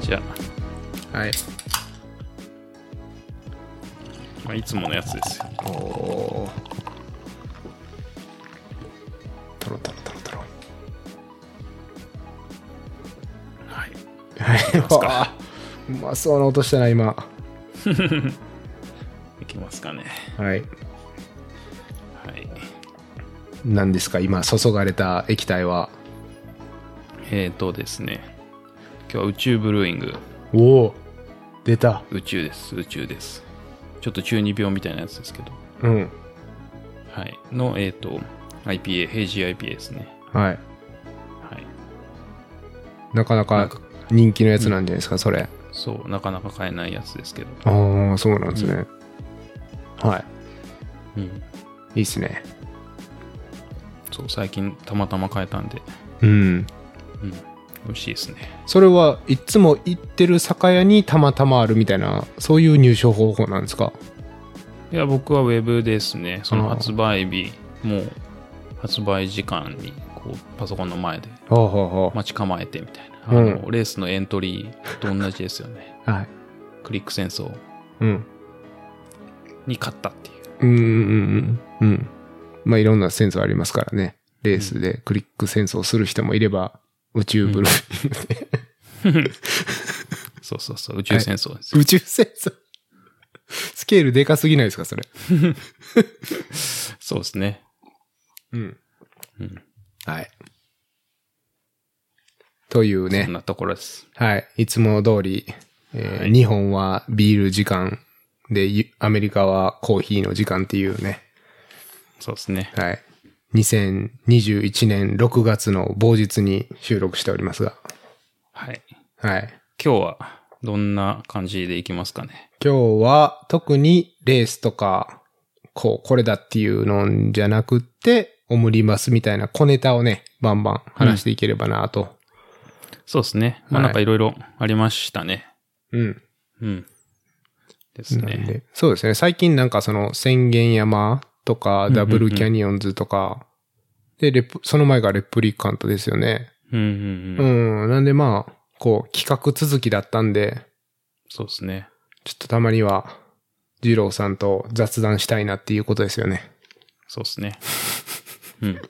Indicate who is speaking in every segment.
Speaker 1: じゃ
Speaker 2: はい。
Speaker 1: あ、まあ、いつものやつですよ。
Speaker 2: おお。トロトロトロトロ。
Speaker 1: はい。
Speaker 2: はい。わあ うまそうな音したな、今。
Speaker 1: いきますかね。
Speaker 2: は
Speaker 1: は
Speaker 2: い。
Speaker 1: い。
Speaker 2: 何ですか、今、注がれた液体は。
Speaker 1: えーとですね。今日は宇宙ブルーイング。
Speaker 2: おお。出た。
Speaker 1: 宇宙です。宇宙です。ちょっと中二病みたいなやつですけど。
Speaker 2: うん。
Speaker 1: はい。の、えーと、IPA、ヘイジー IPA ですね。
Speaker 2: はい。
Speaker 1: はい。
Speaker 2: なかなか人気のやつなんじゃないですか、それ。
Speaker 1: そう、なかなか買えないやつですけど。
Speaker 2: ああ、そうなんですね。は
Speaker 1: うん。
Speaker 2: い。いいっすね。
Speaker 1: そう、最近たまたま買えたんで、
Speaker 2: うん。
Speaker 1: うん。美味しいですね。
Speaker 2: それはいっつも行ってる酒屋にたまたまあるみたいな、そういう入手方法なんですか
Speaker 1: いや、僕はウェブですね。その
Speaker 2: あー
Speaker 1: 発売日、もう発売時間に、こう、パソコンの前で
Speaker 2: ほうほうほ
Speaker 1: 待ち構えてみたいな。あ
Speaker 2: うん
Speaker 1: の、レースのエントリーと同じですよね。
Speaker 2: う。はい。
Speaker 1: クリック戦争
Speaker 2: うん。
Speaker 1: に勝ったっていう。
Speaker 2: うんうんうんうん。うん。まあいろんなセンスありますからね。レースでクリック戦争する人もいれば、宇宙ブルー、
Speaker 1: そうそうそう、宇宙戦争ですよ。
Speaker 2: 宇宙戦争。スケールでかすぎないですか、それ。
Speaker 1: そうですね。
Speaker 2: うん。
Speaker 1: うん。
Speaker 2: はい。という
Speaker 1: そん
Speaker 2: ね。
Speaker 1: なところです。
Speaker 2: はい。いつも通り、えー日本はビール時間で、ゆアメリカはコーヒーの時間っていうね。
Speaker 1: そうですね。
Speaker 2: はい。2021年6月の某日に収録しておりますが。
Speaker 1: はい。
Speaker 2: はい。
Speaker 1: 今日は、どんな感じでいきますかね。
Speaker 2: 今日は特にレースとか、こう、これだっていうのじゃなくって、オムリマスみたいな小ネタをね、バンバン話していければなと。
Speaker 1: そうですね。まあ、なんかいろいろありましたね。
Speaker 2: うん。
Speaker 1: うん。です
Speaker 2: なん
Speaker 1: ね。
Speaker 2: でそうですね。最近なんかその宣言山とか、ダブルキャニオンズとか、で、レプ、その前がレプリカントですよね。
Speaker 1: うんうん
Speaker 2: う
Speaker 1: うん。
Speaker 2: ん。なんでまあ、こう、企画続きだったんで、
Speaker 1: そうですね。
Speaker 2: ちょっとたまには、二郎さんと雑談したいなっていうことですよね。
Speaker 1: そうですね。うん。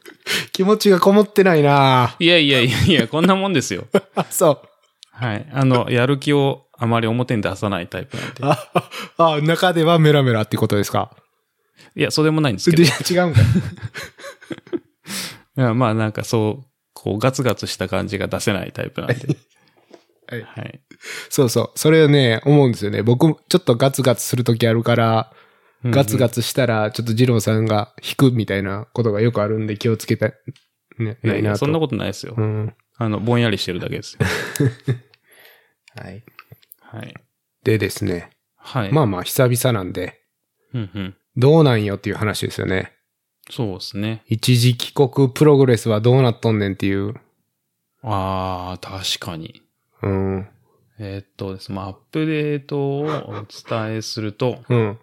Speaker 2: 気持ちがこもってないない
Speaker 1: やいやいやいや、こんなもんですよ。
Speaker 2: あ、そう。
Speaker 1: はい。あの、やる気をあまり表に出さないタイプなんで。
Speaker 2: あ、あ、中ではメラメラってことですか。
Speaker 1: いや、そうでもないんですけ
Speaker 2: で、
Speaker 1: ど。
Speaker 2: 違
Speaker 1: い
Speaker 2: うんかい。
Speaker 1: やまあなんかそう、こうガツガツした感じが出せないタイプなんで。
Speaker 2: はい
Speaker 1: はい。
Speaker 2: そうそう。それをね、思うんですよね。僕、ちょっとガツガツするときあるから、ガツガツしたら、ちょっと二郎さんが引くみたいなことがよくあるんで気をつけたい。ね、
Speaker 1: いや
Speaker 2: ないい
Speaker 1: や
Speaker 2: なと。
Speaker 1: そんなことないですよ
Speaker 2: う。ん。
Speaker 1: あの、ぼんやりしてるだけです よ。
Speaker 2: はい。
Speaker 1: はい。
Speaker 2: でですね。
Speaker 1: はい。
Speaker 2: ま
Speaker 1: あ、
Speaker 2: あまあ、久々なんで、
Speaker 1: うんうん。
Speaker 2: どうなんよっていう話ですよね。
Speaker 1: そうですね。
Speaker 2: 一時帰国プログレスはどうなっとんねんっていう。
Speaker 1: あー、確かに。
Speaker 2: うん。
Speaker 1: えーっとですね、まあアップデートをお伝えすると、
Speaker 2: うん。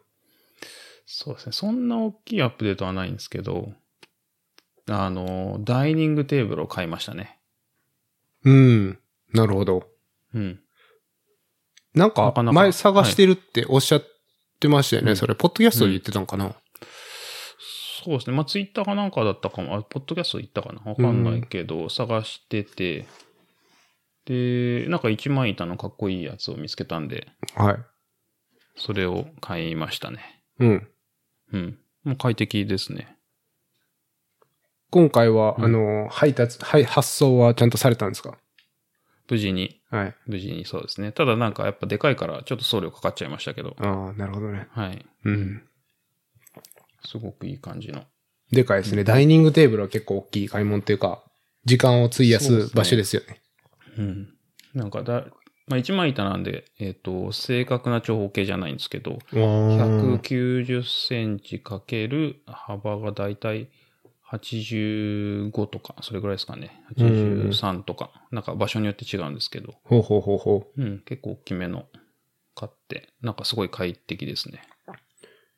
Speaker 1: そうですね。そんな大きいアップデートはないんですけど、あの、ダイニングテーブルを買いましたね。
Speaker 2: うん。なるほど。
Speaker 1: うん。
Speaker 2: なん
Speaker 1: な
Speaker 2: か、
Speaker 1: かなか
Speaker 2: 前探してるっておっしゃってましたよね。
Speaker 1: うん
Speaker 2: それ、ポッドキャストで言ってたのかな、
Speaker 1: そうですね。まあ、ツイッターかなんかだったかも。あ、ポッドキャスト行ったかなわかんないけど、探してて、で、なんか1万板のかっこいいやつを見つけたんで、
Speaker 2: はい。
Speaker 1: それを買いましたね。
Speaker 2: うん。
Speaker 1: うん。もう快適ですね。
Speaker 2: 今回は、
Speaker 1: うん
Speaker 2: あの、配達、はい、発送はちゃんとされたんですか
Speaker 1: 無事に、
Speaker 2: はい。
Speaker 1: 無事にそうですね。ただなんかやっぱでかいから、ちょっと送料かかっちゃいましたけど、
Speaker 2: ああ、なるほどね。
Speaker 1: はい。
Speaker 2: うん。
Speaker 1: すごくいい感じの。
Speaker 2: でかいですね。ダイニングテーブルは結構大きい買い物っていうか、時間を費や
Speaker 1: そうですすね
Speaker 2: 場所ですよね。
Speaker 1: うん。なんかだ、まあ、1枚板なんで、えっ、と、正確な長方形じゃないんですけど、
Speaker 2: 100
Speaker 1: 190センチかける幅がだいたい85とか、それぐらいですかね。83とか、なんか場所によって違うんですけど、
Speaker 2: ほうほうほうほう。
Speaker 1: うん、結構大きめの買って、なんかすごい快適ですね。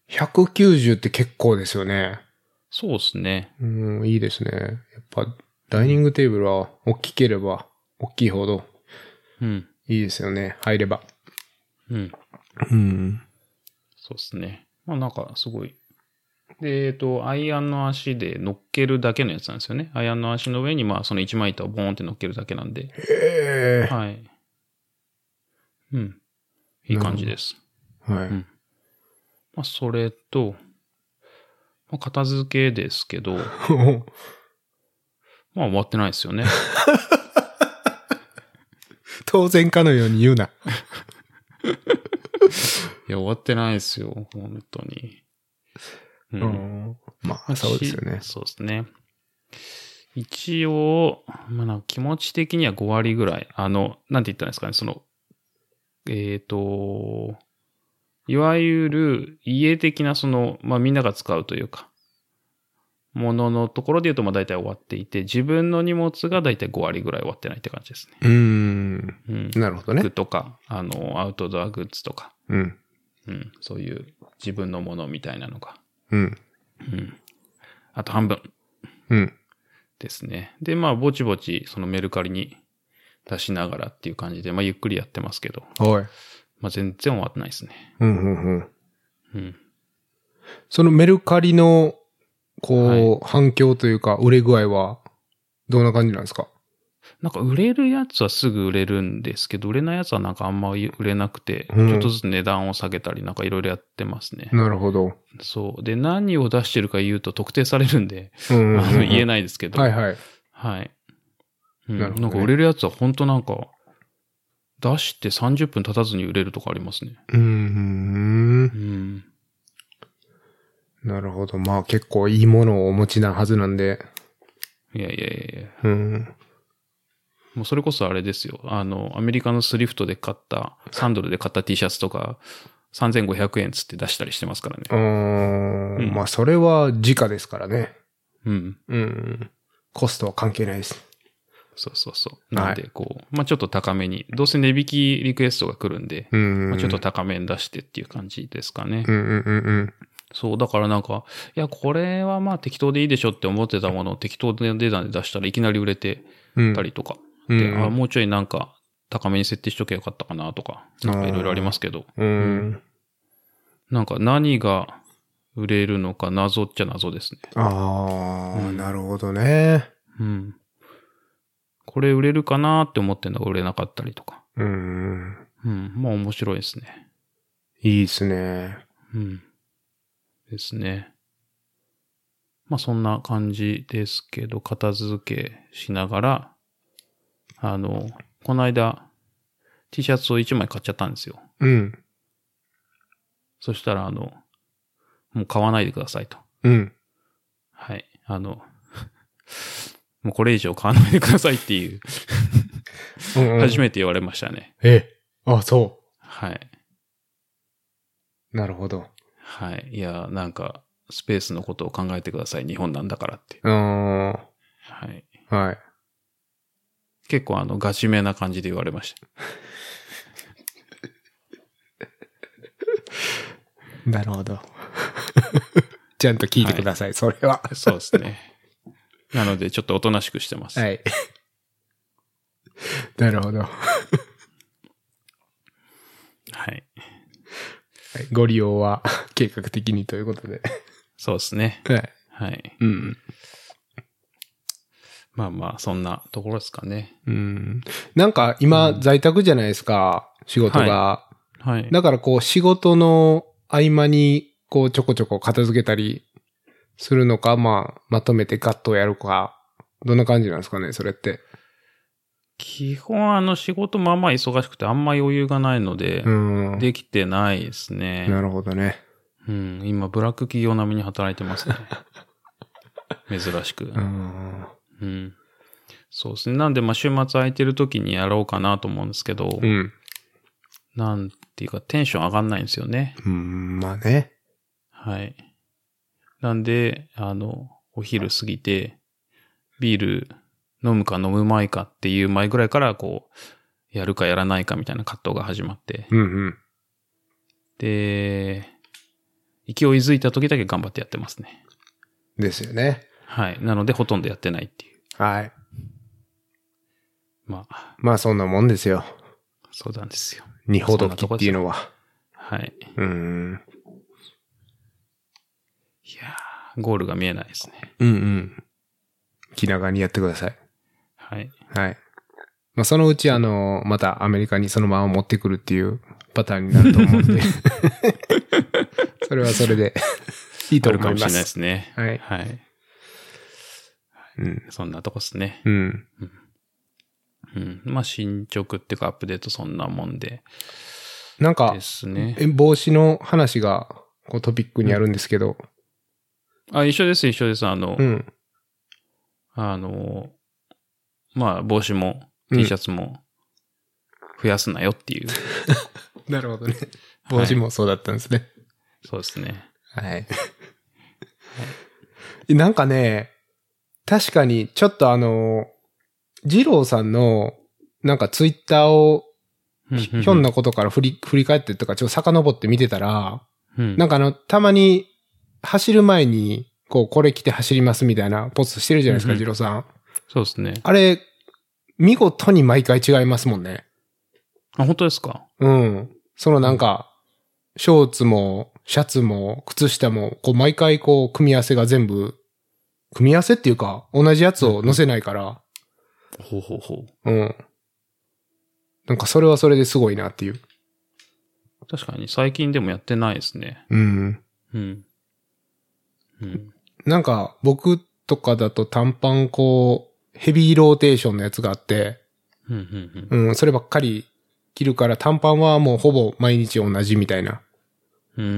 Speaker 2: 190って結構ですよね。
Speaker 1: そうですね。
Speaker 2: うん、いいですね。やっぱ、ダイニングテーブルは大きければ大きいほど
Speaker 1: うん。
Speaker 2: いいですよね。入れば。
Speaker 1: うん。
Speaker 2: うん。
Speaker 1: そうっすね。まあなんかすごい。で、えっと、アイアンの足で乗っけるだけのやつなんですよね。アイアンの足の上に、まあその一枚板をボーンって乗っけるだけなんで。
Speaker 2: え
Speaker 1: はい。うん。いい感じです。
Speaker 2: えはい。
Speaker 1: んまあそれと、まあ、片付けですけど、まあ終わってないです よね。
Speaker 2: 当然かのように言うな。
Speaker 1: いや、終わってないですよ。本当に。う
Speaker 2: う。ん。まあ、そうですよね
Speaker 1: し。そうですね。一応、まあ、なんか気持ち的には5割ぐらい、あの、なんて言ったらいいんですかね、その、えっ、と、いわゆる家的なその、まあ、みんなが使うというか、もののところで言うと、まあ、大体終わっていて、自分の荷物が大体5割ぐらい終わってないって感じですね。
Speaker 2: うん。
Speaker 1: うん。
Speaker 2: なるほどね
Speaker 1: 服。とか、あの、アウトドアグッズとか、
Speaker 2: うん。
Speaker 1: うん、そういう自分のものみたいなのが、
Speaker 2: うん。
Speaker 1: うん。あと半分。
Speaker 2: うん。
Speaker 1: ですね。で、まあ、ぼちぼち、そのメルカリに出しながらっていう感じで、まあ、ゆっくりやってますけど、
Speaker 2: はい。
Speaker 1: まあ、全然終わってないですね。
Speaker 2: うんうんうん。
Speaker 1: うん。
Speaker 2: そのメルカリの、こう、
Speaker 1: はい
Speaker 2: 反響というか、売れ具合は、どんな感じなんですか
Speaker 1: なんか、売れるやつはすぐ売れるんですけど、売れないやつはなんかあんまり売れなくて、
Speaker 2: うん
Speaker 1: ちょっとずつ値段を下げたり、なんかいろいろやってますね。
Speaker 2: なるほど。
Speaker 1: そう。で、何を出してるか言うと特定されるんで、
Speaker 2: うんうんうんうん、
Speaker 1: あの言えないですけど、
Speaker 2: はいはい。
Speaker 1: はい。うん、
Speaker 2: な
Speaker 1: な
Speaker 2: るほどね
Speaker 1: んか売れるやつは本当なんか、出して30分経たずに売れるとかありますね。
Speaker 2: うんうんうん。
Speaker 1: うん。
Speaker 2: なるほど。まあ結構いいものをお持ちなはずなんで。
Speaker 1: いやいやいやいや。
Speaker 2: うん。
Speaker 1: もうそれこそあれですよ。あの、アメリカのスリフトで買った、3ドルで買った T シャツとか、3500円つって出したりしてますからね。
Speaker 2: うーん
Speaker 1: うん
Speaker 2: まあそれは時価ですからね。
Speaker 1: うん。
Speaker 2: うん。コストは関係ないです。
Speaker 1: そうそうそう。
Speaker 2: はい
Speaker 1: なんで、こう、まあちょっと高めに、どうせ値引きリクエストが来るんで、
Speaker 2: うん。
Speaker 1: まあちょっと。高めに出してっていう感じですかね。
Speaker 2: うんうんうんうん。
Speaker 1: そう、だからなんか、いや、これはまあ適当でいいでしょって思ってたものを適当で値段で出したらいきなり売れて
Speaker 2: うん
Speaker 1: たりとか、
Speaker 2: うん
Speaker 1: で、あ、もうちょいなんか高めに設定しときゃよかったかなとか、なんかいろいろありますけど、
Speaker 2: うん。
Speaker 1: なんか何が売れるのか謎っちゃ謎ですね。
Speaker 2: ああ、
Speaker 1: うん
Speaker 2: なるほどね。
Speaker 1: うん。これ売れるかなって思ってんのが売れなかったりとか。
Speaker 2: うん。
Speaker 1: うん。まあ面白いですね。
Speaker 2: いいですね。
Speaker 1: うん。ですね。まあそんな感じですけど、片付けしながら、あの、この間 T シャツを1枚買っちゃったんですよ。
Speaker 2: うん。
Speaker 1: そしたらあの、もう買わないでくださいと。
Speaker 2: うん。
Speaker 1: はい。あの、 もうこれ以上買わないでくださいっていう、
Speaker 2: うんうん
Speaker 1: 初めて言われましたね。
Speaker 2: え、あ、そ
Speaker 1: はい。
Speaker 2: う。なるほど。
Speaker 1: はい。いや、なんか、スペースのことを考えてください。日本なんだからって。
Speaker 2: うーん。は
Speaker 1: はい。
Speaker 2: い。
Speaker 1: 結構、あの、ガチめな感じで言われました。
Speaker 2: なるほど。ちゃんと聞いてください、それは。
Speaker 1: そうです ね。なので、ちょっとおとなしくしてます。
Speaker 2: はい。 なるほど、は
Speaker 1: はい。
Speaker 2: いご利用は 計画的にということで。
Speaker 1: そうですね。
Speaker 2: はい。
Speaker 1: はい。
Speaker 2: うん。
Speaker 1: まあまあ、そんなところですかね。
Speaker 2: うん。なんか今、在宅じゃないですか、仕事が。
Speaker 1: はい。
Speaker 2: だからこう、仕事の合間に、こう、ちょこちょこ片付けたりするのか、まあ、まとめてガッとやるか、どんな感じなんですかね、それって。
Speaker 1: 基本、あの、仕事まあまあ忙しくて、あんま余裕がないので、
Speaker 2: うん。
Speaker 1: できてないですね。
Speaker 2: なるほどね。
Speaker 1: うん、今、ブラック企業並みに働いて ますね。珍しく
Speaker 2: う。ん。
Speaker 1: うん。そうですね。なんで、まあ、週末空いてる時にやろうかなと思うんですけど、
Speaker 2: うん。
Speaker 1: なんていうか、テンション上がんないんですよね。
Speaker 2: うん、まあね。
Speaker 1: はい。なんで、あの、お昼過ぎて、ビール飲むか飲むまいかっていう前ぐらいから、こう、やるかやらないかみたいな葛藤が始まって、
Speaker 2: うんうん。
Speaker 1: で、勢いづいた時だけ頑張ってやってますね。
Speaker 2: ですよね。
Speaker 1: はい。なので、ほとんどやってないっていう。
Speaker 2: はい。
Speaker 1: まあ、
Speaker 2: まあそんなもんですよ。
Speaker 1: そうなんですよ。
Speaker 2: 二ほどきっていうのは。
Speaker 1: はい。
Speaker 2: うーん。
Speaker 1: いやーゴールが見えないですね。
Speaker 2: うんうん。気長にやってください。
Speaker 1: はい。
Speaker 2: はい。まあ、そのうち、あの、またアメリカにそのまま持ってくるっていうパターンになると思 うんで。それはそれで いいと
Speaker 1: ある
Speaker 2: 思
Speaker 1: か
Speaker 2: い
Speaker 1: もし
Speaker 2: ま。
Speaker 1: れないですすね。
Speaker 2: はい
Speaker 1: はい。
Speaker 2: うん。
Speaker 1: そんなとこですね。
Speaker 2: うん。
Speaker 1: うん。まあ、進捗っていうかアップデートそんなもんで
Speaker 2: なんか
Speaker 1: で、すね。
Speaker 2: え帽子の話がこうトピックにあるんですけど。
Speaker 1: あ、一緒です、一緒です。あの、
Speaker 2: うん。
Speaker 1: あの、まあ、帽子も
Speaker 2: うん
Speaker 1: T シャツも増やすなよっていう。
Speaker 2: なるほどね。帽子もそうだったんですね。
Speaker 1: そうですね。
Speaker 2: はい。 なんかね、確かにちょっとあの、二郎さんの、なんかツイッターをひょんなことから振り、振り返ってとか、ちょっと遡って見てたら、
Speaker 1: うん、な
Speaker 2: な
Speaker 1: ん
Speaker 2: んかあの、たまに走る前に、こう、これ着て走りますみたいなポストしてるじゃないですか、
Speaker 1: うんうん
Speaker 2: 二郎さん。
Speaker 1: そうですね。
Speaker 2: あれ、見事に毎回違いますもんね。
Speaker 1: あ、本当ですか
Speaker 2: うん。そのなんか、ショーツも、シャツも、靴下も、こう、毎回こう、組み合わせが全部、組み合わせっていうか、同じやつを載せないから、
Speaker 1: ほうほうほう。
Speaker 2: うん。なんかそれはそれですごいなっていう。
Speaker 1: 確かに最近でもやってないですね。
Speaker 2: うん。
Speaker 1: うん。うん。
Speaker 2: なんか、僕とかだと短パンこう、ヘビーローテーションのやつがあって、
Speaker 1: うん、うん、
Speaker 2: うん、そればっかり着るから短パンはもうほぼ毎日同じみたいな
Speaker 1: うん。う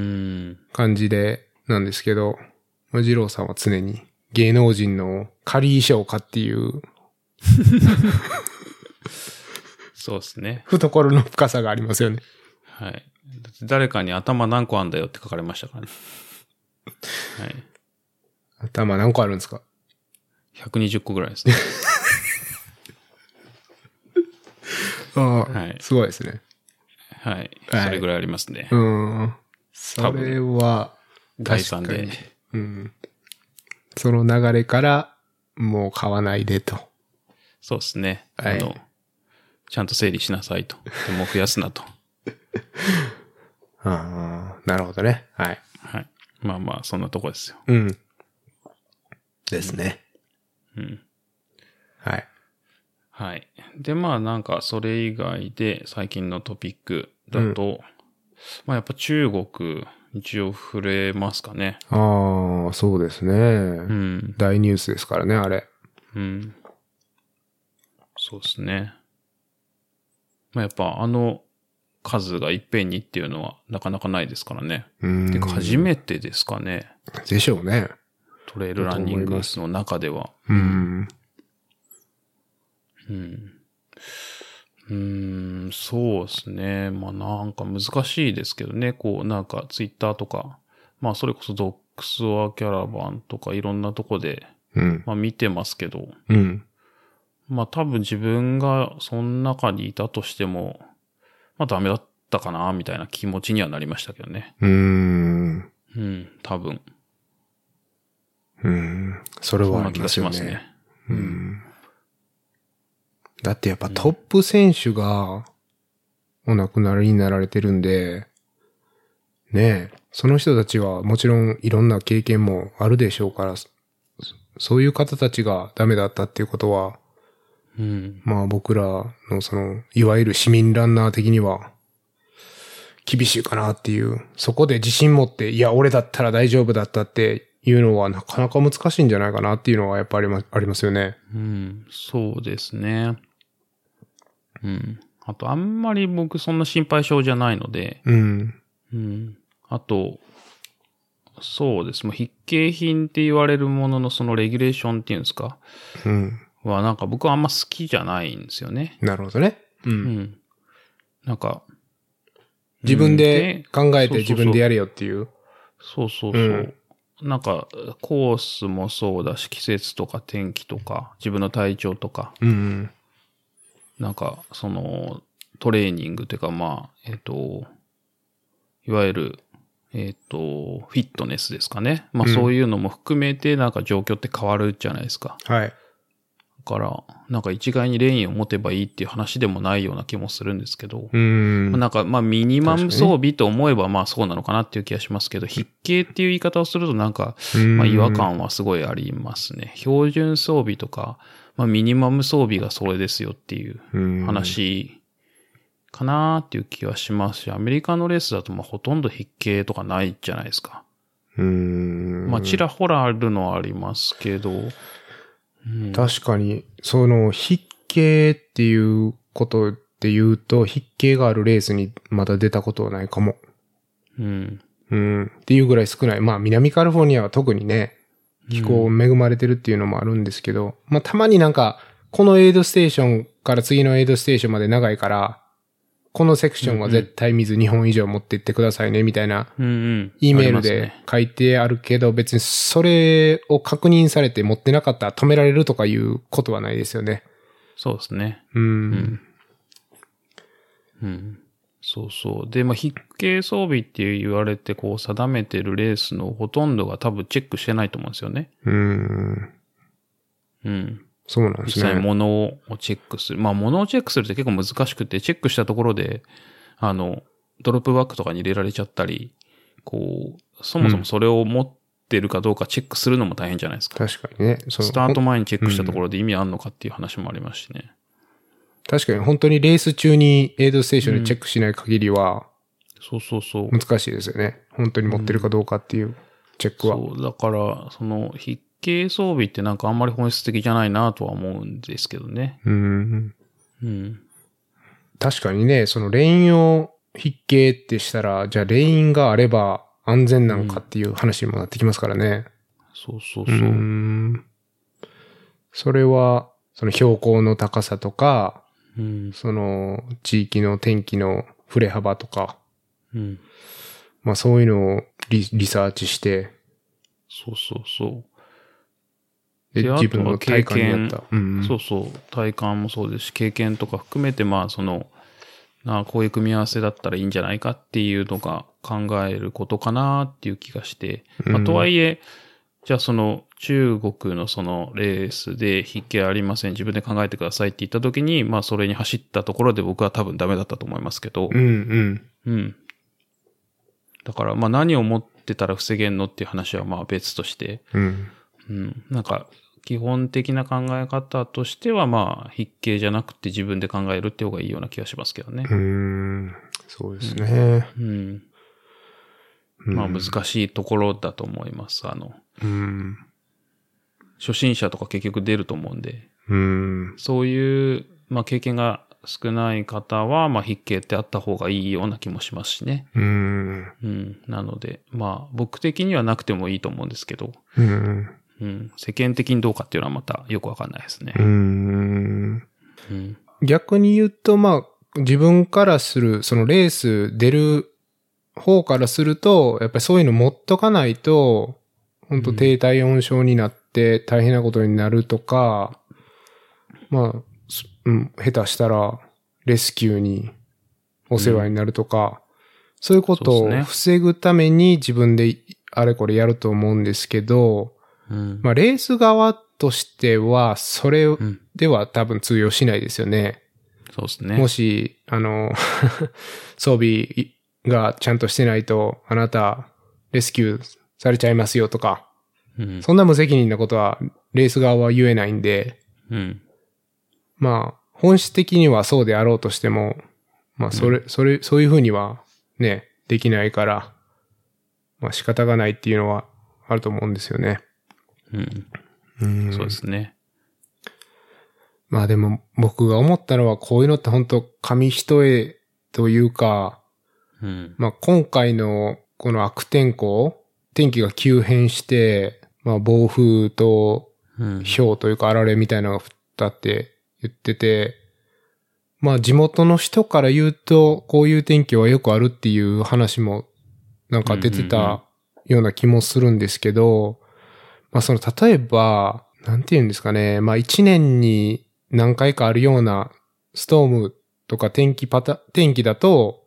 Speaker 1: ん。
Speaker 2: 感じで、なんですけど、まあ二郎さんは常に芸能人の仮衣装かっていう
Speaker 1: そうですね。
Speaker 2: 懐の深さがありますよね。
Speaker 1: はい。だって誰かに頭何個あんだよって書かれましたからね。はい。
Speaker 2: 頭何個あるんですか
Speaker 1: 120個ぐらいですね。
Speaker 2: ああ、
Speaker 1: はい
Speaker 2: すごいですね。
Speaker 1: はい。
Speaker 2: はい
Speaker 1: それぐらいありますね
Speaker 2: う。ーん。そ
Speaker 1: 多分
Speaker 2: れは、
Speaker 1: 概算で。
Speaker 2: うん。その流れから、もう買わないでと。
Speaker 1: そうですね。
Speaker 2: はい
Speaker 1: あの、ちゃんと整理しなさいと。でも増やすなと。
Speaker 2: ああ、なるほどね。はい。
Speaker 1: はい。まあまあ、そんなとこですよ。
Speaker 2: うん。ですね。
Speaker 1: うん。
Speaker 2: はい。
Speaker 1: はい。で、まあなんか、それ以外で最近のトピックだと、まあやっぱ中国、一応触れますかね。
Speaker 2: ああ、そうですね、
Speaker 1: うん。
Speaker 2: 大ニュースですからね、あれ。
Speaker 1: うん。そうですね。まあやっぱあの数がいっぺんにっていうのはなかなかないですからね。
Speaker 2: うん
Speaker 1: てか初めてですかね。
Speaker 2: でしょうね。
Speaker 1: トレイルランニングの中では。
Speaker 2: うん。
Speaker 1: うん。うーん、そうですね。まあなんか難しいですけどね。こうなんかツイッターとか、まあそれこそドックスオアキャラバンとかいろんなとこで、
Speaker 2: うん。
Speaker 1: まあ見てますけど、
Speaker 2: うん。
Speaker 1: まあ多分自分がその中にいたとしても、まあダメだったかな、みたいな気持ちにはなりましたけどね。
Speaker 2: うん。
Speaker 1: うん、多分。
Speaker 2: うん。それ
Speaker 1: そ
Speaker 2: は
Speaker 1: ん
Speaker 2: あ
Speaker 1: な
Speaker 2: り
Speaker 1: 気
Speaker 2: ま
Speaker 1: が
Speaker 2: す
Speaker 1: し
Speaker 2: よ
Speaker 1: ます
Speaker 2: ね。
Speaker 1: ね。
Speaker 2: うん。だってやっぱトップ選手がお亡くなりになられてるんで、ねえ、その人たちはもちろんいろんな経験もあるでしょうから、そそういう方たちがダメだったっていうことは、
Speaker 1: うん。
Speaker 2: まあ僕らのその、いわゆる市民ランナー的には、厳しいかなっていう、そこで自信持って、いや、俺だったら大丈夫だったっていうのはなかなか難しいんじゃないかなっていうのはやっぱりありまありますよね。
Speaker 1: うん、そうですね。うん。あと、あんまり僕そんな心配性じゃないので、
Speaker 2: うん。
Speaker 1: うん。あと、そうです。もう筆形品って言われるもののそのレギュレーションっていうんですか、
Speaker 2: うん。
Speaker 1: はなんか僕はあんま好きじゃないんですよね。
Speaker 2: なるほどね。う。
Speaker 1: うんん。なんか、
Speaker 2: 自分
Speaker 1: うん
Speaker 2: で考
Speaker 1: そうそう
Speaker 2: えて
Speaker 1: そ
Speaker 2: 自
Speaker 1: う
Speaker 2: 分でやれよっていう。
Speaker 1: そうそうそう。なんか、コースもそうだし、季節とか天気とか、自分の体調とか、
Speaker 2: うん。
Speaker 1: なんか、その、トレーニングというか、まあ、えっ、と、いわゆる、えっ、と、フィットネスですかね。まあ、
Speaker 2: うん
Speaker 1: そういうのも含めて、なんか状況って変わるじゃないですか。
Speaker 2: はい。
Speaker 1: から、なんか一概にレインを持てばいいっていう話でもないような気もするんですけど、
Speaker 2: うん。
Speaker 1: まあなんかまあミニマム
Speaker 2: 確か
Speaker 1: 装
Speaker 2: にね
Speaker 1: 備と思えばまあそうなのかなっていう気がしますけど、筆形っていう言い方をするとなんか、
Speaker 2: うん
Speaker 1: まあ違和。感はすごいありますね。標準装備とか、まあミニマム装備がそれですよっていう
Speaker 2: うん。
Speaker 1: 話かなーっていう気はしますし、アメリカのレースだとまあほとんど筆形とかないじゃないですか。
Speaker 2: うん。
Speaker 1: まあちらほらあるのはありますけど、うん
Speaker 2: 確かに、その、筆形っていうことで言うと、筆形があるレースにまだ出たことはないかも。
Speaker 1: うん。
Speaker 2: うん。っていうぐらい少ない。まあ、南カリフォルニアは特にね、気候恵まれてるっていうのもあるんですけど、まあ、たまになんか、このエイドステーションから次のエイドステーションまで長いから、このセクションは絶対水2本以上持ってってくださいね、みたいな、
Speaker 1: うんうん。
Speaker 2: E
Speaker 1: あ
Speaker 2: メール
Speaker 1: ります
Speaker 2: で
Speaker 1: ね
Speaker 2: 書いてあるけど、別にそれを確認されて持ってなかったら止められるとかいうことはないですよね。
Speaker 1: そうですね。
Speaker 2: うん。
Speaker 1: うん。そうそう。で、まあ、筆形装備って言われて、こう、定めてるレースのほとんどが多分チェックしてないと思うんですよね。
Speaker 2: うん。
Speaker 1: うん。
Speaker 2: そうなんです
Speaker 1: 実際
Speaker 2: ね。
Speaker 1: 物をチェックする。まあ、物をチェックするって結構難しくて、チェックしたところで、あの、ドロップバックとかに入れられちゃったり、こう、そもそもそれを持ってるかどうかチェックするのも大変じゃないですか。
Speaker 2: 確かにね。その
Speaker 1: スタート前にチェックしたところで意味あんのかっていう話もありますしね。
Speaker 2: 確かに本当にレース中にエイドステーションでチェックしない限りは
Speaker 1: そうそうそう。
Speaker 2: 難しいですよね。本当に持ってるかどうかっていうチェックは。
Speaker 1: そう、だから、その、筆形装備ってなんかあんまり本質的じゃないなとは思うんですけどね。
Speaker 2: うん。
Speaker 1: うん。
Speaker 2: 確かにね、そのレインを筆形ってしたら、じゃあレインがあれば安全なのかっていう話にもなってきますからね。
Speaker 1: そうそう
Speaker 2: う
Speaker 1: そう。うん。
Speaker 2: ん。それは、その標高の高さとか、
Speaker 1: うん。
Speaker 2: その地域の天気の振れ幅とか、
Speaker 1: うん、
Speaker 2: まあそういうのをリリサーチして、
Speaker 1: そうそうそう。
Speaker 2: で
Speaker 1: で
Speaker 2: 自分の
Speaker 1: あとは経
Speaker 2: 体
Speaker 1: 験
Speaker 2: 感に合った。うん
Speaker 1: そうそう。体感もそうですし、経験とか含めて、まあ、その、なあこういう組み合わせだったらいいんじゃないかっていうのが考えることかなっていう気がして。ま
Speaker 2: う
Speaker 1: あ、
Speaker 2: ん
Speaker 1: とはいえ、じゃあその中国のそのレースで筆記ありません。自分で考えてくださいって言った時に、まあそれに走ったところで僕は多分ダメだったと思いますけど。
Speaker 2: うんうん。
Speaker 1: うん。だから、まあ何を持ってたら防げんのっていう話はまあ別として、
Speaker 2: うん。
Speaker 1: うん。なんか、基本的な考え方としては、まあ、筆形じゃなくて自分で考えるって方がいいような気がしますけどね
Speaker 2: う。ん。そうですね。
Speaker 1: うん。
Speaker 2: うん
Speaker 1: まあ、難しいところだと思います。あの、
Speaker 2: うん。
Speaker 1: 初心者とか結局出ると思うんで、
Speaker 2: うん。
Speaker 1: そういう、まあ、経験が少ない方は、まあ、筆形ってあった方がいいような気もしますしね。
Speaker 2: うん。
Speaker 1: うん。なので、まあ、僕的にはなくてもいいと思うんですけど、
Speaker 2: うん。
Speaker 1: うん。世間的にどうかっていうのはまたよくわかんないですね
Speaker 2: う。ん。
Speaker 1: うん。
Speaker 2: 逆に言うと、まあ、自分からする、そのレース出る方からすると、やっぱりそういうの持っとかないと、本当低体温症になって大変なことになるとか、まあ、すうん、下手したらレスキューにお世話になるとか、そういうこと
Speaker 1: そう
Speaker 2: を
Speaker 1: ですね
Speaker 2: 防ぐために自分であれこれやると思うんですけど、
Speaker 1: うん。
Speaker 2: まあレース側としては、それ
Speaker 1: うん。
Speaker 2: では多分通用しないですよね。
Speaker 1: そうですね。
Speaker 2: もし、あの、 装備がちゃんとしてないと、あなた、レスキューされちゃいますよとか、
Speaker 1: うん。
Speaker 2: そんな無責任なことは、レース側は言えないんで、
Speaker 1: うん。
Speaker 2: まあ、本質的にはそうであろうとしても、まあ、それ、それ、そういうふうには、ね、できないから、まあ、仕方がないっていうのは、あると思うんですよね。
Speaker 1: うん。
Speaker 2: うん
Speaker 1: そうですね。
Speaker 2: まあでも、僕が思ったのは、こういうのって本当紙一重というか、
Speaker 1: うん。
Speaker 2: まあ、今回のこの悪天候、天気が急変して、まあ、暴風と
Speaker 1: うん。
Speaker 2: 氷というかあられみたいなのが降ったって言ってて、まあ、地元の人から言うと、こういう天気はよくあるっていう話も、なんか出て
Speaker 1: うんうんうん
Speaker 2: たような気もするんですけど、まあ、その、例えば、なんて言うんですかね、まあ、一年に何回かあるようなストームとか天気パタ、天気だと、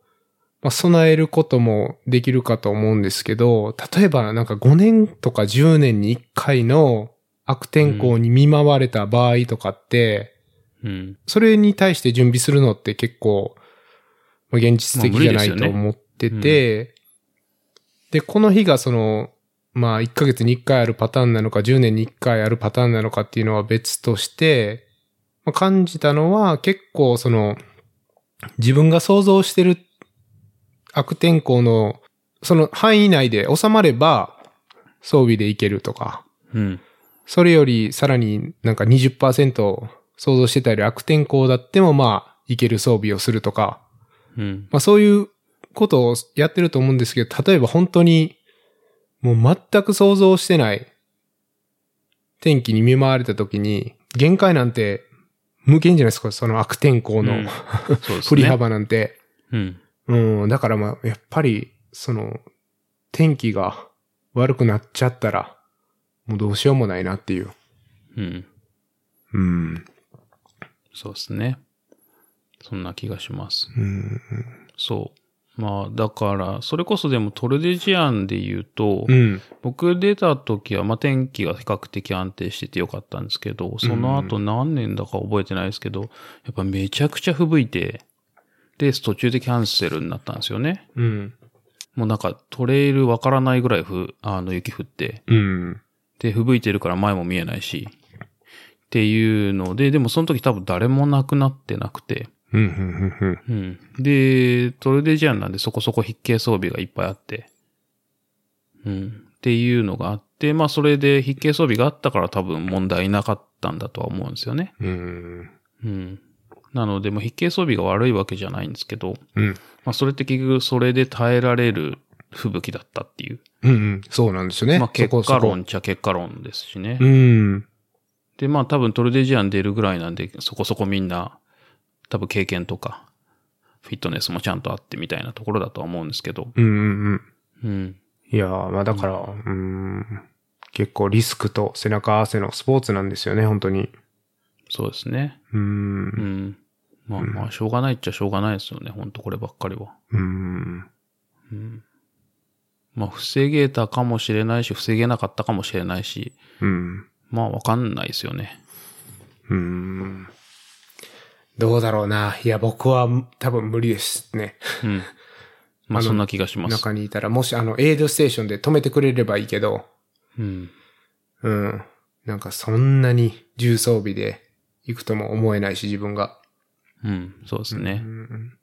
Speaker 2: まあ、備えることもできるかと思うんですけど、例えばなんか5年とか10年に1回の悪天候に見舞われた場合とかって、
Speaker 1: うん。
Speaker 2: それに対して準備するのって結構、まあ現実的じゃない
Speaker 1: まあ無理ですよ
Speaker 2: と
Speaker 1: ね
Speaker 2: 思ってて、で、この日がその、まあ1ヶ月に1回あるパターンなのか、10年に1回あるパターンなのかっていうのは別として、まあ感じたのは結構その、自分が想像してる悪天候の、その範囲内で収まれば、装備でいけるとか、
Speaker 1: うん。
Speaker 2: それよりさらになんか20%想像してたより悪天候だってもまあ、いける装備をするとか、
Speaker 1: うん。
Speaker 2: まあそういうことをやってると思うんですけど、例えば本当にもう全く想像してない天気に見舞われた時に、限界なんて無限じゃないですか、その悪天候
Speaker 1: うん
Speaker 2: の
Speaker 1: そうですね。
Speaker 2: 振り。幅なんて。
Speaker 1: うん。
Speaker 2: うん、だからまあ、やっぱり、その、天気が悪くなっちゃったら、もうどうしようもないなっていう。
Speaker 1: うん。
Speaker 2: うん。
Speaker 1: そうですね。そんな気がします。
Speaker 2: うん。
Speaker 1: そう。まあ、だから、それこそでもトルデジアンで言うと、
Speaker 2: うん。
Speaker 1: 僕出た時は、まあ天気が比較的安定しててよかったんですけど、その後何年だか覚えてないですけど、やっぱめちゃくちゃ吹雪いて、レース途中でキャンセルになったんですよね。
Speaker 2: うん。
Speaker 1: もうなんかトレイルわからないぐらいふ、あの雪降って、
Speaker 2: うん。
Speaker 1: で、吹雪いてるから前も見えないし、っていうので、でもその時多分誰も亡くなってなくて、
Speaker 2: うん。うん。うん。
Speaker 1: うん。で、トルデジアンなんでそこそこ筆形装備がいっぱいあって、うん。っていうのがあって、まあそれで筆形装備があったから多分問題なかったんだとは思うんですよね。
Speaker 2: うん。
Speaker 1: うん。なので、もう筆形装備が悪いわけじゃないんですけど、
Speaker 2: うん。
Speaker 1: まあそれって結局それで耐えられる吹雪だったっていう。
Speaker 2: うん。そうなんですよね。
Speaker 1: まあ結
Speaker 2: そこ
Speaker 1: 果
Speaker 2: そこ
Speaker 1: 論っちゃ結果論ですしね。
Speaker 2: うん。
Speaker 1: で、まあ多分トルデジアン出るぐらいなんで、そこそこみんな、多分経験とか、フィットネスもちゃんとあってみたいなところだとは思うんですけど。
Speaker 2: うん。うん。うん。
Speaker 1: うん。
Speaker 2: いやー、まあだから、うん。結構リスクと背中合わせのスポーツなんですよね、本当に。
Speaker 1: そうですね。
Speaker 2: う。
Speaker 1: うんん。まあまあ、しょうがないっちゃしょうがないですよね。ほんとこればっかりは。
Speaker 2: うん。
Speaker 1: うん。まあ、防げたかもしれないし、防げなかったかもしれないし、
Speaker 2: うん。
Speaker 1: まあ、わかんないですよね。
Speaker 2: うん。どうだろうな。いや、僕は多分無理ですね。
Speaker 1: うん。まあ、
Speaker 2: あの
Speaker 1: そんな気がします。
Speaker 2: 中にいたら、もしあの、エイドステーションで止めてくれればいいけど、
Speaker 1: うん。
Speaker 2: うん。なんかそんなに重装備で行くとも思えないし、自分が。
Speaker 1: うん。そうです
Speaker 2: う
Speaker 1: ね。
Speaker 2: ん。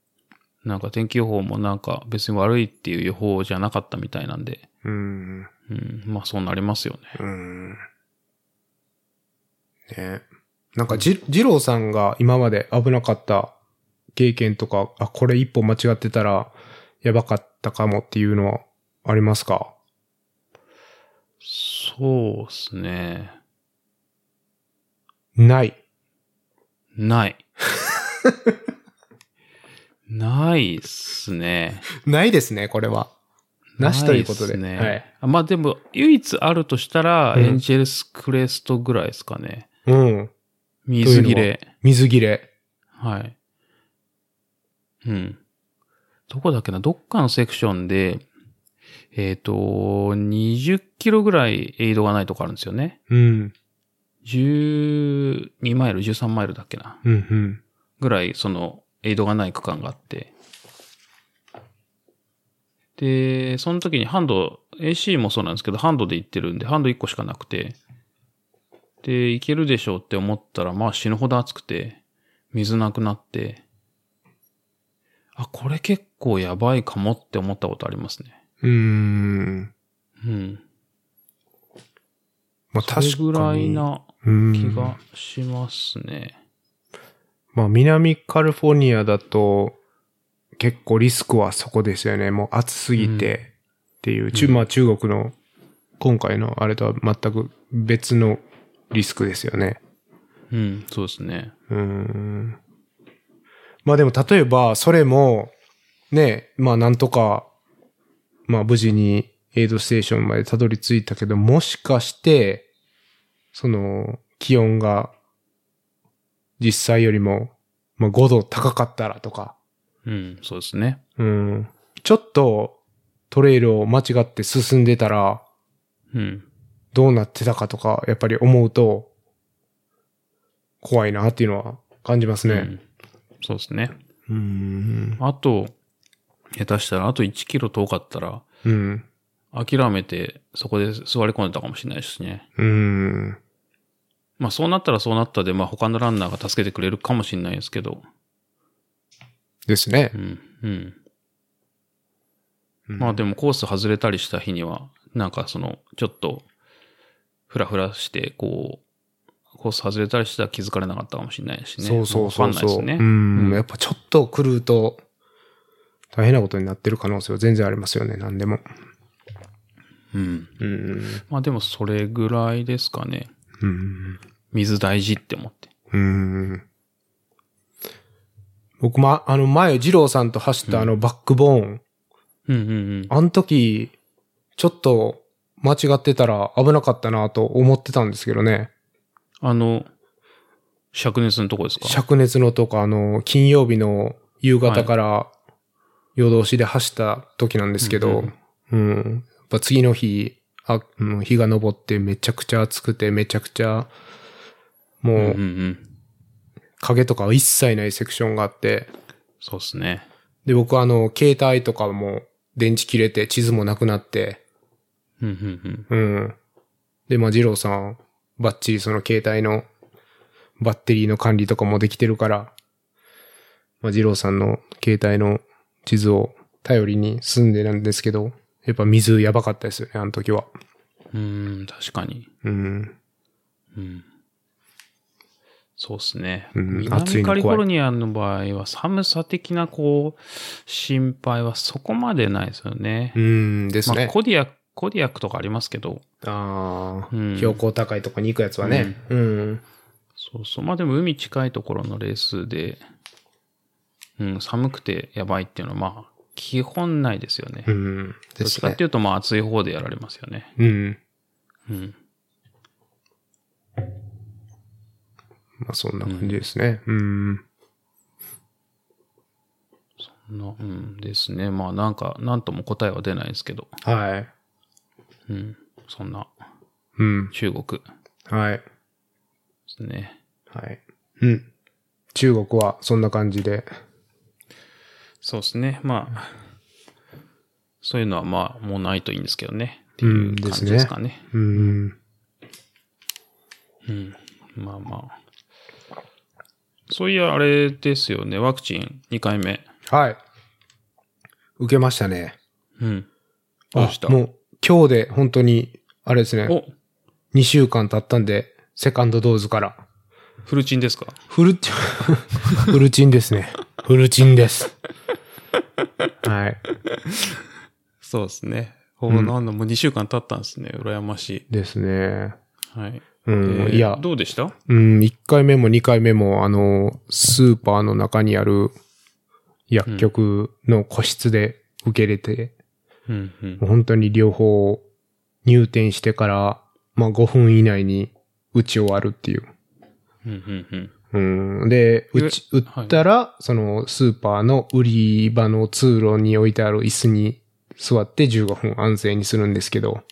Speaker 1: なんか天気予報もなんか別に悪いっていう予報じゃなかったみたいなんで、
Speaker 2: うん。
Speaker 1: うん。まあ、そうなりますよね。
Speaker 2: うん。ねなんかじ、二郎さんが今まで危なかった経験とか、あ、これ一歩間違ってたらやばかったかもっていうのはありますか
Speaker 1: そうですね。
Speaker 2: ない。
Speaker 1: ない。ないっすね。
Speaker 2: ないですね、これは。 なしということで。
Speaker 1: なっす
Speaker 2: は
Speaker 1: ね
Speaker 2: い。
Speaker 1: あまあでも、唯一あるとしたら、
Speaker 2: うん
Speaker 1: エンジェルスクレストぐらいですかね。
Speaker 2: うん。
Speaker 1: 水切れ。
Speaker 2: 水切れ。
Speaker 1: はい。うん。どこだっけなどっかのセクションで、えっ、と、20キロぐらいエイドがないとこあるんですよね。
Speaker 2: うん。
Speaker 1: 12マイル、13マイルだっけな
Speaker 2: うん、うん。
Speaker 1: ぐらい、その、エイドがない区間があって。で、その時にハンド、AC もそうなんですけど、ハンドで行ってるんで、ハンド1個しかなくて、で、行けるでしょうって思ったら、まあ死ぬほど暑くて、水なくなって、あ、これ結構やばいかもって思ったことありますね。
Speaker 2: うーん。
Speaker 1: うん。
Speaker 2: ま
Speaker 1: そ
Speaker 2: あ
Speaker 1: れぐらいな
Speaker 2: うん
Speaker 1: 気がしますね。
Speaker 2: まあ、南カリフォルニアだと、結構リスクはそこですよね。もう暑すぎてっていう、ちゅ
Speaker 1: うん
Speaker 2: まあ中国の今回のあれとは全く別のリスクですよね。
Speaker 1: うん、そうですね。
Speaker 2: うーん。まあでも例えば、それも、ね、まあなんとか、まあ無事にエイドステーションまでたどり着いたけど、もしかして、その、気温が実際よりも、まあ5度高かったらとか、
Speaker 1: うん、そうですね。
Speaker 2: うん。ちょっとトレイルを間違って進んでたら、
Speaker 1: うん。
Speaker 2: どうなってたかとか、やっぱり思うと、怖いなっていうのは感じます
Speaker 1: う
Speaker 2: ね。
Speaker 1: ん。そうですね。
Speaker 2: うん。
Speaker 1: あと、下手したら、あと1キロ遠かったら、
Speaker 2: うん。
Speaker 1: 諦めてそこで座り込んでたかもしれないですね。
Speaker 2: うん。
Speaker 1: まあそうなったらそうなったで、まあ他のランナーが助けてくれるかもしれないですけど。
Speaker 2: ですね
Speaker 1: う。ん。うん。
Speaker 2: うん
Speaker 1: まあでもコース外れたりした日には、なんかその、ちょっと、ふらふらして、こう、コース外れたりしたら気づかれなかったかもしれないしね。
Speaker 2: そうそうそう
Speaker 1: わかんない
Speaker 2: そう。
Speaker 1: ですね。
Speaker 2: うん。
Speaker 1: うん
Speaker 2: やっぱちょっと狂うと、大変なことになってる可能性は全然ありますよね、何でも。
Speaker 1: うん。
Speaker 2: うん。
Speaker 1: まあでもそれぐらいですかね。
Speaker 2: うん。
Speaker 1: 水大事って思って。
Speaker 2: うん。僕、ま、あの、前、二郎さんと走ったあの、バックボーン。
Speaker 1: うんうんうん。
Speaker 2: あの時、ちょっと間違ってたら危なかったなと思ってたんですけどね。
Speaker 1: あの、灼熱のとこですか
Speaker 2: 灼熱のとか、あの、金曜日の夕方から夜通しで走った時なんですけど、うん、やっぱ次の日、あ、うん、日が昇ってめちゃくちゃ暑くて、めちゃくちゃ、もう、
Speaker 1: うんうんうん。
Speaker 2: 影とかは一切ないセクションがあって、
Speaker 1: そうですね。
Speaker 2: で、僕はあの、携帯とかも電池切れて、地図もなくなって、
Speaker 1: うんうんうん。
Speaker 2: うん。で、まあ、二郎さん、バッチリその携帯のバッテリーの管理とかもできてるから、まあ、二郎さんの携帯の地図を頼りに住んでなんですけど、やっぱ水やばかったですよね、あの時は。
Speaker 1: うーん、確かに。
Speaker 2: うん。
Speaker 1: うん。そうですね。
Speaker 2: うん暑い
Speaker 1: 南カ
Speaker 2: の怖い
Speaker 1: リフォルニアの場合は寒さ的なこう、心配はそこまでないですよね。
Speaker 2: うんです
Speaker 1: まあ、
Speaker 2: ね。
Speaker 1: コディア、コディアックとかありますけど。
Speaker 2: あ
Speaker 1: う
Speaker 2: あ、
Speaker 1: ん
Speaker 2: 標高高いとこに行くやつはね。うん。
Speaker 1: そうそう。まあでも海近いところのレースで、うん、寒くてやばいっていうのはまあ、基本ないですよね。
Speaker 2: う
Speaker 1: ど
Speaker 2: ん。
Speaker 1: っ
Speaker 2: で
Speaker 1: ち
Speaker 2: す
Speaker 1: かっ
Speaker 2: ね
Speaker 1: て。いうとまあ暑い方でやられますよね。
Speaker 2: うん。
Speaker 1: うん。
Speaker 2: まあ、そんな感じですね。うん。
Speaker 1: のうんですね。まあなんか、なんとも答えは出ないですけど。
Speaker 2: はい。
Speaker 1: うん。そんな、
Speaker 2: うん。
Speaker 1: 中国で
Speaker 2: はい。
Speaker 1: すね。
Speaker 2: はい。うん。中国はそんな感じで。
Speaker 1: そうですね。まあ、そういうのはまあ、もうないといいんですけどね。って
Speaker 2: う
Speaker 1: い
Speaker 2: ん
Speaker 1: う
Speaker 2: で
Speaker 1: 感
Speaker 2: す
Speaker 1: じ
Speaker 2: ね
Speaker 1: ですかね。
Speaker 2: うん。
Speaker 1: うん。まあまあ。そういや、あれですよね。ワクチン2回目。
Speaker 2: はい。受けましたね。
Speaker 1: うん。どうした
Speaker 2: あもう今日で本当に、あれですね、
Speaker 1: お
Speaker 2: 2週間経ったんで、セカンドドーズから。
Speaker 1: フルチンですか
Speaker 2: フルチン、 フルチンですね。フルチンです。はい。
Speaker 1: そうですね。ほうなんだ、もう2週間経ったんですね。羨まし
Speaker 2: ですね。
Speaker 1: い。はい。
Speaker 2: うん、いや、
Speaker 1: どうでした
Speaker 2: うん、1回目も2回目も、あの、スーパーの中にある薬局の個室で受け入れて、
Speaker 1: うんうん
Speaker 2: もう。本当に両方入店してから、まあ5分以内に打ち終わるっていう。
Speaker 1: うんうんうん。
Speaker 2: うん。で、
Speaker 1: え
Speaker 2: 打ち、打ったら、そのスーパーの売り場の通路に置いてある椅子に座って15分安静にするんですけど、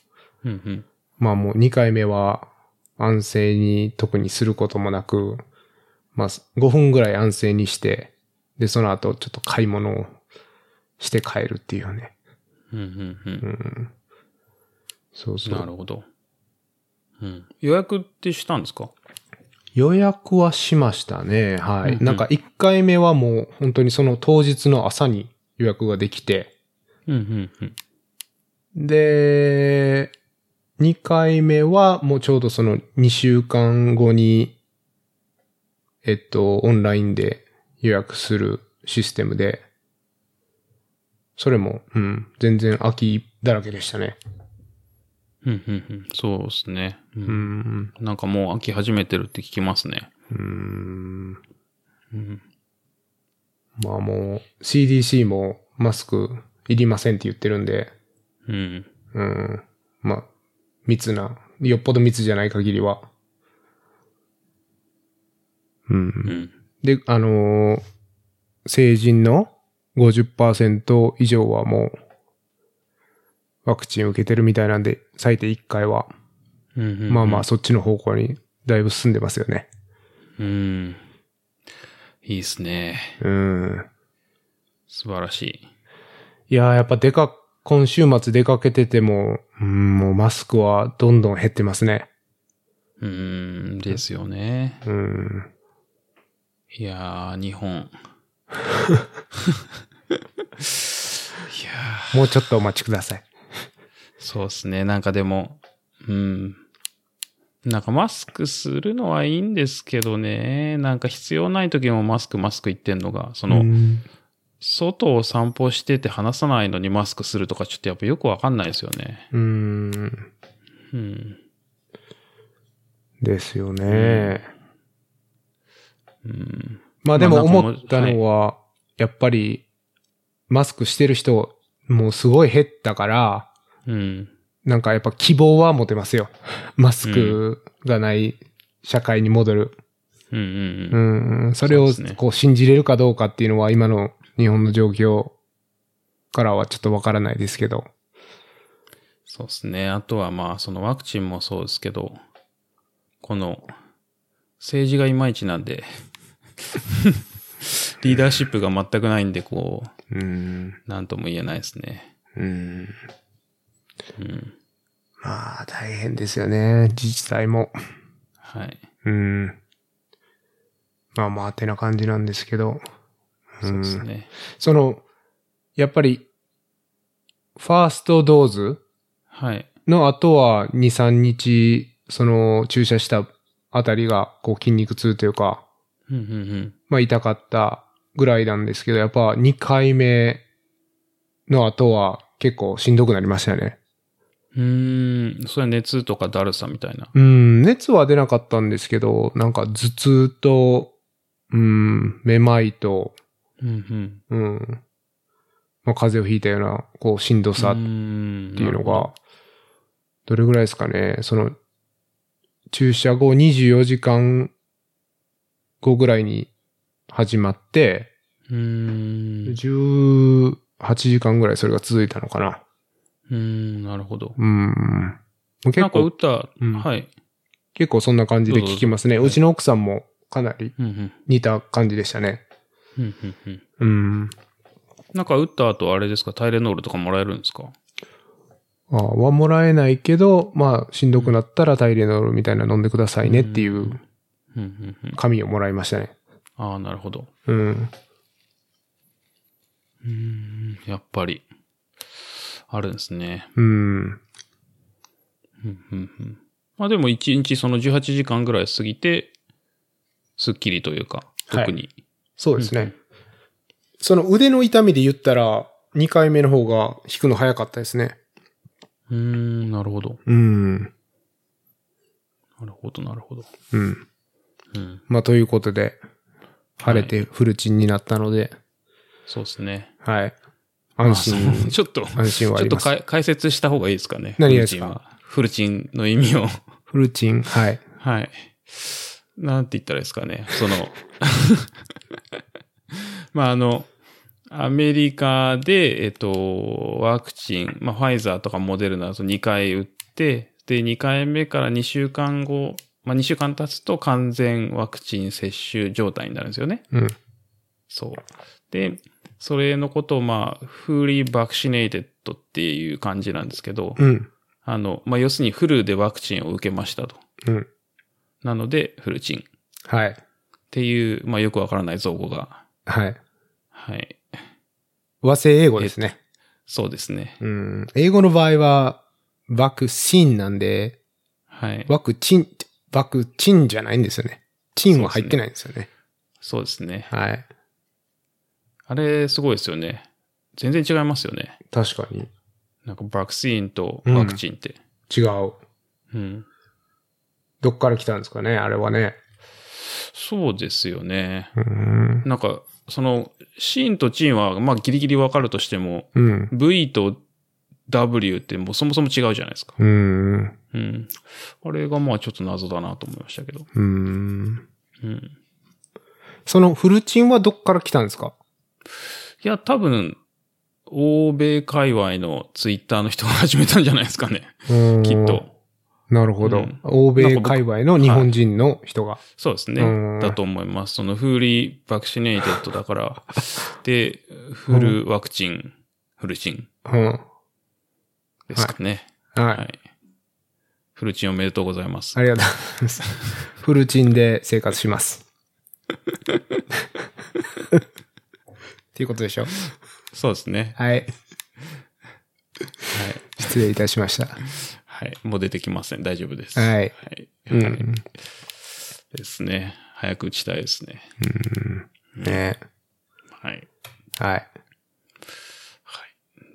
Speaker 1: うんうん。
Speaker 2: まあもう2回目は安静に特にすることもなく、まあ5分ぐらい安静にして、で、その後ちょっと買い物をして帰るっていうね。
Speaker 1: うんうんうん。
Speaker 2: うん。そうそう。
Speaker 1: なるほど。うん。予約ってしたんですか
Speaker 2: 予約はしましたね。はい。
Speaker 1: うんうん
Speaker 2: なんか1回目はもう本当にその当日の朝に予約ができて、
Speaker 1: うんうんうん。
Speaker 2: で、2回目はもうちょうどその2週間後に、えっと、オンラインで予約するシステムで、それも、うん、全然空きだらけでしたね。
Speaker 1: うんうんうん。そうですね。う。
Speaker 2: うんん、
Speaker 1: なんかもう飽き始めてるって聞きますね。
Speaker 2: うん、
Speaker 1: うん。
Speaker 2: まあもう CDC もマスクいりませんって言ってるんで、
Speaker 1: うん。
Speaker 2: うん。まあ、密な、よっぽど密じゃない限りは。う。
Speaker 1: うんん。
Speaker 2: で、あのー成人の50%以上はもう、ワクチン受けてるみたいなんで、最低1回は
Speaker 1: うんうんうん
Speaker 2: まあまあ、そっちの方向にだいぶ進んでますよね。
Speaker 1: うん。いいですね。
Speaker 2: うん。
Speaker 1: 素晴らしい。
Speaker 2: いやー、やっぱ出か、今週末出かけてても、うん、もうマスクはどんどん減ってますね。
Speaker 1: うん、ですよね。
Speaker 2: うん。
Speaker 1: いやー、日本。い やー、
Speaker 2: もうちょっとお待ちください。
Speaker 1: そうですね。なんかでも、うん。なんかマスクするのはいいんですけどね。なんか必要ない時もマスクマスク言ってんのが、その、
Speaker 2: うん
Speaker 1: 外を散歩してて話さないのにマスクするとかちょっとやっぱよくわかんないですよね。
Speaker 2: うん。
Speaker 1: うん。
Speaker 2: ですよね。
Speaker 1: うん。
Speaker 2: まあで
Speaker 1: まあ
Speaker 2: も
Speaker 1: なんかも
Speaker 2: 思ったのは、やっぱり、マスクしてる人、もうすごい減ったから、
Speaker 1: うん。
Speaker 2: なんかやっぱ希望は持てますよ。 マスクがない社会に戻る。
Speaker 1: うんうんう。
Speaker 2: うんん、それを
Speaker 1: そうですね
Speaker 2: こう信じれるかどうかっていうのは今の日本の状況からはちょっとわからないですけど。
Speaker 1: そうですね。あとはまあ、そのワクチンもそうですけど、この、政治がいまいちなん で、リーダーシップが全くないんで、こう、
Speaker 2: うん、
Speaker 1: なんとも言えないですね。
Speaker 2: うん。
Speaker 1: うん。
Speaker 2: まあ大変ですよね。自治体も。
Speaker 1: はい。
Speaker 2: うん。まあまあ、てな感じなんですけど。
Speaker 1: そうです
Speaker 2: ん
Speaker 1: ね。
Speaker 2: その、やっぱり、ファーストドーズ
Speaker 1: はい。
Speaker 2: の後は2、3日、その注射したあたりが、こう筋肉痛というか、
Speaker 1: うんうん
Speaker 2: まあ痛かったぐらいなんですけど、やっぱ2回目の後は結構しんどくなりましたね。
Speaker 1: うん。うーん。それは熱とかだるさみたいな。
Speaker 2: うん、熱は出なかったんですけど、なんか頭痛と、うん、めまいと、
Speaker 1: うんうん。
Speaker 2: うん。まあ、風邪をひいたような、こう、しんどさ
Speaker 1: う
Speaker 2: っ
Speaker 1: ーん
Speaker 2: ていうのが、どれぐらいですかね、その、注射後24時間後ぐらいに始まって、
Speaker 1: うーん。
Speaker 2: 18時間ぐらいそれが続いたのかな。
Speaker 1: うーん、なるほど。
Speaker 2: うん。もう
Speaker 1: な
Speaker 2: 結
Speaker 1: んか打っ
Speaker 2: 構、
Speaker 1: た、
Speaker 2: うん
Speaker 1: はい。
Speaker 2: 結構そんな感じで聞きますね。
Speaker 1: どうぞ
Speaker 2: うちの奥さんもかなり
Speaker 1: うんうん。
Speaker 2: 似た感じでしたね。
Speaker 1: うんうんうん。
Speaker 2: うん。
Speaker 1: なんか打った後あれですか、タイレノールとかもらえるんですか
Speaker 2: あはもらえないけど、まあ、しんどくなったらタイレノールみたいなの飲んでくださいねっていう
Speaker 1: う
Speaker 2: うん
Speaker 1: んうんうん。
Speaker 2: 紙をもらいましたね。
Speaker 1: ああ、なるほど。
Speaker 2: うん。
Speaker 1: うーん、やっぱり、あるんですね。
Speaker 2: うん。
Speaker 1: うんうんうん。まあでも1日その18時間ぐらい過ぎて、すっきりというか、
Speaker 2: はい
Speaker 1: 特に。
Speaker 2: そうですね。その腕の痛みで言ったら、2回目の方が引くの早かったですね。
Speaker 1: うーん、なるほど。
Speaker 2: うん。
Speaker 1: なるほど、なるほど。
Speaker 2: うん。
Speaker 1: うん。
Speaker 2: まあ、ということで、晴れてフルチンになったので、
Speaker 1: そうですね。
Speaker 2: はい。
Speaker 1: あ
Speaker 2: 安
Speaker 1: そ
Speaker 2: 心
Speaker 1: う、ちょっ と、ち
Speaker 2: 安心はあ
Speaker 1: ょっ
Speaker 2: り
Speaker 1: と
Speaker 2: ます。
Speaker 1: かい解説した方がいいですかね。
Speaker 2: 何がですか
Speaker 1: フルチンは。フルチンの意味を。
Speaker 2: フルチン、はい。
Speaker 1: はい。なんて言ったらいいですかね。その、 まあ、あの、アメリカで、えっと、ワクチン、まあ、ファイザーとかモデルナと2回打って、で、2回目から2週間後、まあ、2週間経つと完全ワクチン接種状態になるんですよね。
Speaker 2: うん。
Speaker 1: そう。で、それのことを、まあ、フーリーバクシネイテッドっていう感じなんですけど、
Speaker 2: うん。
Speaker 1: あの、まあ、要するにフルでワクチンを受けましたと。
Speaker 2: うん。
Speaker 1: なので、フルチン。
Speaker 2: はい。
Speaker 1: っていう、まあよくわからない造語が。
Speaker 2: はい。
Speaker 1: はい。
Speaker 2: 和製英語ですね。
Speaker 1: そうですね。
Speaker 2: うん。英語の場合は、ワクチンなんで、
Speaker 1: はい。
Speaker 2: ワクチン、ワクチンじゃないんですよね。チンは入ってないんですよね。
Speaker 1: そうですね。
Speaker 2: はい。
Speaker 1: あれ、すごいですよね。全然違いますよね。
Speaker 2: 確かに。
Speaker 1: なんか、バクシーンとワクチンって。
Speaker 2: 違う。
Speaker 1: うん。
Speaker 2: どっから来たんですかね、あれはね。
Speaker 1: そうですよね。
Speaker 2: うん。
Speaker 1: なんか、その、シーンとチンは、まあギリギリわかるとしても、
Speaker 2: うん。
Speaker 1: V と W ってもうそもそも違うじゃないですか。
Speaker 2: うん。
Speaker 1: うん。あれがまあちょっと謎だなと思いましたけど。
Speaker 2: うん。
Speaker 1: うん。
Speaker 2: そのフルチンはどっから来たんですか
Speaker 1: いや、多分、欧米界隈のツイッターの人が始めたんじゃないですかね。
Speaker 2: き
Speaker 1: きっと。。
Speaker 2: なるほ
Speaker 1: う
Speaker 2: ど、
Speaker 1: ん
Speaker 2: 欧米界隈の日本人の人が。
Speaker 1: そうです
Speaker 2: うん
Speaker 1: ね。だと思います。その、フーリーバクシネイテッドだ から、で、フルワクチン、フルチンですかね。
Speaker 2: うん。は。
Speaker 1: はいい。フルチンおめでとうございます
Speaker 2: あ。りがとうございます。フルチンで生活 します。っていうことでしょ
Speaker 1: そうですね。
Speaker 2: はい。
Speaker 1: はい。
Speaker 2: 失礼いたしました。
Speaker 1: はい。もう出てきません。大丈夫です。
Speaker 2: はい
Speaker 1: はい。
Speaker 2: うん。
Speaker 1: ですね。早く打ちたいですね。
Speaker 2: ね
Speaker 1: はい。
Speaker 2: はい。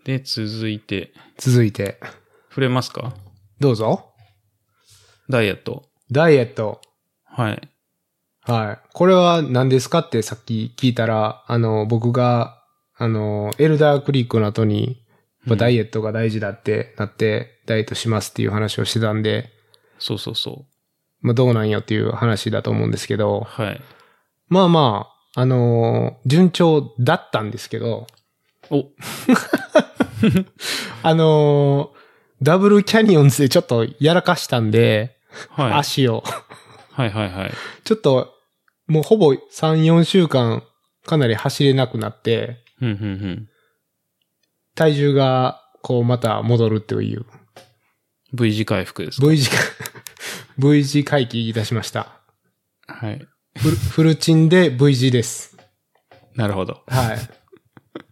Speaker 1: で、続いて、
Speaker 2: 続いて、
Speaker 1: 触れますか
Speaker 2: どうぞ。
Speaker 1: ダイエット。
Speaker 2: ダイエット。
Speaker 1: はい。
Speaker 2: はい。これは何ですかってさっき聞いたら、あの、僕が、あの、エルダークリックの後に、やっぱダイエットが大事だってなって、ダイエットしますっていう話をしてたんで、
Speaker 1: そうそうそ
Speaker 2: まあどうなんよっていう話だと思うんですけ
Speaker 1: う。
Speaker 2: ど、
Speaker 1: はい。
Speaker 2: まあまあ、あのー順調だったんですけど、
Speaker 1: お、
Speaker 2: あのーダブルキャニオンズでちょっとやらかしたんで、
Speaker 1: はい。
Speaker 2: 足を、
Speaker 1: はいはいはい。
Speaker 2: ちょっと、もうほぼ3、4週間、かなり走れなくなって、
Speaker 1: うんうんうん。
Speaker 2: 体重が、こう、また戻るという、
Speaker 1: V 字回復ですか。
Speaker 2: V 字回、V 字回帰いたしました。
Speaker 1: はい。
Speaker 2: フルフルチンで V 字です。
Speaker 1: なるほど。
Speaker 2: は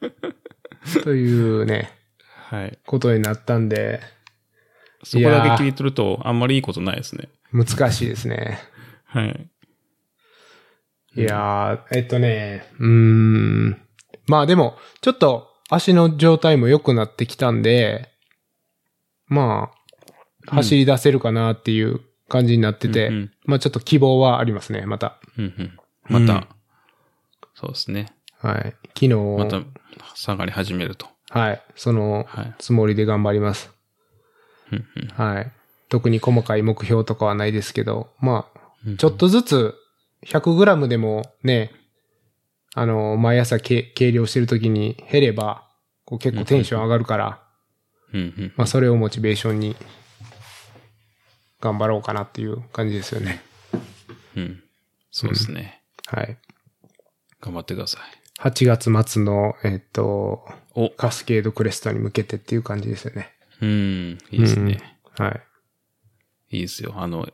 Speaker 2: い。というね、
Speaker 1: はい。
Speaker 2: ことになったんで、
Speaker 1: そこだけ切り取ると、あんまりいいことないですね。
Speaker 2: 難しいですね。
Speaker 1: はい。
Speaker 2: いやー、えっとね、うーん。まあでも、ちょっと足の状態も良くなってきたんで、まあ、走り出せるかなっていう感じになってて、
Speaker 1: うんうん
Speaker 2: まあちょっと希望はありますね、また。
Speaker 1: うんうん。また、
Speaker 2: うん
Speaker 1: そうですね。
Speaker 2: はい。昨日、
Speaker 1: また、下がり始めると。
Speaker 2: はい。その
Speaker 1: はい
Speaker 2: つもりで頑張ります。
Speaker 1: うんうん
Speaker 2: はい。特に細かい目標とかはないですけど、ま
Speaker 1: うんう
Speaker 2: あ、
Speaker 1: ん
Speaker 2: ちょっとずつ 100g でもね、あの、毎朝け計量してる時に減れば、こう結構テンション上がるから、
Speaker 1: うんうん。
Speaker 2: まあそれをモチベーションに頑張ろうかなっていう感じですよね。
Speaker 1: うん。そうですね。
Speaker 2: はい。
Speaker 1: 頑張ってください。
Speaker 2: 8月末の、えっと、
Speaker 1: お、
Speaker 2: カスケードクレストに向けてっていう感じですよね。
Speaker 1: うん。いいですね。
Speaker 2: はい。
Speaker 1: いいですよ。あの、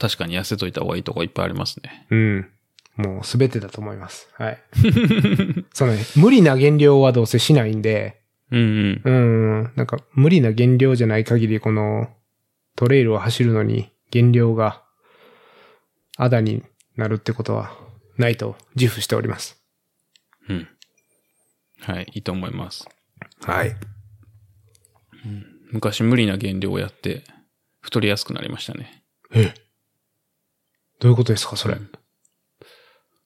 Speaker 1: 確かに痩せといた方がいいとこいっぱいあります ね。
Speaker 2: うん。もうすべてだと思います。はい。そのね、無理な減量はどうせしないんで、
Speaker 1: うんうん。
Speaker 2: うん、なんか無理な減量じゃない限り、このトレイルを走るのに減量があだになるってことはないと自負しております。
Speaker 1: うん。はい、いいと思います。
Speaker 2: はい。
Speaker 1: 昔無理な減量をやって、太りやすくなりましたね。
Speaker 2: えどういうことですか、それ。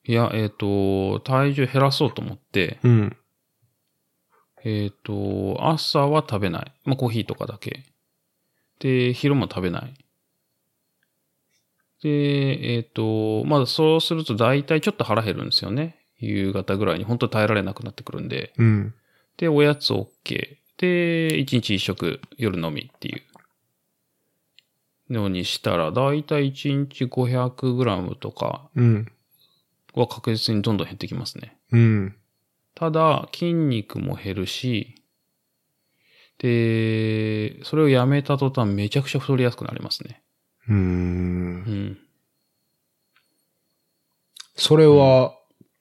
Speaker 1: いや、えっ、と、体重減らそうと思って、
Speaker 2: うん。
Speaker 1: えっ、と、朝は食べない。まあ、コーヒーとかだけ。で、昼も食べない。で、えっ、と、まあ、そうすると大体ちょっと腹減るんですよね。夕方ぐらいに本当耐えられなくなってくるんで。
Speaker 2: うん。
Speaker 1: で、おやつ OK。で、1日1食夜のみっていうのにしたら、だいたい1日 500g とか
Speaker 2: うん。
Speaker 1: は確実にどんどん減ってきますね。
Speaker 2: うん。
Speaker 1: ただ、筋肉も減るし、で、それをやめた途端めちゃくちゃ太りやすくなりますね。
Speaker 2: う。
Speaker 1: うんん。
Speaker 2: それは、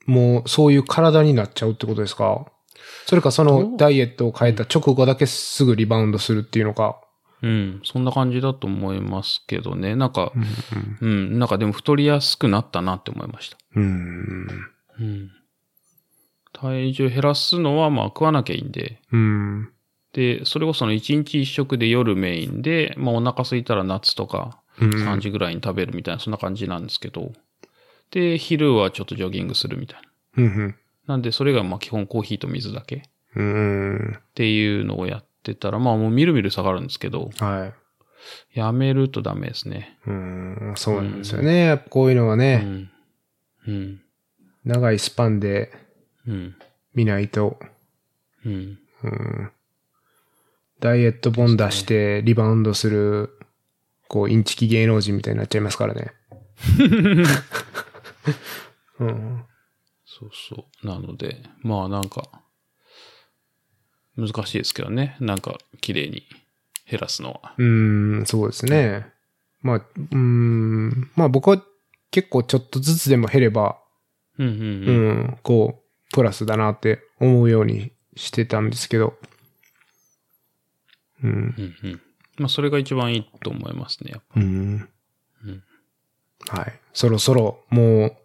Speaker 2: もうそういう体になっちゃうってことですかそれかそ
Speaker 1: ど
Speaker 2: の
Speaker 1: う
Speaker 2: ダイエットを変えた直後だけすぐリバウンドするっていうのか。
Speaker 1: うん。そんな感じだと思いますけどね。なんか、うん。なんかでも太りやすくなったなって思いました。
Speaker 2: うん。
Speaker 1: うん。体重減らすのは、まあ、食わなきゃいいんで。
Speaker 2: うん。
Speaker 1: で、それこその1日1食で夜メインで、まあ、お腹空いたら夏とか
Speaker 2: うん
Speaker 1: 3時ぐらいに食べるみたいな、そんな感じなんですけど。で、昼はちょっとジョギングするみたいな。
Speaker 2: うん。
Speaker 1: なんで、それがまあ基本コーヒーと水だけっ
Speaker 2: うん。
Speaker 1: ていうのをやってたら、まあもうみるみる下がるんですけど、
Speaker 2: はい。
Speaker 1: やめるとダメですね。
Speaker 2: うん。そうなんですよね。やっぱこういうのは
Speaker 1: う
Speaker 2: ね、
Speaker 1: ん。うん。
Speaker 2: 長いスパンで
Speaker 1: うん。
Speaker 2: 見ないと、
Speaker 1: うん。
Speaker 2: うん。ダイエット本出してリバウンドするこう、インチキ芸能人みたいになっちゃいますからね。うん。
Speaker 1: そうそう。なので、まあなんか、難しいですけどね。なんか、綺麗に減らすのは。
Speaker 2: うーん、そうですね。まあ、うーん、まあ僕は結構ちょっとずつでも減れば、
Speaker 1: うんうん
Speaker 2: う
Speaker 1: うん。
Speaker 2: ん、こう、プラスだなって思うようにしてたんですけど。うん。
Speaker 1: うんうん。まあそれが一番いいと思いますね。やっぱ
Speaker 2: うん
Speaker 1: うん。
Speaker 2: はい。そろそろ、もう、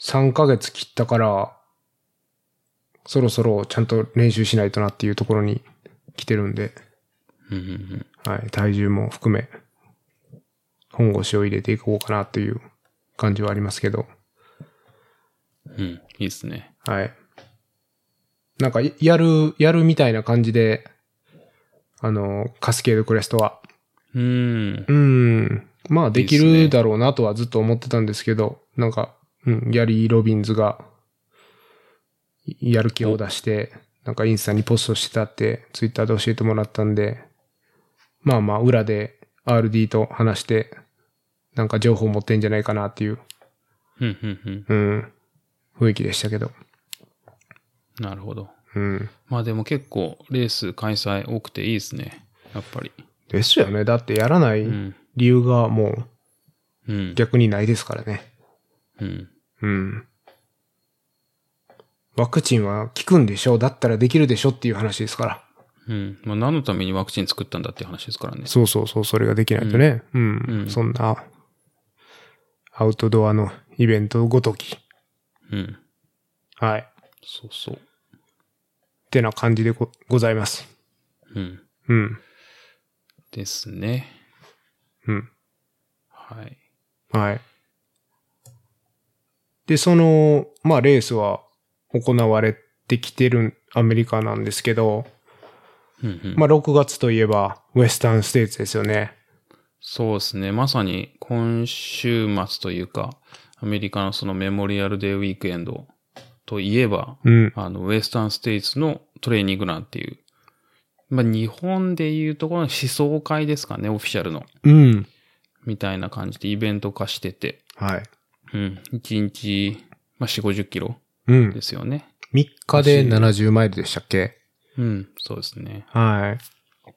Speaker 2: 3ヶ月切ったから、そろそろちゃんと練習しないとなっていうところに来てるんで、
Speaker 1: うんうんうん。
Speaker 2: はい。体重も含め、本腰を入れていこうかなという感じはありますけど、
Speaker 1: うん。いいですね。
Speaker 2: はい。なんか、いやる、やるみたいな感じで、あの、カスケードクレストは。
Speaker 1: うん
Speaker 2: う。ん。まあ、でき
Speaker 1: いいっすね
Speaker 2: るだろうなとはずっと思ってたんですけど、なんか、うん、ギャリー・ロビンズが、いやる気を出して、なんかインスタにポストしてたって、ツイッターで教えてもらったんで、まあまあ、裏で RD と話して、なんか情報持ってんじゃないかなっていう、
Speaker 1: うんうんうん。
Speaker 2: うん、雰囲気でしたけど。
Speaker 1: なるほど。
Speaker 2: うん。
Speaker 1: まあでも結構レース開催多くていいですね。やっぱり。
Speaker 2: ですよね。だってやらな
Speaker 1: う
Speaker 2: い
Speaker 1: ん。
Speaker 2: 理由がも
Speaker 1: う
Speaker 2: う
Speaker 1: ん。
Speaker 2: 逆にないですからね。
Speaker 1: うん。
Speaker 2: うん。ワクチンは効くんでしょだったらできるでしょっていう話ですから。
Speaker 1: うん。まあ何のためにワクチン作ったんだっていう話ですからね。
Speaker 2: そうそうそう、それができないとね。うん。
Speaker 1: うん
Speaker 2: そんな、アウトドアのイベントごとき。
Speaker 1: うん。
Speaker 2: はい。っ
Speaker 1: そうそう。
Speaker 2: てな感じでごございます。
Speaker 1: うん。
Speaker 2: うん。
Speaker 1: ですね。
Speaker 2: うん。
Speaker 1: はい。
Speaker 2: はい。で、その、まあ、レースは行われてきてるアメリカなんですけど、
Speaker 1: うんうん。
Speaker 2: まあ、6月といえば、ウェスタンステーツですよね。
Speaker 1: そうですね。まさに今週末というか、アメリカのそのメモリアルデーウィークエンドといえば、
Speaker 2: うん。
Speaker 1: あの、ウェスタンステイツのトレーニングランっていう、まあ日本でいうところの思想会ですかね、オフィシャルの。
Speaker 2: うん。
Speaker 1: みたいな感じでイベント化してて、
Speaker 2: はい。
Speaker 1: うん。1日、まあ4、50キロ
Speaker 2: うん
Speaker 1: で。すよね。
Speaker 2: 3日で70マイルでしたっけ
Speaker 1: うん、そうですね。
Speaker 2: はい。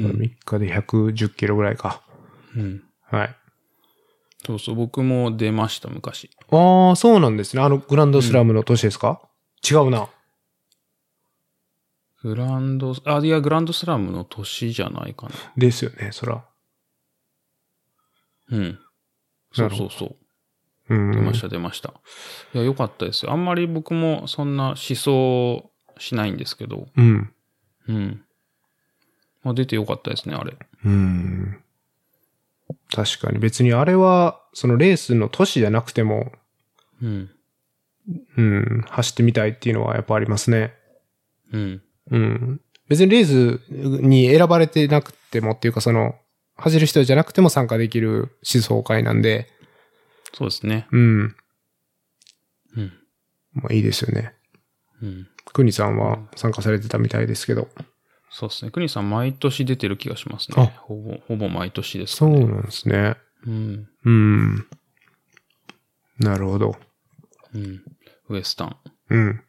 Speaker 1: う
Speaker 2: から
Speaker 1: ん
Speaker 2: 3日で110キロぐらいか。
Speaker 1: うん。
Speaker 2: はい。
Speaker 1: そうそう、僕も出ました、昔。
Speaker 2: ああ、そうなんですね。あの、グランドスラムの年ですか、違うな。
Speaker 1: グランド、あ、いや、グランドスラムの年じゃないかな。
Speaker 2: ですよね、そら。
Speaker 1: うん。そうそうそう。
Speaker 2: うん。
Speaker 1: 出ました、出ました。いや、良かったですよ。あんまり僕もそんな思想しないんですけど、
Speaker 2: うん。
Speaker 1: うん。まあ、出て良かったですね、あれ。
Speaker 2: うん。確かに。別にあれは、そのレースの都市じゃなくても、
Speaker 1: うん。
Speaker 2: うん、走ってみたいっていうのはやっぱありますね。
Speaker 1: うん。
Speaker 2: うん。別にレースに選ばれてなくてもっていうか、その、走る人じゃなくても参加できる思想会なんで、
Speaker 1: そうですね。
Speaker 2: うん。
Speaker 1: うん。
Speaker 2: まあいいですよね。
Speaker 1: うん。
Speaker 2: くにさんは参加されてたみたいですけど。
Speaker 1: そうですね。国さん、毎年出てる気がします
Speaker 2: あ
Speaker 1: ね。ほぼ、ほぼ毎年です、
Speaker 2: そうなんですね。
Speaker 1: うん。
Speaker 2: うん。なるほど。
Speaker 1: うん。ウエスタン
Speaker 2: うん。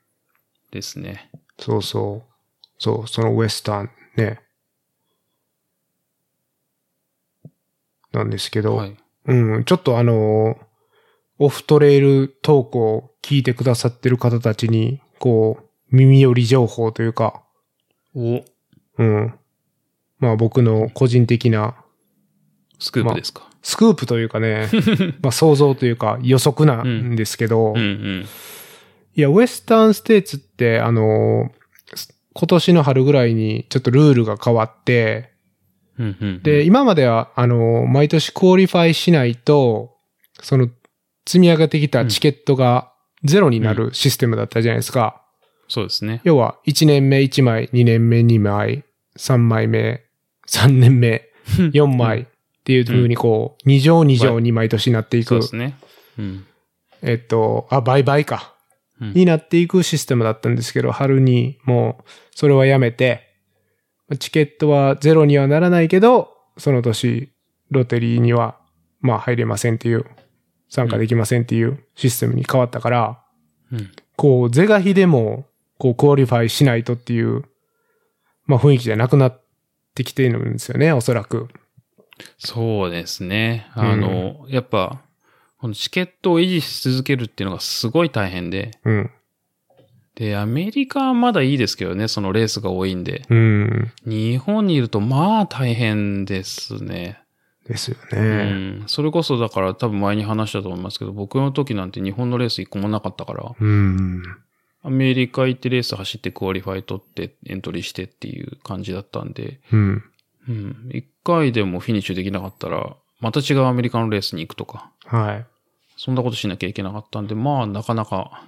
Speaker 1: ですね。
Speaker 2: そうそう。そう、そのウエスタンね。なんですけど、
Speaker 1: はい。
Speaker 2: うん、ちょっとあの、オフトレイルトークを聞いてくださってる方たちに、こう、耳寄り情報というか、
Speaker 1: お、
Speaker 2: うん。まあ僕の個人的な
Speaker 1: スクープですか。
Speaker 2: スクープというかね、まあ想像というか予測なんですけ
Speaker 1: う
Speaker 2: ど、
Speaker 1: ん
Speaker 2: い
Speaker 1: うん。
Speaker 2: や、ウェスタンステーツって、あの、す今年の春ぐらいにちょっとルールが変わって、
Speaker 1: うんうん。
Speaker 2: で、、今までは、あの、毎年クオリファイしないと、その、積み上げてきたチケットがゼロになるシステムだったじゃないですか。
Speaker 1: そうですね。
Speaker 2: 要は、1年目1枚、2年目2枚、3枚目、3年目、4枚っていう風にこう、2乗2乗に毎年なってい
Speaker 1: そう
Speaker 2: く
Speaker 1: ですね。うん。
Speaker 2: えっと、あ、倍々か。
Speaker 1: うん
Speaker 2: になっていくシステムだったんですけど、春にもう、それはやめて、チケットはゼロにはならないけど、その年、ロテリーには、まあ入れませんっていう、参加できませんっていうシステムに変わったから、
Speaker 1: うん。
Speaker 2: こう、是が非でも、こう、クオリファイしないとっていう、まあ雰囲気じゃなくなってきてるんですよね、おそらく。
Speaker 1: そうですね。あの、やっぱ、このチケットを維持し続けるっていうのがすごい大変で、
Speaker 2: うん。
Speaker 1: で、アメリカはまだいいですけどね、そのレースが多いんで。
Speaker 2: うん。
Speaker 1: 日本にいると、まあ大変ですね。
Speaker 2: ですよ
Speaker 1: う
Speaker 2: ね。
Speaker 1: ん。それこそだから多分前に話したと思いますけど、僕の時なんて日本のレース一個もなかったから、
Speaker 2: うん。
Speaker 1: アメリカ行ってレース走ってクオリファイ取ってエントリーしてっていう感じだったんで、
Speaker 2: うん。
Speaker 1: うん。一回でもフィニッシュできなかったら、また違うアメリカのレースに行くとか、
Speaker 2: はい。
Speaker 1: そんなことしなきゃいけなかったんで、まあなかなか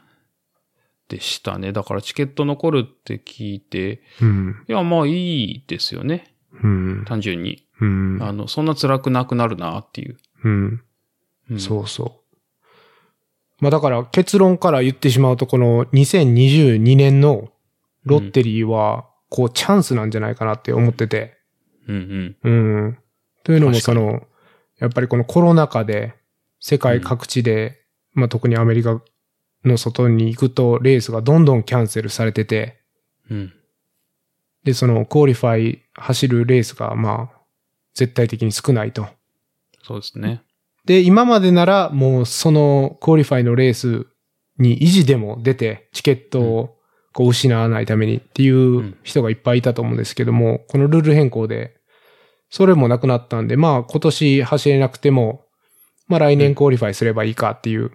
Speaker 1: でしたね。だからチケット残るって聞いて、
Speaker 2: うん。
Speaker 1: いやまあいいですよね。
Speaker 2: うん。
Speaker 1: 単純に。
Speaker 2: うん。
Speaker 1: あの、そんな辛くなくなるなっていう。
Speaker 2: うん。
Speaker 1: うん
Speaker 2: そうそう。まあだから結論から言ってしまうと、この2022年のロッテリーは、こうチャンスなんじゃないかなって思ってて。
Speaker 1: うん
Speaker 2: うん。というのも
Speaker 1: 確か
Speaker 2: そ
Speaker 1: に
Speaker 2: の、やっぱりこのコロナ禍で、世界各地で、まあ特にアメリカの外に行くと、レースがどんどんキャンセルされてて、
Speaker 1: うん。うん。
Speaker 2: で、その、クオリファイ走るレースが、まあ、絶対的に少ないと。
Speaker 1: そうですね。
Speaker 2: で、今までならもうそのクオリファイのレースに維持でも出てチケットをこう失わないためにっていう人がいっぱいいたと思うんですけども、このルール変更で、それもなくなったんで、まあ今年走れなくても、まあ来年クオリファイすればいいかっていう、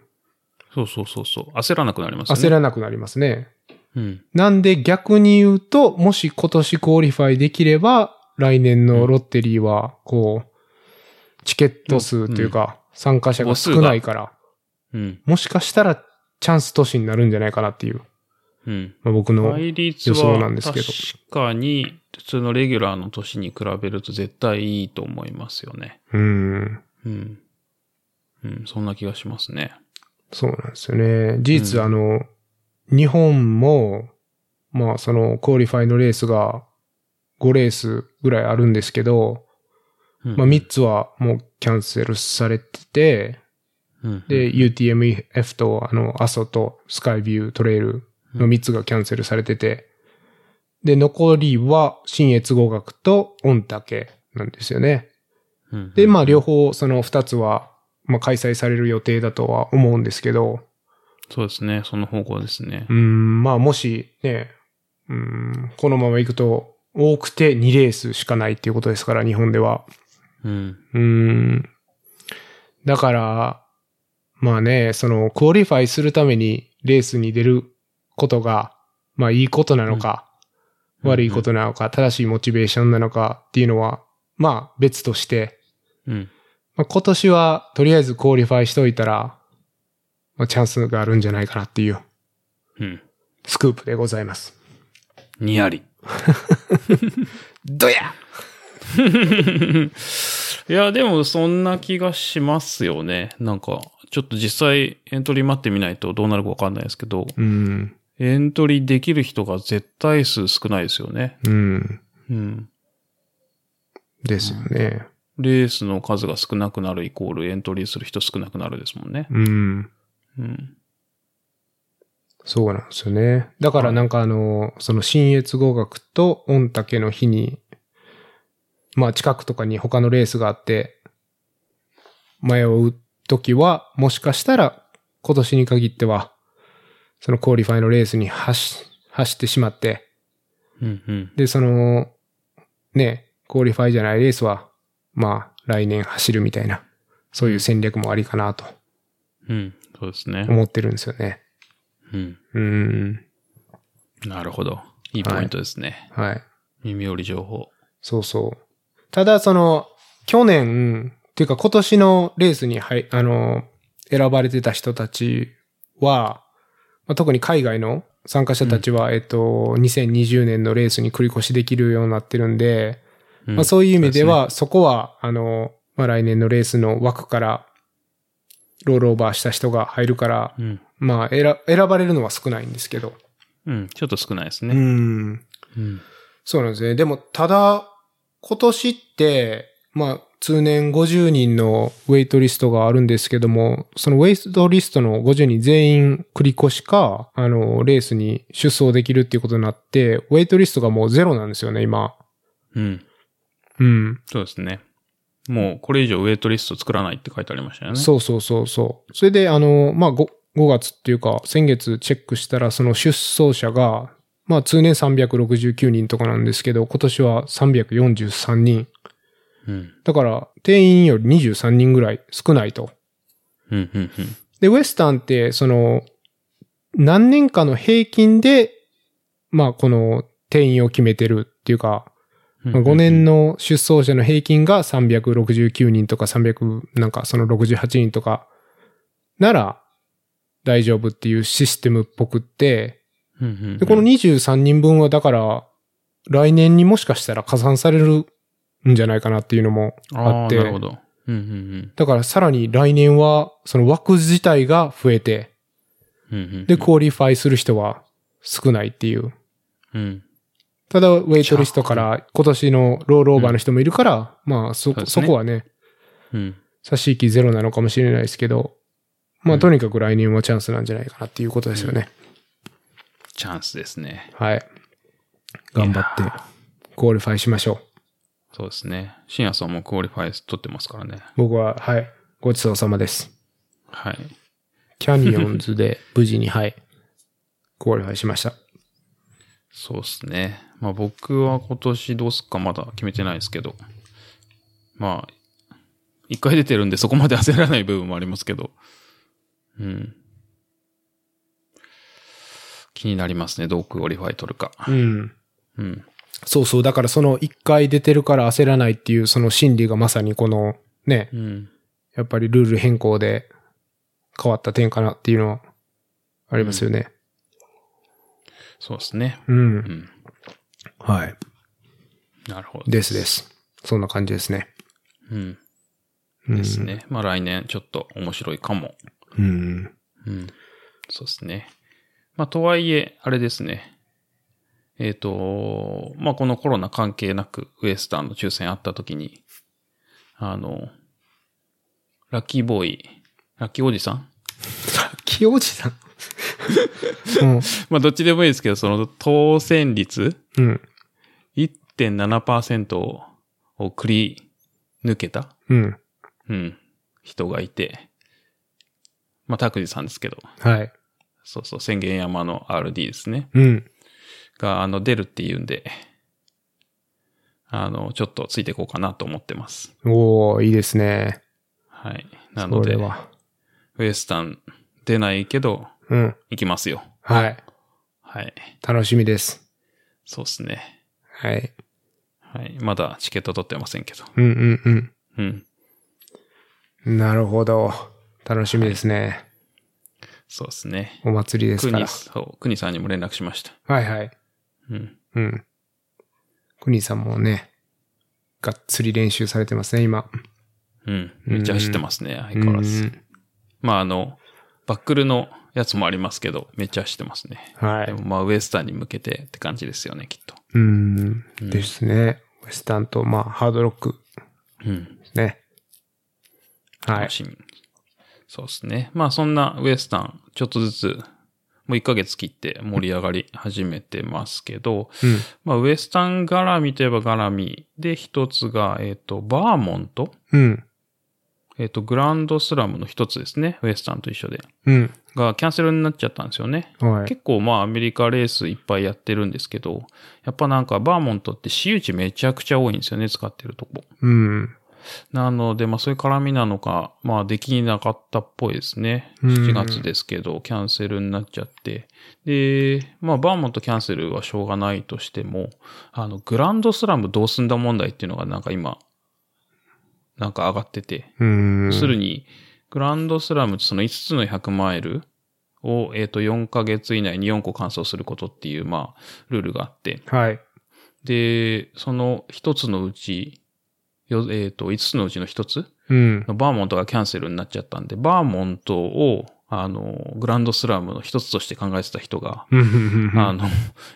Speaker 1: そうそうそうそう。焦らなくなりますね。
Speaker 2: 焦らなくなりますね。
Speaker 1: うん。
Speaker 2: なんで逆に言うと、もし今年クオリファイできれば、来年のロッテリーは、こう、チケット数というか、参加者が少ないから、
Speaker 1: うん。
Speaker 2: もしかしたらチャンス都市になるんじゃないかなっていう、
Speaker 1: うん。
Speaker 2: まあ、僕の、
Speaker 1: 倍率
Speaker 2: 予想な
Speaker 1: は
Speaker 2: んですけ
Speaker 1: 確
Speaker 2: ど
Speaker 1: かに普通のレギュラーの年に比べると絶対いいと思いますよね。
Speaker 2: うん、
Speaker 1: うん。うん、そんな気がしますね。
Speaker 2: そうなんですよね。事実、
Speaker 1: うん
Speaker 2: あの、日本も、まあその、クオリファイのレースが5レースぐらいあるんですけど、
Speaker 1: うん、
Speaker 2: まあ3つはもうキャンセルされてて、
Speaker 1: うん、
Speaker 2: で、UTMF と、あの、阿蘇とスカイビュートレイルの3つがキャンセルされてて、で、残りは、新越合学と、御嶽なんですよね。
Speaker 1: うん、
Speaker 2: で、まあ、両方、その2つは、まあ、開催される予定だとは思うんですけど、
Speaker 1: そうですね。その方向ですね
Speaker 2: う。ん、まあ、もしね、うん、このまま行くと、多くて2レースしかないっていうことですから、日本では。
Speaker 1: うん。
Speaker 2: うん。だから、まあね、その、クオリファイするためにレースに出ることが、まあいいことなのか、
Speaker 1: うん
Speaker 2: 悪いことなのか、正しいモチベーションなのかっていうのは、まあ別として、
Speaker 1: うん。
Speaker 2: まあ、今年はとりあえずクオリファイしといたら、まあチャンスがあるんじゃないかなっていう
Speaker 1: うん。
Speaker 2: スクープでございます。
Speaker 1: にやり。
Speaker 2: どや
Speaker 1: いや、でもそんな気がしますよね。なんか、ちょっと実際エントリー待ってみないとどうなるかわかんないですけど、
Speaker 2: うん、
Speaker 1: エントリーできる人が絶対数少ないですよね。
Speaker 2: うん、
Speaker 1: うん。
Speaker 2: ですよね。
Speaker 1: レースの数が少なくなるイコールエントリーする人少なくなるですもんね。
Speaker 2: うん
Speaker 1: うん。
Speaker 2: そうなんですよね。だからなんかあの、その新越合学と御嶽の日に、まあ近くとかに他のレースがあって、迷うときは、もしかしたら今年に限っては、そのクオリファイのレースに走、走ってしまって、
Speaker 1: うんうん。
Speaker 2: で、その、ね、クオリファイじゃないレースは、まあ来年走るみたいな、そういう戦略もありかなと
Speaker 1: うん。そうですね。
Speaker 2: 思ってるんですよね。
Speaker 1: うん。
Speaker 2: うん。
Speaker 1: なるほど。いいポイントですね。
Speaker 2: はい。
Speaker 1: 耳寄り情報。
Speaker 2: そうそう。ただ、その、去年、っていうか今年のレースに、はい、あの、選ばれてた人たちは、まあ、特に海外の参加者たちは、えっと、2020年のレースに繰り越しできるようになってるんで、
Speaker 1: うん
Speaker 2: まあ、そういう意味では、そこは、あの、まあ、来年のレースの枠から、ロールオーバーした人が入るから、
Speaker 1: うん。
Speaker 2: まあ、選選ばれるのは少ないんですけど。
Speaker 1: うん。ちょっと少ないです
Speaker 2: う
Speaker 1: ね。
Speaker 2: ん。
Speaker 1: うん。
Speaker 2: そうなんですね。でも、ただ、今年って、まあ、通年50人のウェイトリストがあるんですけども、そのウェイトリストの50人全員繰り越しか、あの、レースに出走できるっていうことになって、ウェイトリストがもうゼロなんですよね、今。
Speaker 1: うん。
Speaker 2: うん。
Speaker 1: そうですね。もう、これ以上ウェイトリスト作らないって書いてありましたよね。
Speaker 2: そうそうそうそう。それで、あの、まあ5、5月っていうか、先月チェックしたら、その出走者が、まあ、通年369人とかなんですけど、今年は343人。
Speaker 1: う。うん。
Speaker 2: だから、定員より23人ぐらい少ないと。
Speaker 1: うん、うん、うん。
Speaker 2: で、ウエスタンって、その、何年かの平均で、まあ、この定員を決めてるっていうか、まあ5年
Speaker 1: の。
Speaker 2: の出走者の平均が369人とか300、なんかその68人とか、なら大丈夫っていうシステムっぽくって、
Speaker 1: うんうんうん
Speaker 2: で、この23人分はだから、来年にもしかしたら加算されるんじゃないかなっていうのもあ
Speaker 1: あ
Speaker 2: っ、
Speaker 1: ってなるほど。うん、うん、
Speaker 2: だからさらに来年はその枠自体が増えて、
Speaker 1: うん。うんうん
Speaker 2: で、クオリファイする人は少ないっていう。
Speaker 1: うん。
Speaker 2: ただ、ウェイトリストから今年のロールオーバーの人もいるから、まあそ、
Speaker 1: そうです
Speaker 2: そ
Speaker 1: ね
Speaker 2: こはね、
Speaker 1: うん。
Speaker 2: 差し引きゼロなのかもしれないですけど、ま
Speaker 1: う
Speaker 2: あ
Speaker 1: ん
Speaker 2: とにかく来年はチャンスなんじゃないかなっていうことですよね。
Speaker 1: チャンスですね。
Speaker 2: はい。頑張
Speaker 1: いや
Speaker 2: って、クオリファイしましょう。
Speaker 1: そうですね。深夜さんもクオリファイス取ってますからね。
Speaker 2: 僕は、はい、ごちそうさまです。
Speaker 1: はい。
Speaker 2: キャニオンズで 無事に、はい、クオリファイしました。
Speaker 1: そうですね。まあ僕は今年どうすっかまだ決めてないですけど。まあ、一回出てるんでそこまで焦らない部分もありますけど。うん。気になりますね。どうクオリファイ取るか。
Speaker 2: うん。
Speaker 1: うん。
Speaker 2: そうそう。だからその一回出てるから焦らないっていうその心理がまさにこのね、
Speaker 1: うん。
Speaker 2: やっぱりルール変更で変わった点かなっていうのはありますよね。
Speaker 1: そうですね。
Speaker 2: うん。
Speaker 1: うん。
Speaker 2: はい。
Speaker 1: なるほど。
Speaker 2: ですです。そんな感じですね。
Speaker 1: うん。
Speaker 2: うん
Speaker 1: です。ね。まあ来年ちょっと面白いかも。
Speaker 2: うん。
Speaker 1: うん。そうですね。まあ、とはいえ、あれですね。えっ、と、まあ、このコロナ関係なく、ウエスタンの抽選あった時に、あの、ラッキーボーイ、ラッキーおじさん
Speaker 2: 清おじさん。うん。
Speaker 1: まあ、どっちでもいいですけど、その、当選率
Speaker 2: うん。
Speaker 1: 1.7%をくり抜けた、
Speaker 2: うん。
Speaker 1: うん、人がいて、まあ、拓司さんですけど、
Speaker 2: はい。
Speaker 1: そうそう、宣言山の RD ですね。
Speaker 2: うん。
Speaker 1: が、あの、出るっていうんで、あの、ちょっとついていこうかなと思ってます。
Speaker 2: おー、いいですね。
Speaker 1: はい。なの
Speaker 2: これ
Speaker 1: で、
Speaker 2: は。
Speaker 1: ウエスタン出ないけど、
Speaker 2: うん。
Speaker 1: 行きますよ。
Speaker 2: はい。
Speaker 1: はい。
Speaker 2: 楽しみです。
Speaker 1: そうですね。
Speaker 2: はい。
Speaker 1: はい。まだチケット取ってませんけど。
Speaker 2: うんうん
Speaker 1: うん。
Speaker 2: うん。なるほど。楽しみですね。
Speaker 1: そうですね。
Speaker 2: お祭りです
Speaker 1: ク
Speaker 2: から
Speaker 1: ニ、。そう、クニさんにも連絡しました。
Speaker 2: はいはい。
Speaker 1: うん。
Speaker 2: うん。クニさんもね、がっつり練習されてますね、今。
Speaker 1: うん。めっちゃ走ってますね、相
Speaker 2: う
Speaker 1: 変わらず。
Speaker 2: ん
Speaker 1: まあ、あの、バックルのやつもありますけど、めっちゃ走ってますね。
Speaker 2: は
Speaker 1: で
Speaker 2: い
Speaker 1: も。まあ、ウエスタンに向けてって感じですよね、きっと。
Speaker 2: うん。
Speaker 1: うん
Speaker 2: ですね。ウエスタンと、まあ、ハードロック
Speaker 1: うん。
Speaker 2: ですね。はい
Speaker 1: 楽。しみ。そうですね。まあそんなウエスタン、ちょっとずつ、もう1ヶ月切って盛り上がり始めてますけど、
Speaker 2: うん。
Speaker 1: まあウエスタン絡みといえば絡みで一つが、えっ、と、バーモント
Speaker 2: うん。
Speaker 1: えっ、と、グランドスラムの一つですね。ウエスタンと一緒で。
Speaker 2: うん。
Speaker 1: がキャンセルになっちゃったんですよね。
Speaker 2: はい。
Speaker 1: 結構まあアメリカレースいっぱいやってるんですけど、やっぱなんかバーモントって私有地めちゃくちゃ多いんですよね、使ってるとこ。
Speaker 2: うん。
Speaker 1: なので、まあそういう絡みなのか、まあできなかったっぽいですね。
Speaker 2: うん
Speaker 1: 7月ですけど、キャンセルになっちゃって。で、まあバーモントキャンセルはしょうがないとしても、あの、グランドスラムどうすんだ問題っていうのがなんか今、なんか上がってて。
Speaker 2: うん。
Speaker 1: 要するに、グランドスラムってその5つの100マイルを、えっ、と、4ヶ月以内に4個完走することっていう、まあ、ルールがあって。
Speaker 2: はい。
Speaker 1: で、その1つのうち、よえっ、と、5つのうちの1つ
Speaker 2: うん。
Speaker 1: バーモントがキャンセルになっちゃったんで、バーモントを、あの、グランドスラムの一つとして考えてた人が、
Speaker 2: うんうんうん
Speaker 1: あの、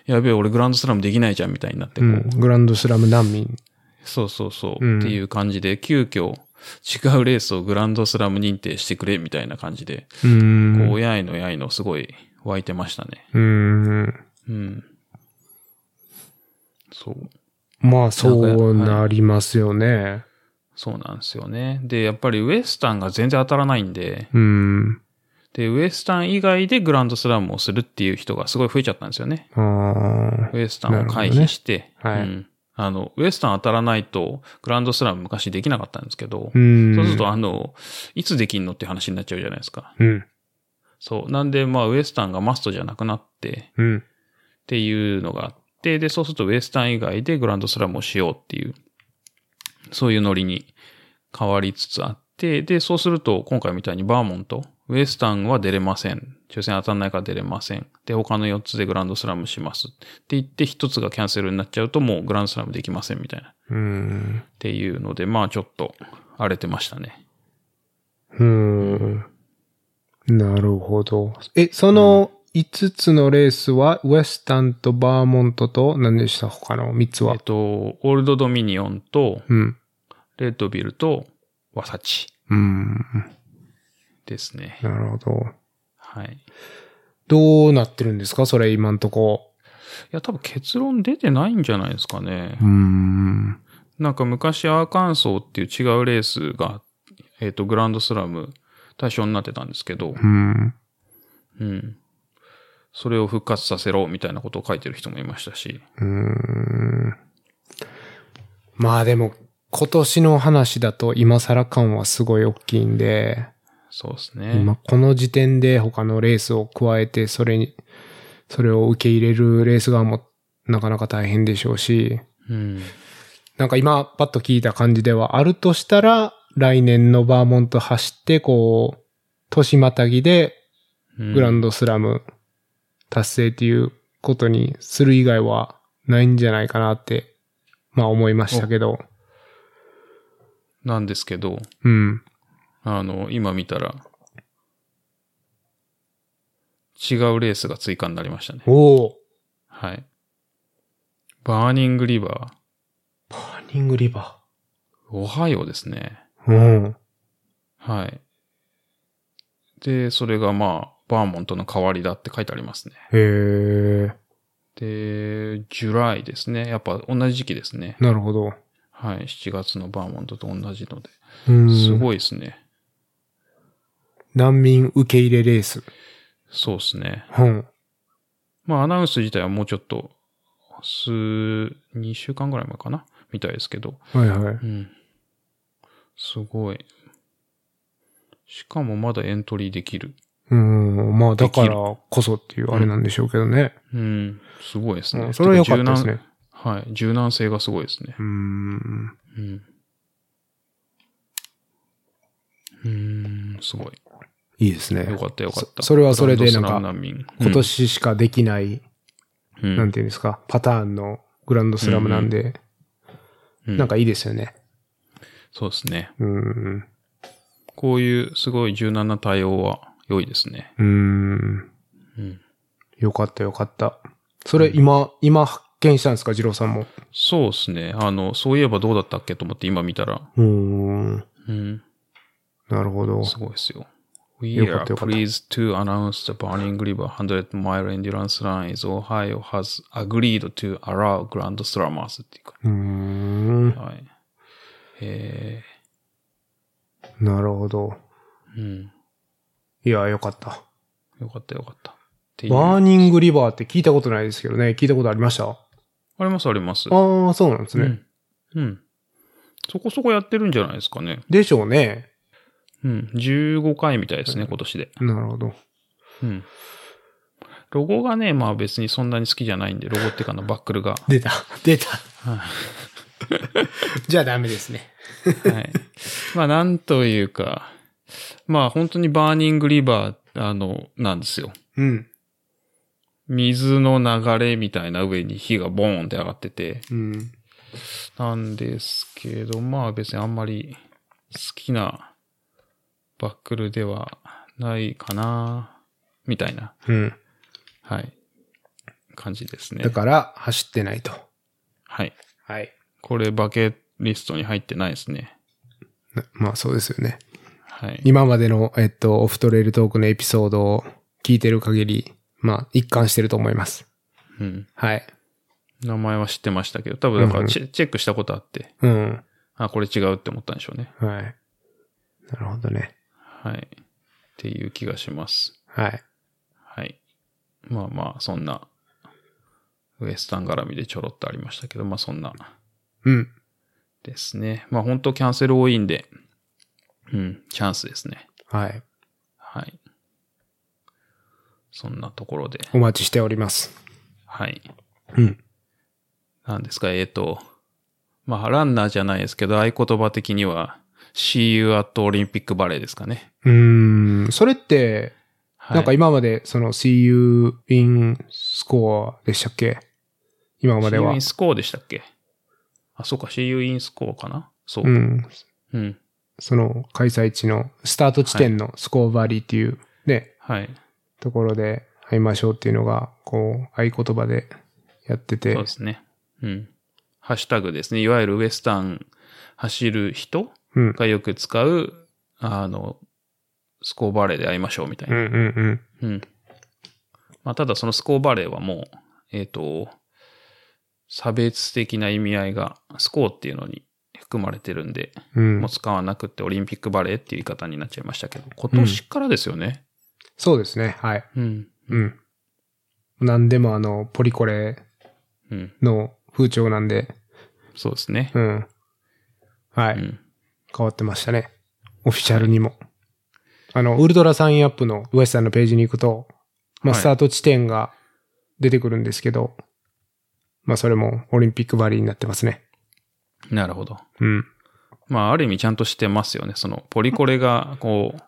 Speaker 1: やべえ、俺グランドスラムできないじゃんみたいになって、
Speaker 2: う
Speaker 1: こう、
Speaker 2: ん。グランドスラム難民。
Speaker 1: そうそうそう、
Speaker 2: うん
Speaker 1: っていう感じで、急遽違うレースをグランドスラム認定してくれみたいな感じで、
Speaker 2: うーん。
Speaker 1: こ
Speaker 2: う
Speaker 1: う、やいのやいのすごい湧いてましたね。
Speaker 2: ーん。
Speaker 1: うん。そう。
Speaker 2: まあ、そうなりますよね。
Speaker 1: そうなんですよね。で、やっぱりウエスタンが全然当たらないんで、
Speaker 2: うん。
Speaker 1: で、ウエスタン以外でグランドスラムをするっていう人がすごい増えちゃったんですよね。
Speaker 2: ああ。
Speaker 1: ウエスタンを回避して、
Speaker 2: なるほどねはい
Speaker 1: うん。あの、ウエスタン当たらないと、グランドスラム昔できなかったんですけど、
Speaker 2: うん。
Speaker 1: そうすると、あの、いつできんのっていう話になっちゃうじゃないですか。
Speaker 2: うん。
Speaker 1: そう。なんで、まあ、ウエスタンがマストじゃなくなって、
Speaker 2: うん。
Speaker 1: っていうのがあって、で、そうするとウエスタン以外でグランドスラムをしようっていう、そういうノリに変わりつつあって、で、そうすると今回みたいにバーモント、ウエスタンは出れません。抽選当たんないから出れません。で、他の4つでグランドスラムします。って言って1つがキャンセルになっちゃうともうグランドスラムできませんみたいな。っ
Speaker 2: うん。
Speaker 1: ていうので、まあちょっと荒れてましたね。
Speaker 2: うん。なるほど。え、その5つのレースは、ウェスタンとバーモントと、何でした他の3つ
Speaker 1: え
Speaker 2: は
Speaker 1: っ。と、オールドドミニオンと、
Speaker 2: うん。
Speaker 1: レッドビルと、ワサチ
Speaker 2: うん。
Speaker 1: ですね。
Speaker 2: なるほど。
Speaker 1: はい。
Speaker 2: どうなってるんですかそれ今んとこ。
Speaker 1: いや、多分結論出てないんじゃないですかね
Speaker 2: う。ん。
Speaker 1: なんか昔アーカンソーっていう違うレースが、えっ、と、グランドスラム対象になってたんですけど、
Speaker 2: うん。
Speaker 1: うん。それを復活させろみたいなことを書いてる人もいましたし。
Speaker 2: うん。まあでも、今年の話だと今更感はすごい大きいんで、
Speaker 1: そうですね。
Speaker 2: 今この時点で他のレースを加えて、それに、それを受け入れるレース側もなかなか大変でしょうし、
Speaker 1: うん。
Speaker 2: なんか今パッと聞いた感じではあるとしたら、来年のバーモント走って、こう、年またぎで
Speaker 1: うん
Speaker 2: グランドスラム達成っていうことにする以外はないんじゃないかなって、まあ思いましたけど。
Speaker 1: なんですけど、
Speaker 2: うん。
Speaker 1: あの、今見たら、違うレースが追加になりましたね。
Speaker 2: おお
Speaker 1: はい。バーニングリバ
Speaker 2: パーニングリバ
Speaker 1: ー、オハイオですね。
Speaker 2: ー。うん。
Speaker 1: はい。で、それがまあ、バーモントの代わりだって書いてありますね。
Speaker 2: へえ、
Speaker 1: で、ジュライですね。やっぱ同じ時期ですね。
Speaker 2: なるほど。
Speaker 1: はい。7月のバーモントと同じので。
Speaker 2: うん。
Speaker 1: すごいですね。
Speaker 2: 難民受け入れレース。
Speaker 1: そうですね。
Speaker 2: うん。
Speaker 1: まあ、アナウンス自体はもうちょっと、数、2週間ぐらい前かなみたいですけど。
Speaker 2: はいはい。
Speaker 1: うん。すごい。しかもまだエントリーできる。
Speaker 2: うん。まあ、だから
Speaker 1: でき
Speaker 2: こそっていうあれなんでしょうけどね。
Speaker 1: うん。すごいです
Speaker 2: う
Speaker 1: ね。
Speaker 2: ん、それは良かったですね。
Speaker 1: はい。柔軟性がすごいですね。
Speaker 2: うん。
Speaker 1: うん。うーん、すごい。
Speaker 2: いいですね。
Speaker 1: よかったよかった。
Speaker 2: そそれはそれでなんか
Speaker 1: グランドスラム難民、
Speaker 2: 今年しかできない、
Speaker 1: うん、
Speaker 2: なんていうんですか、パターンのグランドスラムなんで、
Speaker 1: うん、
Speaker 2: なんかいいですよね。
Speaker 1: そうですね。
Speaker 2: うん。
Speaker 1: こういうすごい柔軟な対応は良いですね。
Speaker 2: うん。
Speaker 1: うん。
Speaker 2: よかったよかった。それ今、今発見したんですか、次郎さんも。
Speaker 1: そうですね。あの、そういえばどうだったっけと思って今見たら、
Speaker 2: うん。
Speaker 1: うん、
Speaker 2: なるほど。
Speaker 1: すごいですよ。We
Speaker 2: よか
Speaker 1: are
Speaker 2: ったよかった
Speaker 1: pleased to announce the Burning River 100 mile endurance line is Ohio has agreed to allow Grand Slammers っていうか
Speaker 2: うん。
Speaker 1: はい。え
Speaker 2: なるほど。
Speaker 1: ー、うん。
Speaker 2: いや、よかった。
Speaker 1: よかったよかった。っていう。
Speaker 2: バー
Speaker 1: あ
Speaker 2: ニングリバーって聞いたことないですけどね。聞いたことありましたあ
Speaker 1: りますあります。
Speaker 2: あー、そうなんですね。
Speaker 1: うん。うん。そこそこやってるんじゃないですかね。
Speaker 2: でしょうね。
Speaker 1: うん。15回みたいですね、今年で。
Speaker 2: なるほど。
Speaker 1: うん。ロゴがね、まあ別にそんなに好きじゃないんで、ロゴっていうかあのバックル が。
Speaker 2: 出た。出た。 じゃあダメですね。
Speaker 1: はい。まあなんというか、まあ本当にバーニングリバー、あの、なんですよ。
Speaker 2: うん。
Speaker 1: 水の流れみたいな上に火がボーンって上がってて。
Speaker 2: うん。
Speaker 1: なんですけど、まあ別にあんまり好きなバックルではないかな、みたいな、
Speaker 2: うん。
Speaker 1: はい、感じですね
Speaker 2: だ。から、走ってないと。
Speaker 1: はい。
Speaker 2: はい。
Speaker 1: これバケリストに入ってないですね。
Speaker 2: なまあそうですよね。
Speaker 1: はい。
Speaker 2: 今までの、えっと、オフトレイルトークのエピソードを聞いてる限り、まあ一貫してると思います。
Speaker 1: うん。
Speaker 2: はい。
Speaker 1: 名前は知ってましたけど、多分だからチェ,、チェックしたことあって、
Speaker 2: うん。
Speaker 1: あ、これ違うって思ったんでしょうね。
Speaker 2: はい。なるほどね。
Speaker 1: はい。っていう気がします。
Speaker 2: はい。
Speaker 1: はい。まあまあ、そんな、ウエスタン絡みでちょろっとありましたけど、まあそんな
Speaker 2: うん。
Speaker 1: ですね。まあ本当キャンセル多いんで、うん、チャンスですね。
Speaker 2: はい。
Speaker 1: はい。そんなところで、
Speaker 2: お待ちしております。
Speaker 1: はい。
Speaker 2: うん。
Speaker 1: なんですか、えっ、と、まあ、ランナーじゃないですけど、合言葉的には、See you at Olympic Ballet ですかね。
Speaker 2: うーん。それって、
Speaker 1: はい、
Speaker 2: なんか今まで、その、See you in score でしたっけ今まで
Speaker 1: See you
Speaker 2: は
Speaker 1: in。score でしたっけあ、そうか、See you in score かなそう。
Speaker 2: う
Speaker 1: うん。
Speaker 2: ん。その、開催地の、スタート地点のスコーバリーっていう、ね、
Speaker 1: はい。
Speaker 2: ところで会いましょうっていうのが、こう、合言葉でやってて
Speaker 1: そう。ですね。うん。ハッシュタグですね。いわゆるウエスタン走る人
Speaker 2: うん。
Speaker 1: がよく使う、あの、スコーバレーで会いましょうみたい
Speaker 2: うん
Speaker 1: な。
Speaker 2: うんうん。
Speaker 1: うん。まあ、ただそのスコーバレーはもう、えっ、と、差別的な意味合いが、スコーっていうのに含まれてるんで、
Speaker 2: うん
Speaker 1: もう。使わなくってオリンピックバレーっていう言い方になっちゃいましたけど、今年からですよね。
Speaker 2: そうですね。はい。
Speaker 1: うん。
Speaker 2: うん。なんでもあの、ポリコレ
Speaker 1: うん。
Speaker 2: の風潮なんで、
Speaker 1: そうですね。
Speaker 2: うん。は
Speaker 1: う
Speaker 2: い。
Speaker 1: ん。
Speaker 2: 変わってましたね。オフィシャルにも。あの、ウルトラサインアップのウエスさんのページに行くと、まあ、
Speaker 1: はい
Speaker 2: スタート地点が出てくるんですけど、まあ、それもオリンピックバリーになってますね。
Speaker 1: なるほど。
Speaker 2: うん。
Speaker 1: まあ、ある意味ちゃんとしてますよね。その、ポリコレが、こう、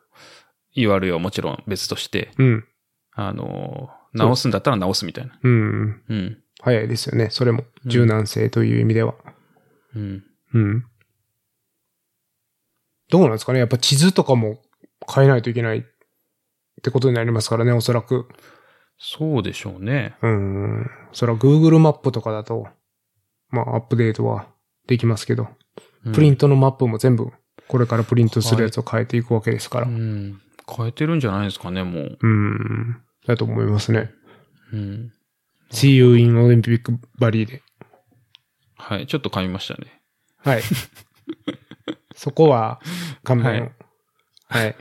Speaker 1: URL はもちろん別として、
Speaker 2: うん。
Speaker 1: あの、直すんだったら直すみたいな。
Speaker 2: うん。
Speaker 1: うん。
Speaker 2: 早いですよね。それも、柔軟性という意味では。
Speaker 1: うん。
Speaker 2: うん。どうなんですかねやっぱ地図とかも変えないといけないってことになりますからね、おそらく。
Speaker 1: そうでしょうね。
Speaker 2: うん。そら Google マップとかだと、まあアップデートはできますけど、
Speaker 1: うん
Speaker 2: プリントのマップも全部、これからプリントするやつを変えていくわけですから。
Speaker 1: うん。変えてるんじゃないですかね、もう。
Speaker 2: うん。だと思いますね。
Speaker 1: うん。
Speaker 2: See you in Olympic Valley で。
Speaker 1: はい。ちょっと噛みましたね。
Speaker 2: はい。 そこは、勘弁を。はい。はい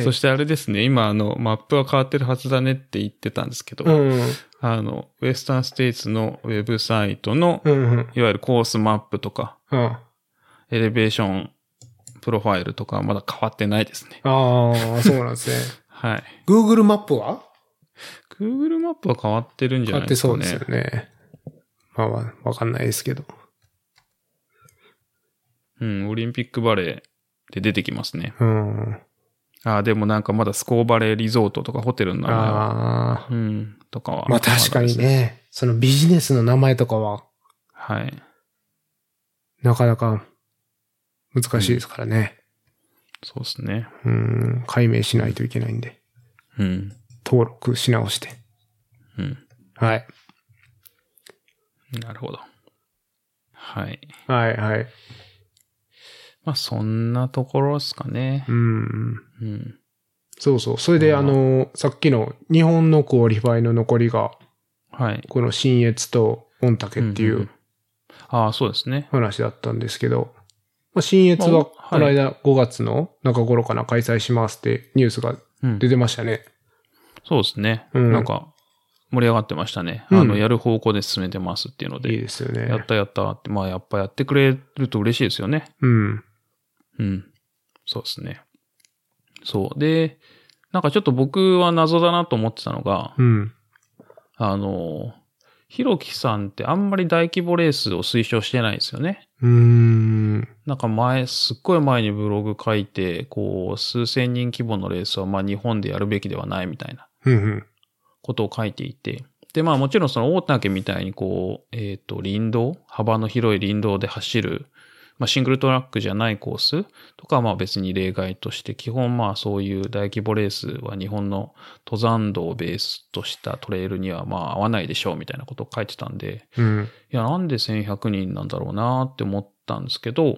Speaker 1: そしてあれですね、今、あの、マップは変わってるはずだねって言ってたんですけど、
Speaker 2: うん。
Speaker 1: あの、ウエスタンステイツのウェブサイトの、
Speaker 2: うん。うん。
Speaker 1: いわゆるコースマップとか、
Speaker 2: うん
Speaker 1: エレベーションプロファイルとかはまだ変わってないですね。
Speaker 2: ああ、そうなんですね。
Speaker 1: はい。
Speaker 2: Google マップは
Speaker 1: Google マップは変わってるんじゃ
Speaker 2: 買
Speaker 1: な
Speaker 2: っ
Speaker 1: い
Speaker 2: て
Speaker 1: ですか
Speaker 2: そ
Speaker 1: ね。
Speaker 2: うですよね。まあまあ、わかんないですけど。
Speaker 1: うん、オリンピックバレーで出てきますね。
Speaker 2: うん。
Speaker 1: ああ、でもなんかまだスコーバレーリゾートとかホテルの名前は、
Speaker 2: ああ。
Speaker 1: うん、とかは。
Speaker 2: まあ確
Speaker 1: まだ
Speaker 2: か
Speaker 1: で
Speaker 2: に
Speaker 1: す。
Speaker 2: ね、そのビジネスの名前とかは、
Speaker 1: はい。
Speaker 2: なかなか難しいですからね。
Speaker 1: そうですね。
Speaker 2: うん、解明しないといけないんで、
Speaker 1: うん。
Speaker 2: 登録し直して。
Speaker 1: うん。
Speaker 2: はい。
Speaker 1: なるほど。はい。
Speaker 2: はいはい。
Speaker 1: まあ、そんなところですかね
Speaker 2: う。ん。
Speaker 1: うん。
Speaker 2: そうそう。それで、
Speaker 1: うん
Speaker 2: あの、さっきの日本のクオリファイの残りが、
Speaker 1: はい。
Speaker 2: この新越と御嶽ってい
Speaker 1: ん
Speaker 2: うん
Speaker 1: ああ、そうですね。
Speaker 2: 話だったんですけど、まあ、新越は
Speaker 1: まあ
Speaker 2: この間5月の中頃かな開催しますってニュースが
Speaker 1: うん
Speaker 2: 出。てましたね。
Speaker 1: そうですね。
Speaker 2: うん
Speaker 1: なんか、盛り上がってましたね。
Speaker 2: うん
Speaker 1: あの、やる方向で進めてますっていうの
Speaker 2: いい
Speaker 1: で、
Speaker 2: ですよ
Speaker 1: や
Speaker 2: ね
Speaker 1: っ。たやったって、まあ、やっぱやってくれると嬉しいですよね。
Speaker 2: うん。
Speaker 1: うん。そうですね。そう。で、なんかちょっと僕は謎だなと思ってたのが、
Speaker 2: うん。
Speaker 1: あの、ひろきさんってあんまり大規模レースを推奨してないですよね。
Speaker 2: うーん。
Speaker 1: なんか前、すっごい前にブログ書いて、こう、数千人規模のレースは、まあ日本でやるべきではないみたいな
Speaker 2: うんうん。
Speaker 1: ことを書いていて、で、まあもちろんその大竹みたいにこう、えっ、と、林道、幅の広い林道で走るまあ、シングルトラックじゃないコースとかはまあ別に例外として、基本まあそういう大規模レースは日本の登山道をベースとしたトレイルにはまあ合わないでしょうみたいなことを書いてたんで、
Speaker 2: うん。
Speaker 1: いや、なんで1100人なんだろうなって思ったんですけど、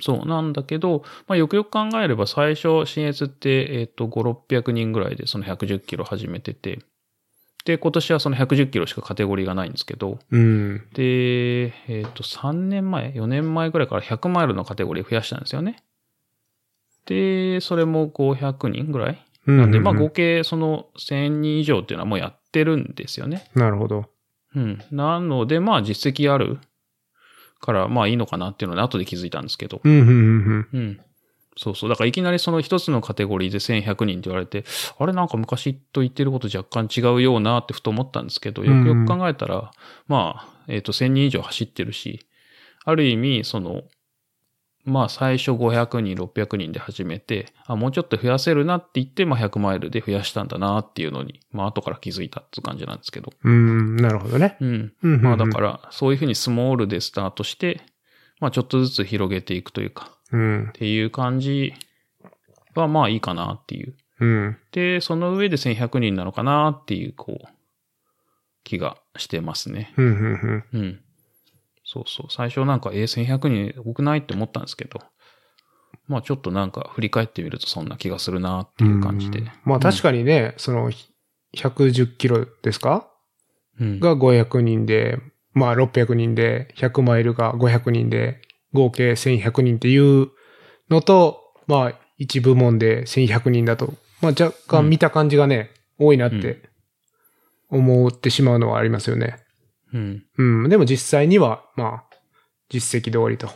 Speaker 1: そうなんだけど、まあ、よくよく考えれば最初、新越って、えっ、と、5、600人ぐらいでその110キロ始めてて、で、今年はその110キロしかカテゴリーがないんですけど、
Speaker 2: うん。
Speaker 1: で、えっ、と、3年前、4年前ぐらいから100マイルのカテゴリー増やしたんですよね。で、それも500人ぐらいなんで、まあ合計その1000人以上っていうのはもうやってるんですよね。
Speaker 2: なるほど。
Speaker 1: うん。なので、まあ実績あるから、まあいいのかなっていうので後で気づいたんですけど。
Speaker 2: うん、うん、うん
Speaker 1: うん。そうそう。だからいきなりその一つのカテゴリーで1100人って言われて、あれなんか昔と言ってること若干違うようなってふと思ったんですけど、よくよく考えたら、まあ、えっ、と1000人以上走ってるし、ある意味、その、まあ最初500人、600人で始めて、あ、もうちょっと増やせるなって言って、まあ100マイルで増やしたんだなっていうのに、まあ後から気づいたっていう感じなんですけど。
Speaker 2: うん。うん、なるほどね。
Speaker 1: うん。
Speaker 2: うん、。
Speaker 1: まあだからら、そういうふうにスモールでスタートして、まあちょっとずつ広げていくというか、
Speaker 2: うん
Speaker 1: っ、ていう感じはまあいいかなっていう。
Speaker 2: うん。
Speaker 1: で、その上で1100人なのかなっていう、こう、気がしてますね。
Speaker 2: うん、うん、
Speaker 1: うん。そうそう。最初なんか、えー、1100人多くないって思ったんですけど、まあちょっとなんか振り返ってみるとそんな気がするなって
Speaker 2: う
Speaker 1: い
Speaker 2: ん。
Speaker 1: う感じで。
Speaker 2: まあ確かにね、その、110キロですか
Speaker 1: うん。
Speaker 2: が500人で、まあ600人で、100マイルが500人で、合計1100人っていうのと、まあ一部門で1100人だと、まあ若干見た感じがね、多いなって思ってしまうのはありますよね。
Speaker 1: うん。
Speaker 2: うん。でも実際には、まあ、実績通りと。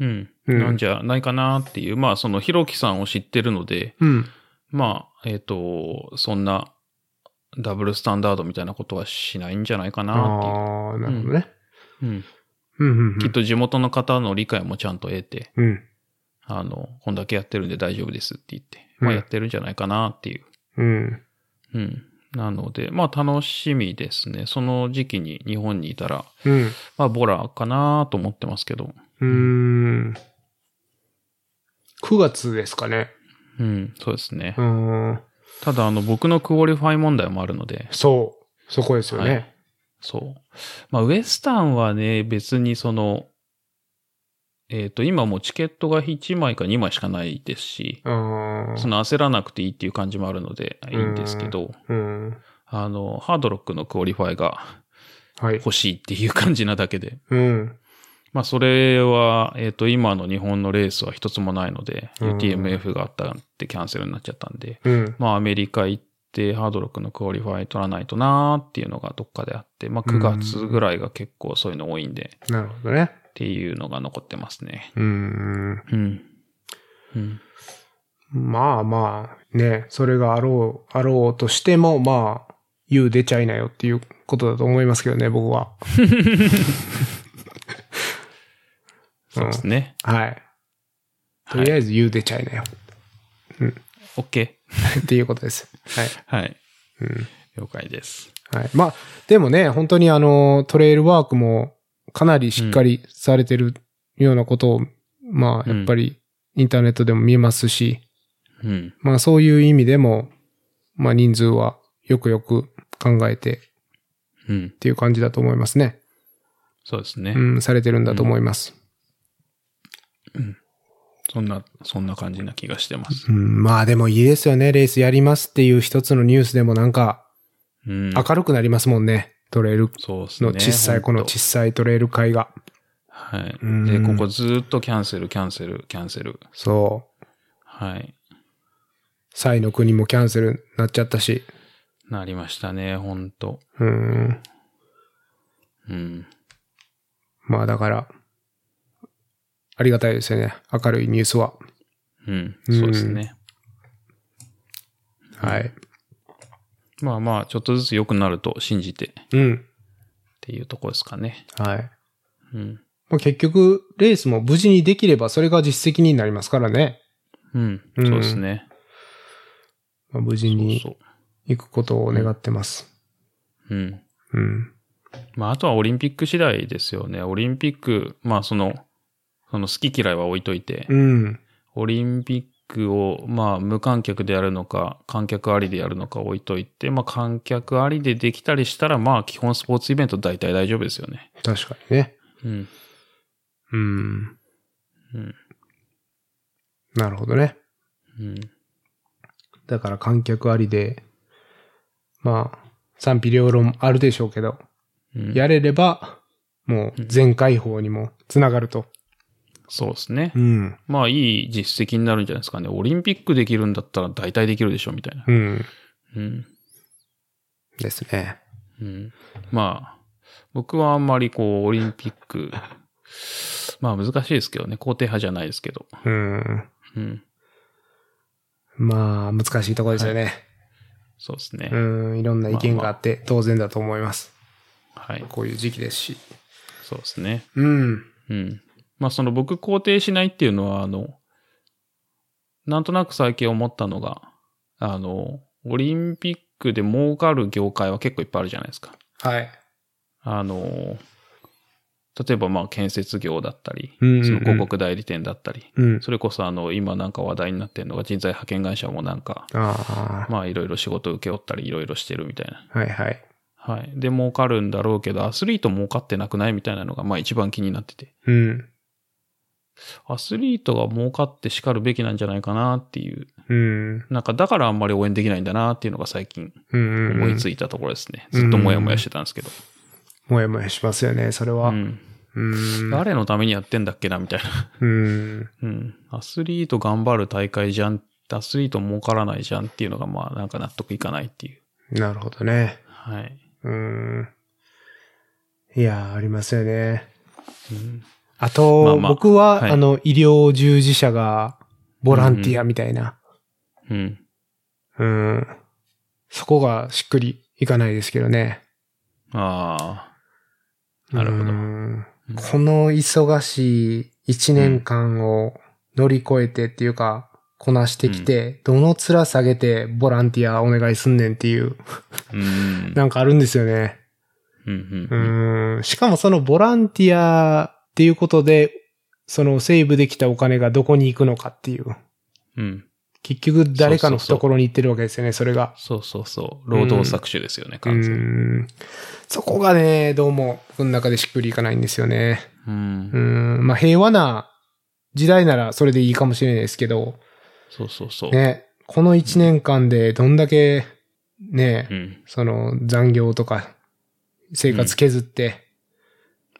Speaker 1: うん。
Speaker 2: うん
Speaker 1: なんじゃないかなっていう。まあその、ひろきさんを知ってるので、
Speaker 2: うん。
Speaker 1: まあ、えっ、と、そんな、ダブルスタンダードみたいなことはしないんじゃないかなっていう
Speaker 2: ああ、なるほどね。
Speaker 1: うん、
Speaker 2: うん、うん、うん
Speaker 1: きっと地元の方の理解もちゃんと得て、
Speaker 2: うん。
Speaker 1: あの、こんだけやってるんで大丈夫ですって言って、ま
Speaker 2: う
Speaker 1: あ、
Speaker 2: ん
Speaker 1: やってるんじゃないかなっていう。
Speaker 2: うん。
Speaker 1: うん。なので、まあ楽しみですね。その時期に日本にいたら、
Speaker 2: うん。
Speaker 1: まあボラかなと思ってますけど。
Speaker 2: うーん。9月ですかね。
Speaker 1: うん、そうですね
Speaker 2: う。ーん。
Speaker 1: ただ、あの、僕のクオリファイ問題もあるので、
Speaker 2: そう。そこですよね。
Speaker 1: はいそう。まあ、ウエスタンはね、別にその、えっ、と、今もうチケットが1枚か2枚しかないですし、
Speaker 2: うーん。
Speaker 1: その焦らなくていいっていう感じもあるので、いいんですけど、
Speaker 2: うん。
Speaker 1: あの、ハードロックのクオリファイが
Speaker 2: はい。
Speaker 1: 欲しいっていう感じなだけで。
Speaker 2: うん。
Speaker 1: まあ、それは、えっ、と、今の日本のレースは一つもないので、
Speaker 2: うん
Speaker 1: UTMF があったってキャンセルになっちゃったんで、
Speaker 2: うん。
Speaker 1: まあ、アメリカ行ってハードロックのクオリファイ取らないとなーっていうのがどっかであって、まあ、9月ぐらいが結構そういうの多いんで、
Speaker 2: なるほどね。
Speaker 1: っていうのが残ってますね。
Speaker 2: うーん。
Speaker 1: うん。うん。
Speaker 2: まあまあ、ね、それがあろう、あろうとしても、まあ、言う出ちゃいなよっていうことだと思いますけどね、僕は。
Speaker 1: そうですね。
Speaker 2: はい。とりあえず言う出ちゃいなよ。
Speaker 1: OK。
Speaker 2: っていうことです。はい。
Speaker 1: はい。
Speaker 2: うん。
Speaker 1: 了解です。
Speaker 2: はい。まあ、でもね、本当にあの、トレイルワークもかなりしっかりされてるようなことを、まあ、やっぱりインターネットでも見ますし、
Speaker 1: うん。
Speaker 2: まあそういう意味でも、まあ人数はよくよく考えてっ
Speaker 1: うん。
Speaker 2: ていう感じだと思いますね。
Speaker 1: そうですね。
Speaker 2: うん、されてるんだと思います。
Speaker 1: そんな、そんな感じな気がしてます。
Speaker 2: うん、まあでもいいですよね。レースやりますっていう一つのニュースでもなんか
Speaker 1: うん。
Speaker 2: 明るくなりますもんね。トレイル
Speaker 1: そうですね。
Speaker 2: の小さい、この小
Speaker 1: さ
Speaker 2: さいトレイル会が。
Speaker 1: はい。
Speaker 2: うん
Speaker 1: で、ここずーっとキャンセル、キャンセル、キャンセル。
Speaker 2: そう。
Speaker 1: はい。
Speaker 2: サイの国もキャンセルになっちゃったし。
Speaker 1: なりましたね、ほんと。
Speaker 2: うん。
Speaker 1: うん。
Speaker 2: まあだから、ありがたいですよね。明るいニュースは。
Speaker 1: うん。
Speaker 2: うん
Speaker 1: そうですね。
Speaker 2: はい。
Speaker 1: まあまあ、ちょっとずつ良くなると信じてっ
Speaker 2: うん。
Speaker 1: ていうとこですかね。
Speaker 2: はい。
Speaker 1: うん。
Speaker 2: まあ、結局、レースも無事にできれば、それが実績になりますからね。
Speaker 1: うん。
Speaker 2: うん
Speaker 1: そうですね。
Speaker 2: まあ、無事
Speaker 1: そう
Speaker 2: に
Speaker 1: そ
Speaker 2: 行くことを願ってます。
Speaker 1: う。うん。
Speaker 2: うん。
Speaker 1: まあ、あとはオリンピック次第ですよね。オリンピック、まあ、その、その好き嫌いは置いといて、
Speaker 2: うん。
Speaker 1: オリンピックを、まあ、無観客でやるのか、観客ありでやるのか置いといて、まあ、観客ありでできたりしたら、まあ、基本スポーツイベント大体大丈夫ですよね。
Speaker 2: 確かにね。
Speaker 1: うん。
Speaker 2: うん。
Speaker 1: うん。
Speaker 2: なるほどね。
Speaker 1: うん。
Speaker 2: だから観客ありで、まあ、賛否両論あるでしょうけど、
Speaker 1: うん、
Speaker 2: やれれば、もう全開放にもつながると。
Speaker 1: そうですね。
Speaker 2: うん。
Speaker 1: まあ、いい実績になるんじゃないですかね。オリンピックできるんだったら大体できるでしょ、みたいな。
Speaker 2: うん。
Speaker 1: うん。
Speaker 2: ですね。
Speaker 1: うん。まあ、僕はあんまりこう、オリンピック、 まあ難しいですけどね、肯定派じゃないですけど。
Speaker 2: うん。
Speaker 1: うん。
Speaker 2: まあ、難しいところですよね。
Speaker 1: そうですね。
Speaker 2: うん。いろんな意見があって当然だと思います。
Speaker 1: はい。
Speaker 2: こういう時期ですし。
Speaker 1: そうですね。
Speaker 2: うん。
Speaker 1: うん。まあその僕肯定しないっていうのは、あの、なんとなく最近思ったのが、あの、オリンピックで儲かる業界は結構いっぱいあるじゃないですか。
Speaker 2: はい。
Speaker 1: あの、例えばまあ建設業だったり、
Speaker 2: うんうんうん
Speaker 1: その広告代理店だったり、
Speaker 2: うん。
Speaker 1: それこそあの、今なんか話題になってるのが人材派遣会社もなんか、
Speaker 2: あ
Speaker 1: まあいろいろ仕事受け負ったりいろいろしてるみたいな。
Speaker 2: あ。はいはい。
Speaker 1: はい。で、儲かるんだろうけど、アスリート儲かってなくないみたいなのがまあ一番気になってて。
Speaker 2: うん。
Speaker 1: アスリートが儲かって叱るべきなんじゃないかなっていう。
Speaker 2: うん。
Speaker 1: なんかだからあんまり応援できないんだなっていうのが最近
Speaker 2: うんうん、うん。
Speaker 1: 思いついたところですね。ずっとモヤモヤしてたんですけど。
Speaker 2: もやもやしますよね、それ
Speaker 1: う
Speaker 2: は。
Speaker 1: ん。
Speaker 2: うん。
Speaker 1: 誰のためにやってんだっけなみたいな。
Speaker 2: うん。
Speaker 1: うん。アスリート頑張る大会じゃん。アスリート儲からないじゃんっていうのがまあなんか納得いかないっていう。
Speaker 2: なるほどね。
Speaker 1: はい。
Speaker 2: うん。いやー、ありますよね。
Speaker 1: うん
Speaker 2: あと、
Speaker 1: まあまあ
Speaker 2: 僕は、
Speaker 1: はい
Speaker 2: あの、医療従事者が、ボランティアみたいな。
Speaker 1: うん。
Speaker 2: うん、そこがしっくりいかないですけどね。
Speaker 1: ああ。なるほど
Speaker 2: う。ん
Speaker 1: うん
Speaker 2: この忙しい1年間を乗り越えてっていうか、こなしてきて、どの面下げてボランティアお願いすんねんっていう、
Speaker 1: うん。
Speaker 2: なんかあるんですよね。
Speaker 1: うん
Speaker 2: う
Speaker 1: うん
Speaker 2: ーんしかもそのボランティアっていうことで、そのセーブできたお金がどこに行くのかっていう。
Speaker 1: うん。
Speaker 2: 結局誰かの
Speaker 1: そうそうそう
Speaker 2: 懐に行ってるわけですよね、それが。
Speaker 1: そうそうそう。労働搾取ですよね、
Speaker 2: う
Speaker 1: 完全に。
Speaker 2: ーん。そこがね、どうも、この中でしっくりいかないんですよね。
Speaker 1: う
Speaker 2: うー
Speaker 1: ん。
Speaker 2: ん。まあ平和な時代ならそれでいいかもしれないですけど、
Speaker 1: そうそうそう。
Speaker 2: ね、この1年間でどんだけ、ね
Speaker 1: う、ん。
Speaker 2: その残業とか生活削って、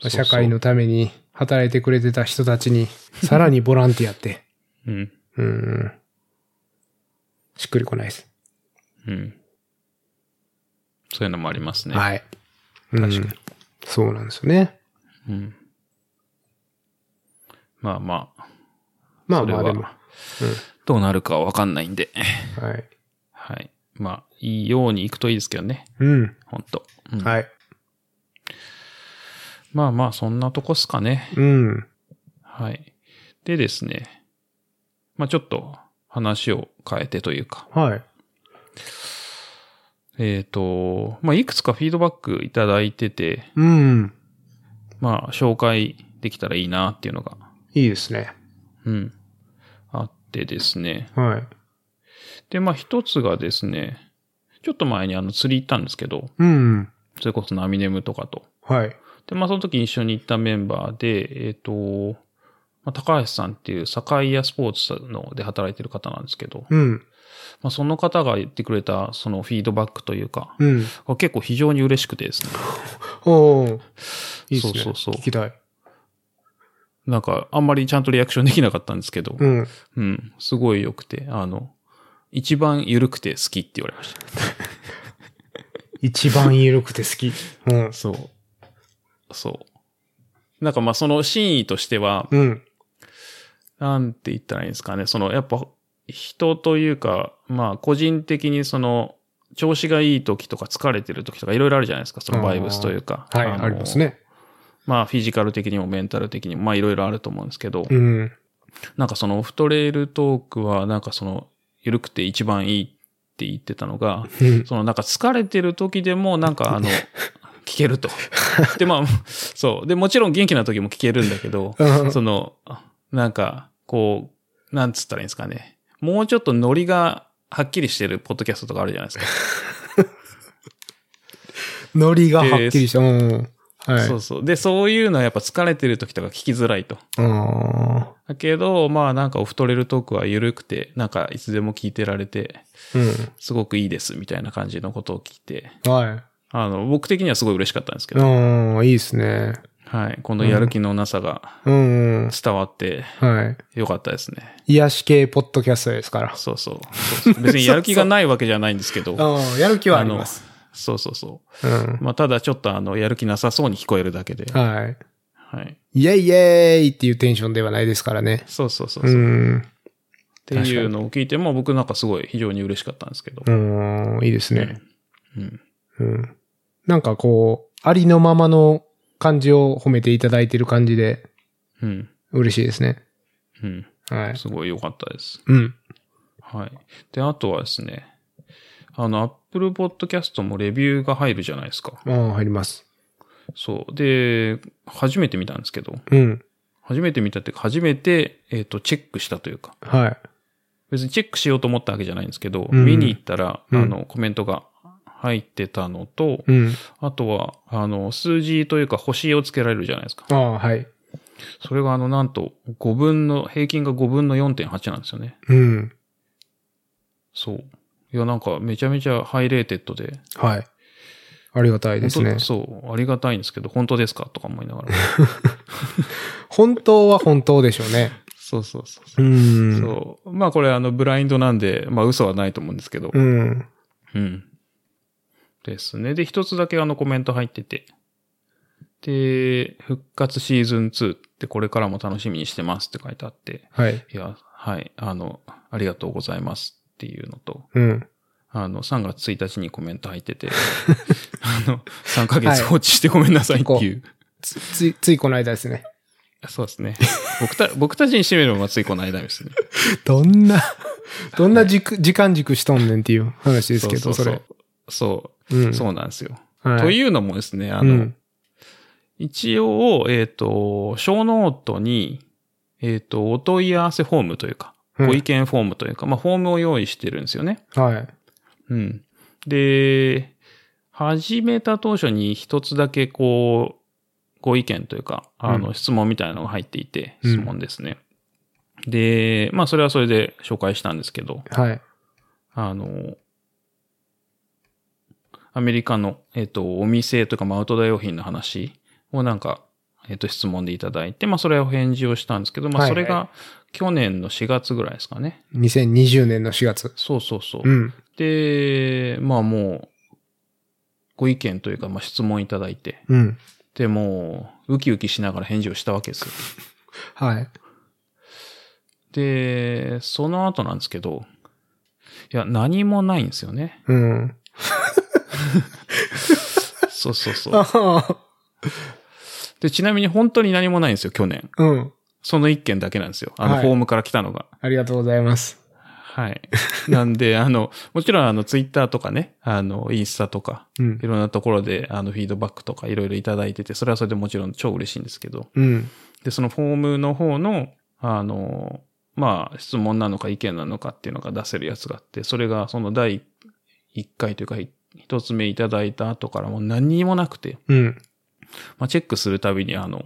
Speaker 2: ま
Speaker 1: そう
Speaker 2: あ
Speaker 1: そう
Speaker 2: 社会の。ために働いてくれてた人たちに、さらにボランティアって、
Speaker 1: うん。
Speaker 2: うん。しっくりこないです。
Speaker 1: うん。そういうのもありますね。
Speaker 2: はい。うん
Speaker 1: 確かに
Speaker 2: そうなんですよね。
Speaker 1: うん。まあまあ、
Speaker 2: まあ
Speaker 1: それ
Speaker 2: まあ
Speaker 1: は
Speaker 2: でも。
Speaker 1: どうなるかはわかんないんで。
Speaker 2: はい。
Speaker 1: はい。まあ、いいようにいくといいですけどね。
Speaker 2: うん。
Speaker 1: 本当うん
Speaker 2: はい。
Speaker 1: まあまあ、そんなとこっすかね。
Speaker 2: うん。
Speaker 1: はい。でですね。まあちょっと話を変えてというか。
Speaker 2: はい。
Speaker 1: えっ、と、まあ、いくつかフィードバックいただいてて、
Speaker 2: うん。
Speaker 1: まあ、紹介できたらいいなっていうのが、
Speaker 2: いいですね。
Speaker 1: うん、あってですね。
Speaker 2: はい。
Speaker 1: で、まあ、一つがですね、ちょっと前にあの釣り行ったんですけど、
Speaker 2: うん。
Speaker 1: それこそナミネムとかと。
Speaker 2: はい。
Speaker 1: で、まあ、その時一緒に行ったメンバーで、えっ、と、まあ、高橋さんっていう堺屋スポーツので働いてる方なんですけど、
Speaker 2: うん。
Speaker 1: まあ、その方が言ってくれたそのフィードバックというか、
Speaker 2: うん。
Speaker 1: これ結構非常に嬉しくてですね。
Speaker 2: おーいいですね。
Speaker 1: そうそうそう
Speaker 2: 聞きたい。
Speaker 1: なんか、あんまりちゃんとリアクションできなかったんですけど、
Speaker 2: うん。
Speaker 1: うん、すごい良くて、あの、一番緩くて好きって言われました。
Speaker 2: 一番緩くて好き。うん。
Speaker 1: そう。そう。なんかまあその真意としては、
Speaker 2: うん。
Speaker 1: なんて言ったらいいんですかね、そのやっぱ人というか、まあ個人的にその、調子がいい時とか疲れてる時とかいろいろあるじゃないですか、そのバイブスというか。
Speaker 2: はい。
Speaker 1: の
Speaker 2: あります。ね。
Speaker 1: まあフィジカル的にもメンタル的にも、まあいろいろあると思うんですけど、
Speaker 2: うん。
Speaker 1: なんかそのオフトレイルトークはなんかその、緩くて一番いいって言ってたのが、
Speaker 2: うん。
Speaker 1: そのなんか疲れてる時でもなんかあの、聞けると。で、まあ、そう。で、もちろん元気な時も聞けるんだけど、
Speaker 2: うん
Speaker 1: その、なんか、こう、なんつったらいいんですかね。もうちょっとノリがはっきりしてるポッドキャストとかあるじゃないですか。
Speaker 2: ノリがはっきりした。うん。はい。
Speaker 1: そうそう。で、そういうのはやっぱ疲れてる時とか聞きづらいと。
Speaker 2: あ
Speaker 1: だけど、まあなんかオフトレルトークは緩くて、なんかいつでも聞いてられて、
Speaker 2: ーう
Speaker 1: すごくいいですみたいな感じのことを聞いて、
Speaker 2: ん。はい。
Speaker 1: あの、僕的にはすごい嬉しかったんですけど、
Speaker 2: うん、いいですね。
Speaker 1: はい。このやる気のなさが
Speaker 2: うん、うん。
Speaker 1: 伝わって
Speaker 2: は
Speaker 1: よかったですね。
Speaker 2: い。癒し系ポッドキャストですから。
Speaker 1: そうそうそうそう。別にやる気がないわけじゃないんですけど、
Speaker 2: うん、やる気はあります。
Speaker 1: そうそうそうう。
Speaker 2: ん。
Speaker 1: まあただちょっとあの、やる気なさそうに聞こえるだけで、
Speaker 2: はい。
Speaker 1: はい。
Speaker 2: イェイイェイっていうテンションではないですからね。
Speaker 1: そうそうそう
Speaker 2: う
Speaker 1: そう。っ
Speaker 2: ん。
Speaker 1: ていうのを聞いても、僕なんかすごい非常に嬉しかったんですけど。
Speaker 2: うん、いいですね。
Speaker 1: うん。
Speaker 2: うん。なんかこう、ありのままの感じを褒めていただいてる感じで、
Speaker 1: うん。
Speaker 2: 嬉しいですね。
Speaker 1: うん。
Speaker 2: はい。
Speaker 1: すごい良かったです。
Speaker 2: うん。
Speaker 1: はい。で、あとはですね、あの、Apple Podcast もレビューが入るじゃないですか。
Speaker 2: ああ、入ります。
Speaker 1: そう。で、初めて見たんですけど、
Speaker 2: うん。
Speaker 1: 初めて見たっていうか、初めて、えっ、と、チェックしたというか、
Speaker 2: はい。
Speaker 1: 別にチェックしようと思ったわけじゃないんですけど、
Speaker 2: うん
Speaker 1: 見に行ったら、
Speaker 2: うん
Speaker 1: あの、コメントが入ってたのと、
Speaker 2: うん。
Speaker 1: あとは、あの、数字というか、星をつけられるじゃないですか。
Speaker 2: ああ、はい。
Speaker 1: それが、あの、なんと、5分の、平均が5分の4.8なんですよね。
Speaker 2: うん。
Speaker 1: そう。いや、なんか、めちゃめちゃハイレーテッドで、
Speaker 2: はい。ありがたいですね
Speaker 1: 本当。そう、ありがたいんですけど、本当ですかとか思いな がら。
Speaker 2: 本当は本当でしょう ね。
Speaker 1: そうそうそうそうう。
Speaker 2: ん。
Speaker 1: そう。まあこれ、あの、ブラインドなんで、まあ嘘はないと思うんですけど。
Speaker 2: うん。
Speaker 1: うん。ですね。で、一つだけあのコメント入ってて。で、復活シーズン2ってこれからも楽しみにしてますって書いてあって。
Speaker 2: はい。
Speaker 1: いや、はい、あの、ありがとうございますっていうのと、
Speaker 2: うん。
Speaker 1: あの、3月1日にコメント入って て、あの、3ヶ月放置してごめんなさいっていう。
Speaker 2: つ、つい、ついこの間ですね。
Speaker 1: そうですね。僕た、僕たちにしてみればついこの間ですね。
Speaker 2: どんな、どんな時く時間軸しとんねんっていう話ですけど、それ。
Speaker 1: そうう。
Speaker 2: ん。
Speaker 1: そうなんですよ。
Speaker 2: はい。
Speaker 1: というのもですね、あ
Speaker 2: う
Speaker 1: の、
Speaker 2: ん。
Speaker 1: 一応、えっ、と、小ノートに、えっ、と、お問い合わせフォームというか、
Speaker 2: うん
Speaker 1: ご意見フォームというか、まあ、フォームを用意してるんですよね。
Speaker 2: はい。
Speaker 1: うん。で、始めた当初に一つだけこう、ご意見というか、あ
Speaker 2: う
Speaker 1: の、質問みたいなのが入っていて、
Speaker 2: うん
Speaker 1: 質問ですね。で、まあ、それはそれで紹介したんですけど、
Speaker 2: はい。
Speaker 1: あの、アメリカの、えっ、と、お店とか、まあアウトドア用品の話をなんか、えっ、と、質問でいただいて、まあ、それを返事をしたんですけど、まあ、
Speaker 2: はい
Speaker 1: そ
Speaker 2: はい
Speaker 1: れが去年の4月ぐらいですかね。
Speaker 2: 2020年の4月。
Speaker 1: そうそうそう。
Speaker 2: うん。
Speaker 1: で、まあ、もう、ご意見というか、まあ、質問いただいて、
Speaker 2: うん。
Speaker 1: で、もう、ウキウキしながら返事をしたわけですよ。
Speaker 2: はい。
Speaker 1: で、その後なんですけど、いや、何もないんですよね。
Speaker 2: うん。
Speaker 1: そうそう そう。
Speaker 2: ああ。
Speaker 1: で、ちなみに本当に何もないんですよ、去年。
Speaker 2: うん。
Speaker 1: その一件だけなんですよ。あの、
Speaker 2: はい
Speaker 1: フォームから来たのが。
Speaker 2: ありがとうございます。
Speaker 1: はい。なんで、あの、もちろん、あの、ツイッターとかね、あの、インスタとか、
Speaker 2: うん
Speaker 1: い。ろんなところで、あの、フィードバックとかいろいろいただいてて、それはそれでもちろん超嬉しいんですけど、
Speaker 2: うん。
Speaker 1: で、そのフォームの方の、あの、まあ、質問なのか意見なのかっていうのが出せるやつがあって、それがその第1回というか、一つ目いただいた後からもう何にもなくて、
Speaker 2: うん。
Speaker 1: まあ、チェックするたびに、あの、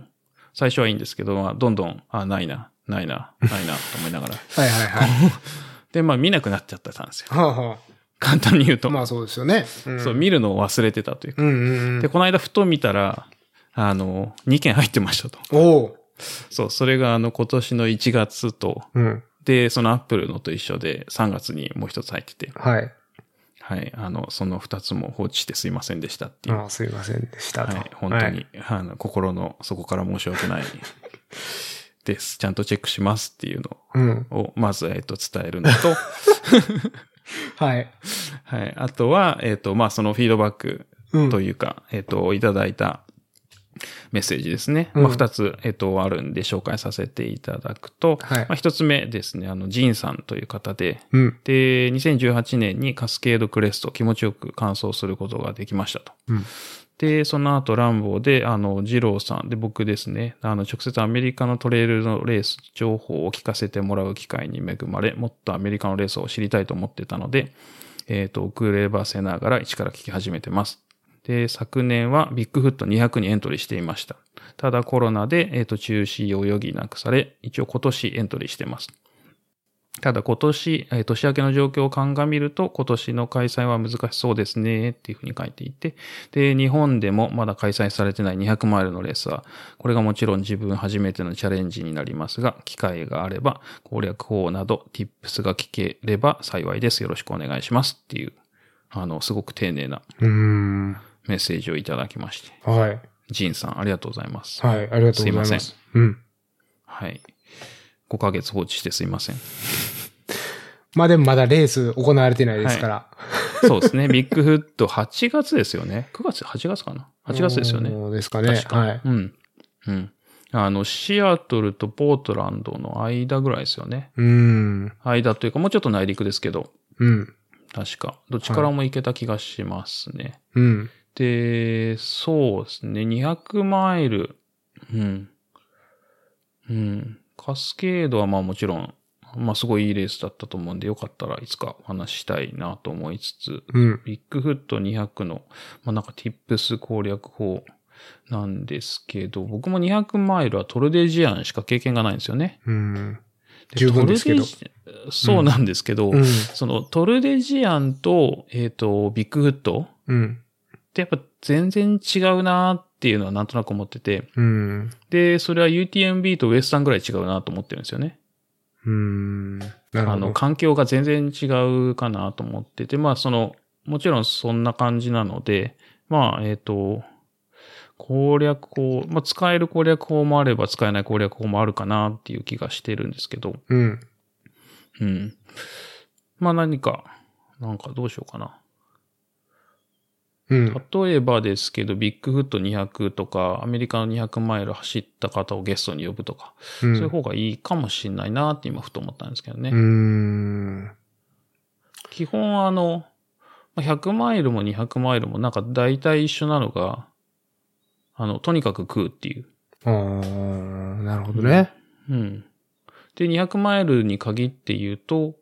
Speaker 1: 最初はいいんですけど、まあ、どんどん、あ、ないな、ないな、ないな、と思いながら。
Speaker 2: はいはい はい。
Speaker 1: で、まあ見なくなっちゃってたんですよ。
Speaker 2: はあは
Speaker 1: 簡単に言う
Speaker 2: あ。
Speaker 1: と。
Speaker 2: まあそうですよね。うん、
Speaker 1: そう、見るのを忘れてたというか。
Speaker 2: うんうんう
Speaker 1: で、
Speaker 2: ん。
Speaker 1: この間ふと見たら、あの、2件入ってましたと。
Speaker 2: おう。
Speaker 1: そう、それがあの今年の1月と、
Speaker 2: うん。
Speaker 1: で、そのアップルのと一緒で3月にもう一つ入ってて、
Speaker 2: はい。
Speaker 1: はい、あの、その2つも放置してすいませんでしたっていう。
Speaker 2: ああすいませんでした
Speaker 1: は
Speaker 2: と。
Speaker 1: い、本当
Speaker 2: はい
Speaker 1: に、あの、心の底から申し訳ない です。ちゃんとチェックしますっていう
Speaker 2: うん。
Speaker 1: のを、まず、えっと、伝えるのと、
Speaker 2: はい。
Speaker 1: はい、あとは、えっと、まあ、そのフィードバック
Speaker 2: うん。
Speaker 1: というか、えっ、と、いただいたメッセージですね。
Speaker 2: うん
Speaker 1: まあ、二つ、えっ、と、あるんで紹介させていただくと、
Speaker 2: はい
Speaker 1: まあ、一つ目ですね、あの、ジンさんという方で、
Speaker 2: うん。
Speaker 1: で、2018年にカスケードクレストを気持ちよく完走することができましたと。
Speaker 2: うん
Speaker 1: で、その後、ランボーで、あの、二郎さんで、僕ですね、あの、直接アメリカのトレイルのレース情報を聞かせてもらう機会に恵まれ、もっとアメリカのレースを知りたいと思ってたので、えっ、と、遅ればせながら一から聞き始めてます。で、昨年はビッグフット200にエントリーしていました。ただコロナで、えっ、と、中止を余儀なくされ、一応今年エントリーしてます。ただ今年、えー年明けの状況を鑑みると、今年の開催は難しそうですね、っていうふうに書いていて、で、日本でもまだ開催されてない200マイルのレースは、これがもちろん自分初めてのチャレンジになりますが、機会があれば、攻略法など、tips が聞ければ幸いです。よろしくお願いします。っていう、あの、すごく丁寧な
Speaker 2: うーん。
Speaker 1: メッセージをいただきまして。
Speaker 2: はい。
Speaker 1: ジンさん、ありがとうございます。
Speaker 2: はい。ありがとうございます。
Speaker 1: すいませ
Speaker 2: うん。
Speaker 1: はい。5ヶ月放置してすいません。
Speaker 2: まあでもまだレース行われてないですから。
Speaker 1: そうですね。ビッグフット8月ですよね。9月、8月かな ?8 月ですよね。
Speaker 2: そうですかね。
Speaker 1: 確か。
Speaker 2: はい。
Speaker 1: うん。うん。あの、シアトルとポートランドの間ぐらいですよね。
Speaker 2: うーん。
Speaker 1: 間というか、もうちょっと内陸ですけど、
Speaker 2: うん。
Speaker 1: 確か。どっちからも行けた気がしますね。
Speaker 2: うん。
Speaker 1: で、そうですね。200マイル。うん。うん。カスケードはまあもちろん、まあすごいいいレースだったと思うんで、よかったらいつかお話ししたいなと思いつつ、
Speaker 2: うん。
Speaker 1: ビッグフット200の、まあなんか tips 攻略法なんですけど、僕も200マイルはトルデジアンしか経験がないんですよね。
Speaker 2: うん。十分ですけど
Speaker 1: トルデジそうなんですけど、
Speaker 2: うん。
Speaker 1: そのトルデジアンと、えっ、と、ビッグフット
Speaker 2: うん。
Speaker 1: ってやっぱ全然違うなーっていうのはなんとなく思ってて、
Speaker 2: うん。
Speaker 1: で、それは UTMB とウエスタンぐらい違うなと思ってるんですよね。
Speaker 2: うん。なる
Speaker 1: あ
Speaker 2: ほ
Speaker 1: の、
Speaker 2: ど。
Speaker 1: 環境が全然違うかなと思ってて、まあその、もちろんそんな感じなので、まあ、えっ、と、攻略法、まあ使える攻略法もあれば使えない攻略法もあるかなっていう気がしてるんですけど、
Speaker 2: うん。
Speaker 1: うん。まあ何か、なんかどうしようかな。
Speaker 2: うん。
Speaker 1: 例えばですけど、ビッグフット200とか、アメリカの200マイル走った方をゲストに呼ぶとか、
Speaker 2: うん
Speaker 1: そういう方がいいかもしれないなって今ふと思ったんですけどね。
Speaker 2: うん。
Speaker 1: 基本あの、まあ100マイルも200マイルもなんか大体一緒なのが、あの、とにかく食うっていう。
Speaker 2: ああ、なるほどね。
Speaker 1: うん。で、200マイルに限って言うと、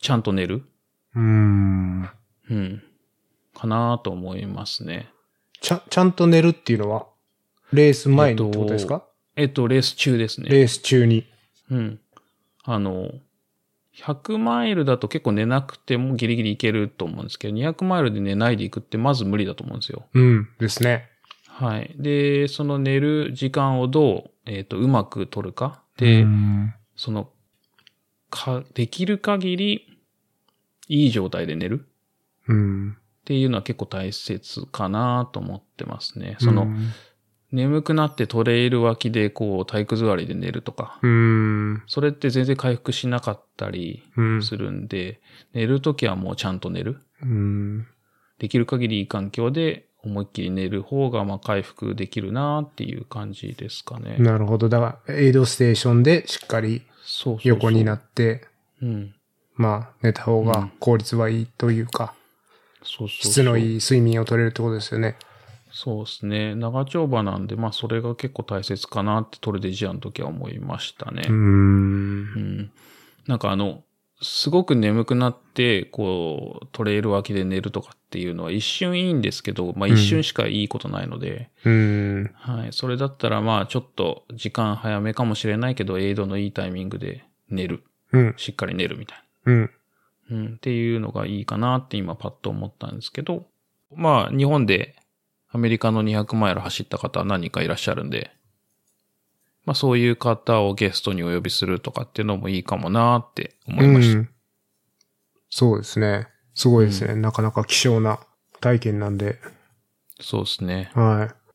Speaker 1: ちゃんと寝る。
Speaker 2: うん。
Speaker 1: うん。かなと思いますね。
Speaker 2: ちゃ、ちゃんと寝るっていうのは、レース前にってことですか、
Speaker 1: えっと、レース中ですね。
Speaker 2: レース中に。
Speaker 1: うん。あの、100マイルだと結構寝なくてもギリギリいけると思うんですけど、200マイルで寝ないでいくってまず無理だと思うんですよ。
Speaker 2: うん。ですね。
Speaker 1: はい。で、その寝る時間をどう、えっ、と、うまく取るか。で、
Speaker 2: うん
Speaker 1: その、か、できる限り、いい状態で寝る
Speaker 2: うん。
Speaker 1: っていうのは結構大切かなと思ってますね。その、眠くなってトレイル脇でこう体育座りで寝るとか、
Speaker 2: うん、
Speaker 1: それって全然回復しなかったり、
Speaker 2: うん。
Speaker 1: するんで、寝るときはもうちゃんと寝る。
Speaker 2: うん。
Speaker 1: できる限りいい環境で思いっきり寝る方がまあ回復できるなっていう感じですかね。
Speaker 2: なるほど。だから、エイドステーションでしっかり
Speaker 1: そうそうそう
Speaker 2: 横になって、
Speaker 1: うん。
Speaker 2: まあ、寝た方
Speaker 1: うん
Speaker 2: が効率はいいというか、
Speaker 1: そうそうそう
Speaker 2: 質のいい睡眠を取れるってことですよね。
Speaker 1: そうですね。長丁場なんで、まあそれが結構大切かなってトルデジアの時は思いましたね。う。
Speaker 2: ん
Speaker 1: ん。なんかあの、すごく眠くなって、こう、トレイル脇で寝るとかっていうのは一瞬いいんですけど、まあ一瞬しかいいことないので、
Speaker 2: うん。
Speaker 1: はい。それだったら、まあ、ちょっと時間早めかもしれないけど、エイドのいいタイミングで寝る。
Speaker 2: うん。
Speaker 1: しっかり寝るみたい
Speaker 2: うん。
Speaker 1: な。うん。っていうのがいいかなって今パッと思ったんですけど、まあ、日本でアメリカの200マイル走った方は何人かいらっしゃるんで、まあ、そういう方をゲストにお呼びするとかっていうのもいいかもなって思いました。
Speaker 2: うんそうですね。すごいですね。なかなか希少な体験なんで。
Speaker 1: そうですね。
Speaker 2: はい。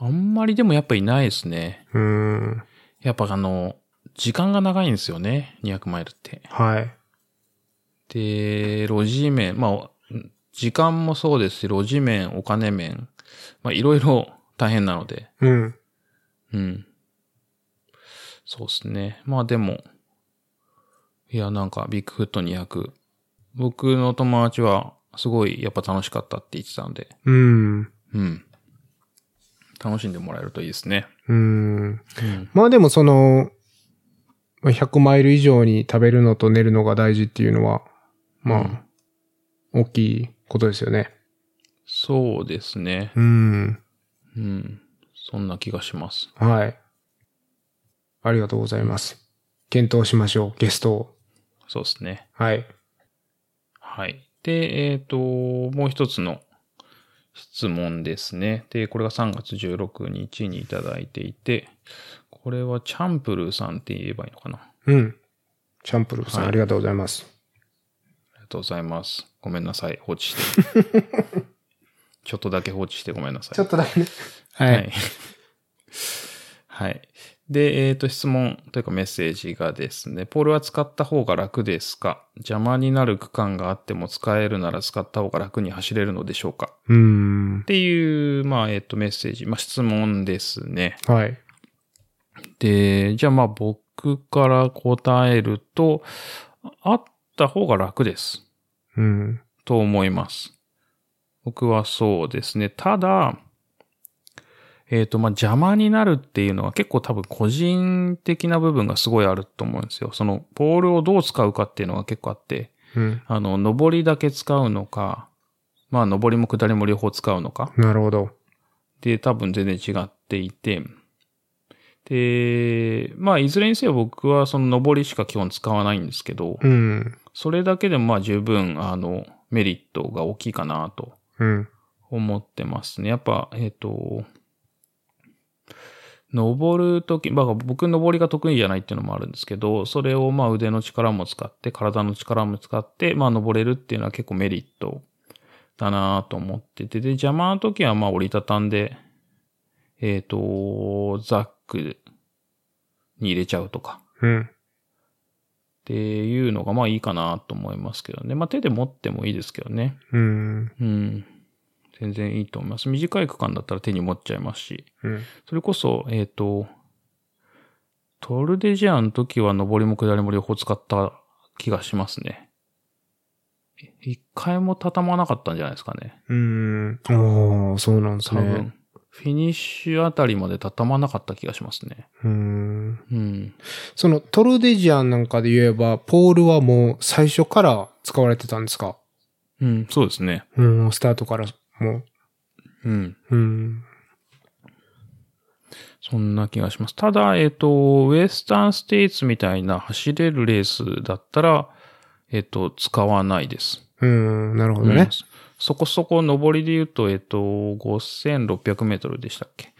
Speaker 1: あんまりでもやっぱいないですね。
Speaker 2: うん。
Speaker 1: やっぱあの、時間が長いんですよね。200マイルって。
Speaker 2: はい。
Speaker 1: で、路地面、まあ、時間もそうですし、路地面、お金面、まあ、いろいろ大変なので、
Speaker 2: うん。
Speaker 1: うん。そうですね。まあでも、いや、なんか、ビッグフット200。僕の友達は、すごい、やっぱ楽しかったって言ってたんで、
Speaker 2: うん。
Speaker 1: うん。楽しんでもらえるといいですね。
Speaker 2: うん。
Speaker 3: うん。
Speaker 2: まあでもその、まあ100マイル以上に食べるのと寝るのが大事っていうのは、まあ、大きいことですよね。
Speaker 1: そうですね。
Speaker 2: うん。
Speaker 1: うん。そんな気がします。
Speaker 2: はい。ありがとうございます。検討しましょう、ゲストを。
Speaker 1: そうですね。
Speaker 2: はい。
Speaker 1: はい。で、えっ、と、もう一つの質問ですね。で、これが3月16日にいただいていて、これはチャンプルーさんって言えばいいのかな。
Speaker 2: うん。チャンプルーさん、
Speaker 1: はい
Speaker 2: ありがとうございます。
Speaker 1: ありがとうございます。ごめんなさい。放置して。 ちょっとだけ放置してごめんなさい。
Speaker 2: とだけね。は。
Speaker 1: はい い。はい。で、えっ、と、質問というかメッセージがですね、ポールは使った方が楽ですか邪魔になる区間があっても使えるなら使った方が楽に走れるのでしょうか
Speaker 2: うーん
Speaker 1: っ。ていう、まあ、えっ、と、メッセージ、まあ、質問ですね。
Speaker 2: はい。
Speaker 1: で、じゃあ、まあ、僕から答えると、あった方が楽です。
Speaker 2: うん。
Speaker 1: と思います。僕はそうですね。ただ、えっ、と、まあ、邪魔になるっていうのは結構多分個人的な部分がすごいあると思うんですよ。その、ポールをどう使うかっていうのが結構あって、
Speaker 2: うん。
Speaker 1: あの、上りだけ使うのか、まあ、上りも下りも両方使うのか、
Speaker 2: なるほど。
Speaker 1: で、多分全然違っていて、で、まあ、いずれにせよ僕はその上りしか基本使わないんですけど、
Speaker 2: うん。
Speaker 1: それだけでもまあ十分、あの、メリットが大きいかなと
Speaker 2: うん。
Speaker 1: 思ってますね。やっぱ、えっ、と、登るとき、まあ僕登りが得意じゃないっていうのもあるんですけど、それをまあ腕の力も使って、体の力も使って、まあ登れるっていうのは結構メリットだなと思ってて、で、邪魔のときはまあ折りたたんで、えっ、と、ザックに入れちゃうとか、
Speaker 2: うん。
Speaker 1: っていうのがまあいいかなと思いますけどね。まあ手で持ってもいいですけどね。
Speaker 2: うん。
Speaker 1: うん。全然いいと思います。短い区間だったら手に持っちゃいますし、
Speaker 2: うん。
Speaker 1: それこそ、えっ、と、トルデジアの時は上りも下りも両方使った気がしますね。え一回も畳まなかったんじゃないですかね。
Speaker 2: うん。おー、そうなんです
Speaker 1: 多分。
Speaker 2: ね。
Speaker 1: フィニッシュあたりまで畳まなかった気がしますね。
Speaker 2: うん。
Speaker 1: うん。
Speaker 2: そのトルデジアンなんかで言えば、ポールはもう最初から使われてたんですか
Speaker 1: うん、そうですね。
Speaker 2: うん、スタートからも
Speaker 1: うん。
Speaker 2: う。うん。
Speaker 1: そんな気がします。ただ、えっ、と、ウエスタンステイツみたいな走れるレースだったら、えっ、と、使わないです。
Speaker 2: うん、なるほど
Speaker 1: う
Speaker 2: ね
Speaker 1: ん。そこそこ上りで言うと、えっと、5600メートルでしたっけ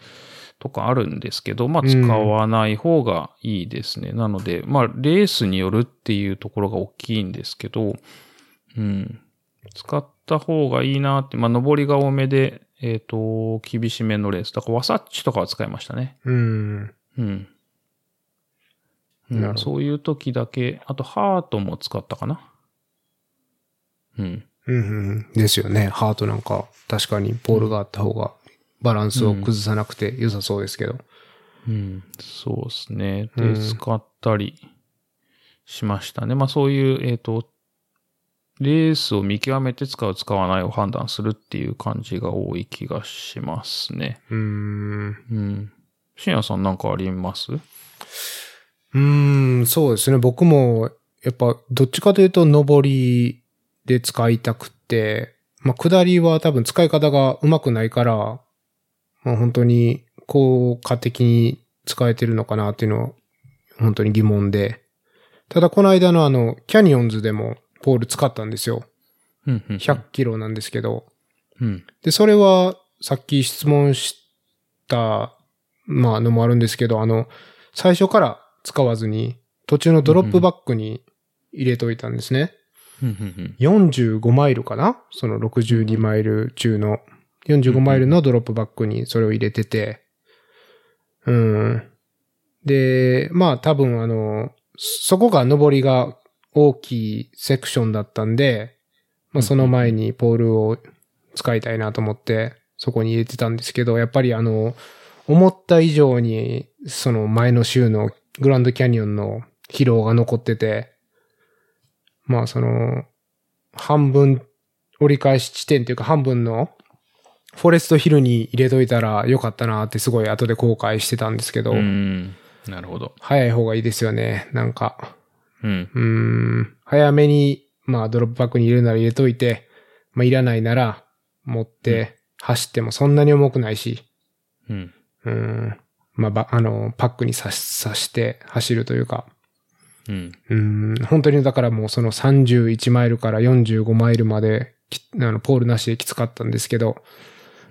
Speaker 1: とかあるんですけど、まあ、使わない方がいいですね。なので、まあ、レースによるっていうところが大きいんですけど、うん。使った方がいいなって、まあ、上りが多めで、えっ、と、厳しめのレース。だから、ワサッチとかは使いましたね。
Speaker 2: うん。
Speaker 1: うん。う
Speaker 2: なるほ
Speaker 1: ん、
Speaker 2: ど
Speaker 1: そういう時だけ、あとハートも使ったかな。うん。
Speaker 2: うん、うん。ですよね。ハートなんか、確かにポールがあった方が、バランスを崩さなくて良さそうですけど。
Speaker 1: うん。そうですね。
Speaker 2: う
Speaker 1: で、
Speaker 2: ん
Speaker 1: 使ったりしましたね。まあそういう、えっ、と、レースを見極めて使う、使わないを判断するっていう感じが多い気がしますね。
Speaker 2: う
Speaker 1: う
Speaker 2: ん。
Speaker 1: ん。しんやさんなんかあります
Speaker 2: うーん、そうですね。僕も、やっぱ、どっちかというと、上りで使いたくて、まあ、下りは多分使い方がうまくないから、まあ、本当に効果的に使えてるのかなっていうのは、本当に疑問で。ただ、この間のあの、キャニオンズでも、ポール使ったんですよ。
Speaker 1: うん、うん。
Speaker 2: 100キロなんですけど、
Speaker 1: うん。
Speaker 2: で、それは、さっき質問した、まあ、のもあるんですけど、あの、最初から使わずに、途中のドロップバッグに入れといたんですね。
Speaker 1: うん、うん、
Speaker 2: 45マイルかなその62マイル中の、45マイルのドロップバッグにそれを入れてて、うん。で、まあ多分あの、そこが上りが大きいセクションだったんで、まあその前にポールを使いたいなと思って、そこに入れてたんですけど、やっぱりあの、思った以上に、その前の週のグランドキャニオンの疲労が残ってて、まあその、半分折り返し地点というか半分のフォレストヒルに入れといたらよかったなってすごい後で後悔してたんですけど、
Speaker 1: うん。なるほど。
Speaker 2: 早い方がいいですよね、なんか。
Speaker 1: うん。
Speaker 2: うーん、早めに、まあドロップバッグに入れるなら入れといて、まあいらないなら持って走ってもそんなに重くないし、
Speaker 1: うん。
Speaker 2: うん、まあば、あの、パックに刺し刺して走るというか、
Speaker 1: うん。
Speaker 2: うん、本当にだからもうその31マイルから45マイルまでき、あの、ポールなしできつかったんですけど、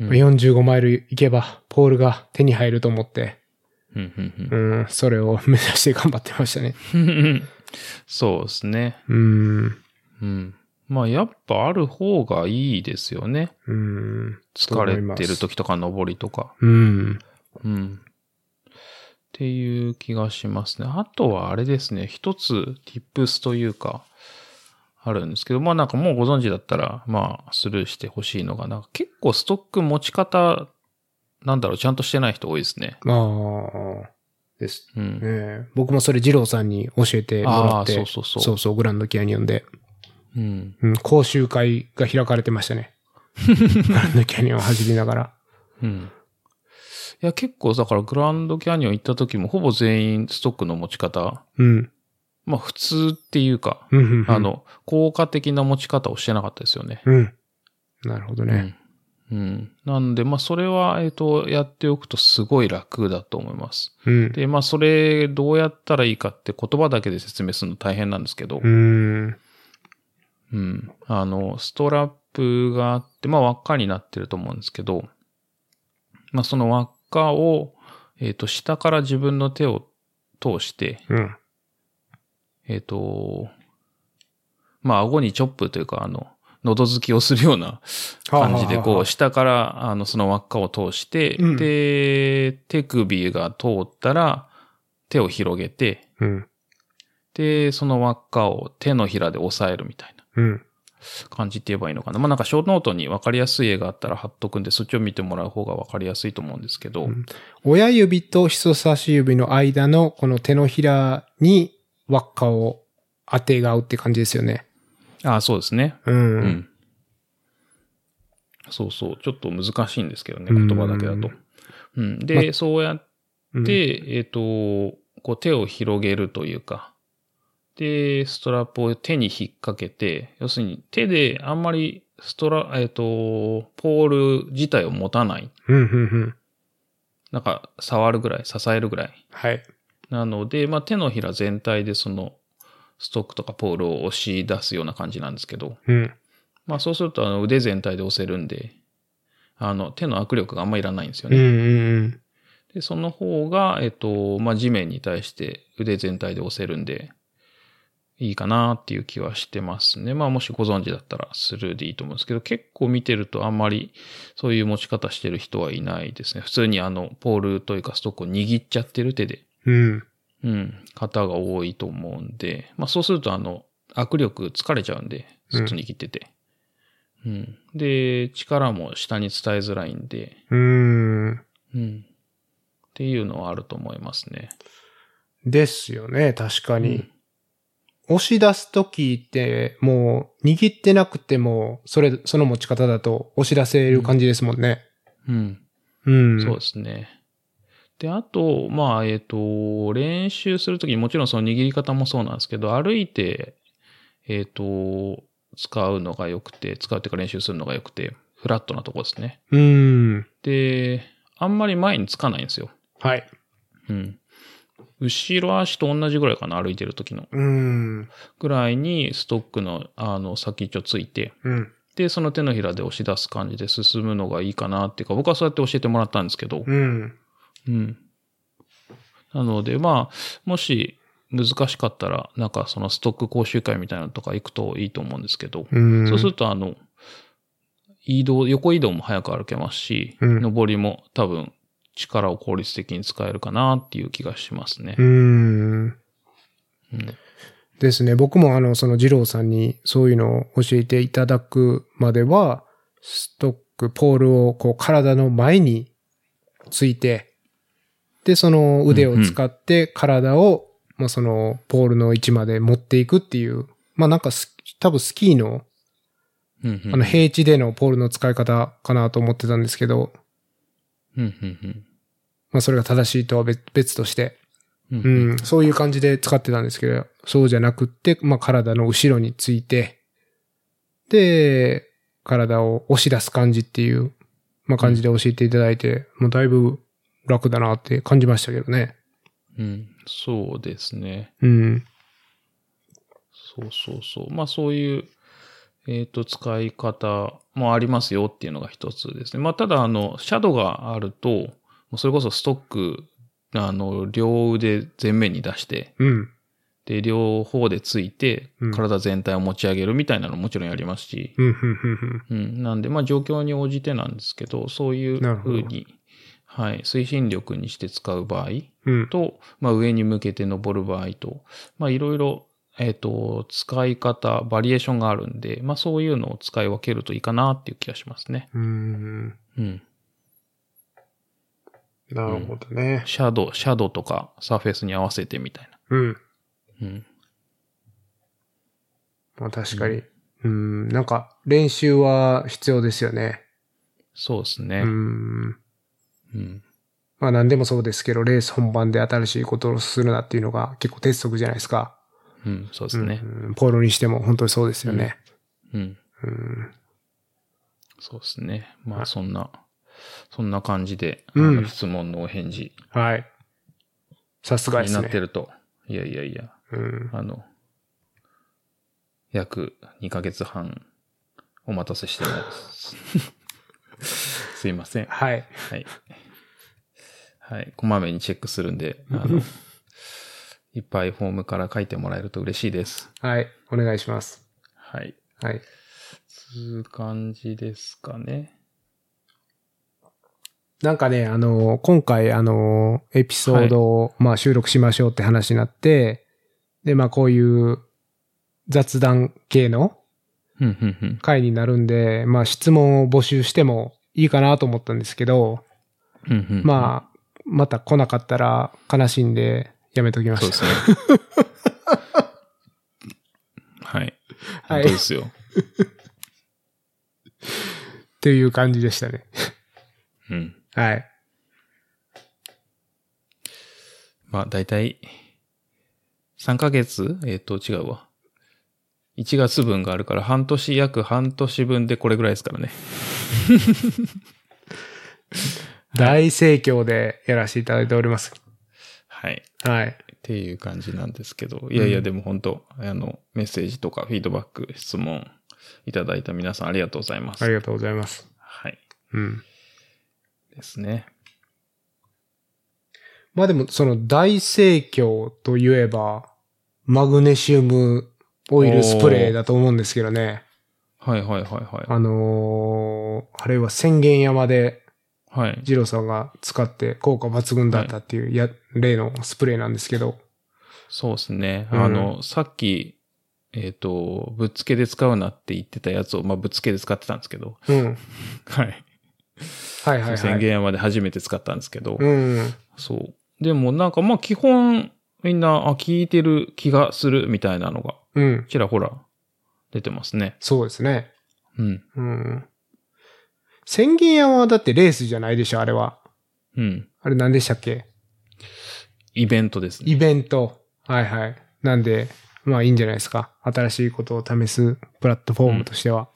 Speaker 1: うん
Speaker 2: 45マイル行けば、ポールが手に入ると思って、
Speaker 1: うんうん
Speaker 2: うん、それを目指して頑張ってましたね。
Speaker 1: うん。そうですね。
Speaker 2: うん、
Speaker 1: うん。まあ、やっぱある方がいいですよね。
Speaker 2: うん、
Speaker 1: 疲れてる時とか登りとか。
Speaker 2: うん、
Speaker 1: うん。っていう気がしますね。あとはあれですね。一つ、ティップスというか、あるんですけど、まあなんかもうご存知だったら、まあスルーしてほしいのが、なんか結構ストック持ち方、なんだろう、ちゃんとしてない人多いですね。
Speaker 2: まあ、です
Speaker 1: うん。
Speaker 2: ね。僕もそれ二郎さんに教えてもら
Speaker 1: ああ
Speaker 2: っ
Speaker 1: ー、
Speaker 2: て、
Speaker 1: そうそうそう。
Speaker 2: そうそうグランドキャニオンで、
Speaker 1: うん。
Speaker 2: うん、講習会が開かれてました ね。グランドキャニオン走りながら。
Speaker 1: うん。いや、結構だからグランドキャニオン行った時もほぼ全員ストックの持ち方、
Speaker 2: うん、
Speaker 1: まあ普通っていうか、
Speaker 2: うん、うん。
Speaker 1: あ、の、効果的な持ち方をしてなかったですよね。
Speaker 2: うん。なるほどね。
Speaker 1: うん。うん。なんで、まあそれは、えっ、と、やっておくとすごい楽だと思います。
Speaker 2: うん。
Speaker 1: で、まあそれどうやったらいいかって言葉だけで説明するの大変なんですけど、
Speaker 2: うん。
Speaker 1: うん。あの、ストラップがあって、まあ、輪っかになってると思うんですけど、まあ、その輪っかを、えっ、と、下から自分の手を通して、
Speaker 2: うん。
Speaker 1: えっ、と、まあ、顎にチョップというか、あの、喉突きをするような感じで、
Speaker 2: はあはあ
Speaker 1: こ
Speaker 2: は
Speaker 1: う、
Speaker 2: あ
Speaker 1: 下から、あの、その輪っかを通して、
Speaker 2: うん
Speaker 1: で、手首が通ったら、手を広げて、
Speaker 2: うん。
Speaker 1: で、その輪っかを手のひらで押さえるみたいな。
Speaker 2: うん。
Speaker 1: 感じって言えばいいのかな。まあなんか小ノートに分かりやすい絵があったら貼っとくんで、そっちを見てもらう方が分かりやすいと思うんですけど、
Speaker 2: ん親指と人差し指の間のこの手のひらに輪っかを当てがうって感じですよね。
Speaker 1: ああ、そうですね。
Speaker 2: う。
Speaker 1: うんん。そうそう。ちょっと難しいんですけどね、言葉だけだと。うん。で、そうやっ
Speaker 2: うん、
Speaker 1: て、えっ、と、こう手を広げるというか、で、ストラップを手に引っ掛けて、要するに手であんまりストラ、えっ、と、ポール自体を持たない。
Speaker 2: うん、うん、うん。
Speaker 1: なんか、触るぐらい、支えるぐらい。
Speaker 2: はい。
Speaker 1: なので、まあ、手のひら全体でそのストックとかポールを押し出すような感じなんですけど、
Speaker 2: うん。
Speaker 1: まあ、そうするとあの腕全体で押せるんで、あの手の握力があんまいらないんですよ
Speaker 2: うん、う
Speaker 1: ね。
Speaker 2: ん、
Speaker 1: で、その方が、えっと、まあ、地面に対して腕全体で押せるんで、いいかなっていう気はしてますね。まあ、もしご存知だったらスルーでいいと思うんですけど、結構見てるとあんまりそういう持ち方してる人はいないですね。普通にあの、ポールというかストックを握っちゃってる手で
Speaker 2: うん。うん。
Speaker 1: うん、方が多いと思うんで、まあそうするとあの、握力疲れちゃうんで、ずっと握ってて。うん。で、力も下に伝えづらいんで、
Speaker 2: うん。
Speaker 1: うん。っていうのはあると思いますね。
Speaker 2: ですよね、確か
Speaker 1: う
Speaker 2: に
Speaker 1: ん。
Speaker 2: 押し出すときって、もう、握ってなくても、それ、その持ち方だと押し出せる感じですもんね。
Speaker 1: うん。
Speaker 2: うん。
Speaker 1: そうですね。で、あと、まあ、えっ、と、練習するときにもちろんその握り方もそうなんですけど、歩いて、えっ、と、使うのが良くて、使うっていうか練習するのが良くて、フラットなとこですね。
Speaker 2: うん。
Speaker 1: で、あんまり前につかないんですよ。
Speaker 2: はい。
Speaker 1: うん。後ろ足と同じぐらいかな、歩いてる時の。
Speaker 2: うん。
Speaker 1: ぐらいにストックの、あの、先っちょついて、
Speaker 2: うん。
Speaker 1: で、その手のひらで押し出す感じで進むのがいいかなっていうか、僕はそうやって教えてもらったんですけど、
Speaker 2: うん。
Speaker 1: うん。なので、まあ、もし難しかったら、なんかそのストック講習会みたいなのとか行くといいと思うんですけど、
Speaker 2: うん。
Speaker 1: そうすると、あの、移動、横移動も早く歩けますし、
Speaker 2: うん
Speaker 1: 上りも多分力を効率的に使えるかなっていう気がしますね
Speaker 2: う。ん。
Speaker 1: うん
Speaker 2: ですね。僕もあの、その二郎さんにそういうのを教えていただくまでは、ストック、ポールをこう体の前について、で、その腕を使って体を、まあそのポールの位置まで持っていくっていう、まあなんかス多分スキーの
Speaker 1: うんうん
Speaker 2: あの、平地でのポールの使い方かなと思ってたんですけど、
Speaker 1: うんうん
Speaker 2: まあそれが正しいとは別別として、
Speaker 1: うんうん
Speaker 2: うん、そういう感じで使ってたんですけど、そうじゃなくって、まあ体の後ろについて、で、体を押し出す感じっていう、まあ感じで教えていただいて、もうだいぶ楽だなって感じましたけどね。
Speaker 1: うん、そうですね。
Speaker 2: うん。
Speaker 1: そうそうそう。まあそういう、えっ、と、使い方もありますよっていうのが一つですね。まあただ、あの、シャドウがあると、もうそれこそストック、あの、両腕前面に出して、
Speaker 2: うん。
Speaker 1: で、両方でついて
Speaker 2: うん、
Speaker 1: 体全体を持ち上げるみたいなのももちろんやりますし、
Speaker 2: うん、うん、うん、
Speaker 1: うん、なんで、まあ状況に応じてなんですけど、そういう
Speaker 2: なるほ
Speaker 1: 風
Speaker 2: ど
Speaker 1: に、はい、推進力にして使う場合、
Speaker 2: うん。うん。
Speaker 1: と、まあ、上に向けて登る場合と、まあ、いろいろ、えっ、と、使い方、バリエーションがあるんで、まあ、そういうのを使い分けるといいかなっていう気がしますね。
Speaker 2: うん。
Speaker 1: うん。
Speaker 2: なるほどね。
Speaker 1: シャドウ、シャドウとか、サーフェスに合わせてみたい
Speaker 2: うん。
Speaker 1: な。うん。
Speaker 2: まあ確かに。うん、なんか練習は必要ですよね。
Speaker 1: そうです
Speaker 2: う
Speaker 1: ね。
Speaker 2: ん。
Speaker 1: うん。
Speaker 2: まあ何でもそうですけど、レース本番で新しいことをするなっていうのが結構鉄則じゃないですか。
Speaker 1: うん、そうですね。
Speaker 2: うんポールにしても本当にそうですよね。
Speaker 1: うん。
Speaker 2: うん。
Speaker 1: そうですね。まあ、そんな、そんな感じで、あ
Speaker 2: うん
Speaker 1: の質問のお返事
Speaker 2: はい。さすがで
Speaker 1: に
Speaker 2: す
Speaker 1: なって
Speaker 2: ね。
Speaker 1: ると、いやいやいや、
Speaker 2: うん。
Speaker 1: あの、約2ヶ月半お待たせしてます。すいません。
Speaker 2: はい。
Speaker 1: はい。はい。こまめにチェックするんで、あの、いっぱいフォームから書いてもらえると嬉しいです。
Speaker 2: はい。お願いします。
Speaker 1: はい。
Speaker 2: はい。
Speaker 1: つう感じですかね。
Speaker 2: なんかね、あの、今回、あの、エピソードを、まあ収録しましょうって話になって、で、まあこういう雑談系の
Speaker 1: ふんふんふん。
Speaker 2: 回になるんで、まあ質問を募集してもいいかなと思ったんですけど、
Speaker 1: ふんふんふん
Speaker 2: まあ、また来なかったら悲しいんで、やめときま
Speaker 1: そう
Speaker 2: し
Speaker 1: で
Speaker 2: た。
Speaker 1: すね。はい。
Speaker 2: は
Speaker 1: 本
Speaker 2: い
Speaker 1: 当ですよ。
Speaker 2: っていう感じでしたね。
Speaker 1: うん。
Speaker 2: はい。
Speaker 1: まあ、だいたい、3ヶ月えっ、と、違うわ。1月分があるから、半年、約半年分でこれぐらいですからね。
Speaker 2: 大盛況でやらせていただいております。
Speaker 1: はい。
Speaker 2: はい。
Speaker 1: っていう感じなんですけど。いやいや、でも本当、あの、メッセージとかフィードバック、質問いただいた皆さんありがとうございます。
Speaker 2: ありがとうございます。
Speaker 1: はい。
Speaker 2: うん。
Speaker 1: ですね。
Speaker 2: まあでも、その大盛況といえば、マグネシウムオイルスプレーだと思うんですけどね。
Speaker 1: はいはいはいは
Speaker 2: あのーあれは宣言山で、
Speaker 1: い。はい。
Speaker 2: ジローさんが使って効果抜群だったっていうや、例のスプレーなんですけど。
Speaker 1: そうですね。
Speaker 2: うん
Speaker 1: あの、さっき、えっ、と、ぶっつけで使うなって言ってたやつを、まあ、ぶっつけで使ってたんですけど。
Speaker 2: うん。
Speaker 1: はい。
Speaker 2: はいはいは
Speaker 1: 宣
Speaker 2: い。
Speaker 1: 言山で初めて使ったんですけど、
Speaker 2: うん。
Speaker 1: そう。でもなんかまあ基本みんな、あ、聞いてる気がするみたいなのが、
Speaker 2: うん。
Speaker 1: ちらほら出てますね。
Speaker 2: そうですね。
Speaker 1: うん。
Speaker 2: うん。宣言山はだってレースじゃないでしょ、あれは。
Speaker 1: うん。
Speaker 2: あれ何でしたっけ
Speaker 1: イベントですね。
Speaker 2: イベント。はいはい。なんで、まあいいんじゃないですか。新しいことを試すプラットフォームとしては。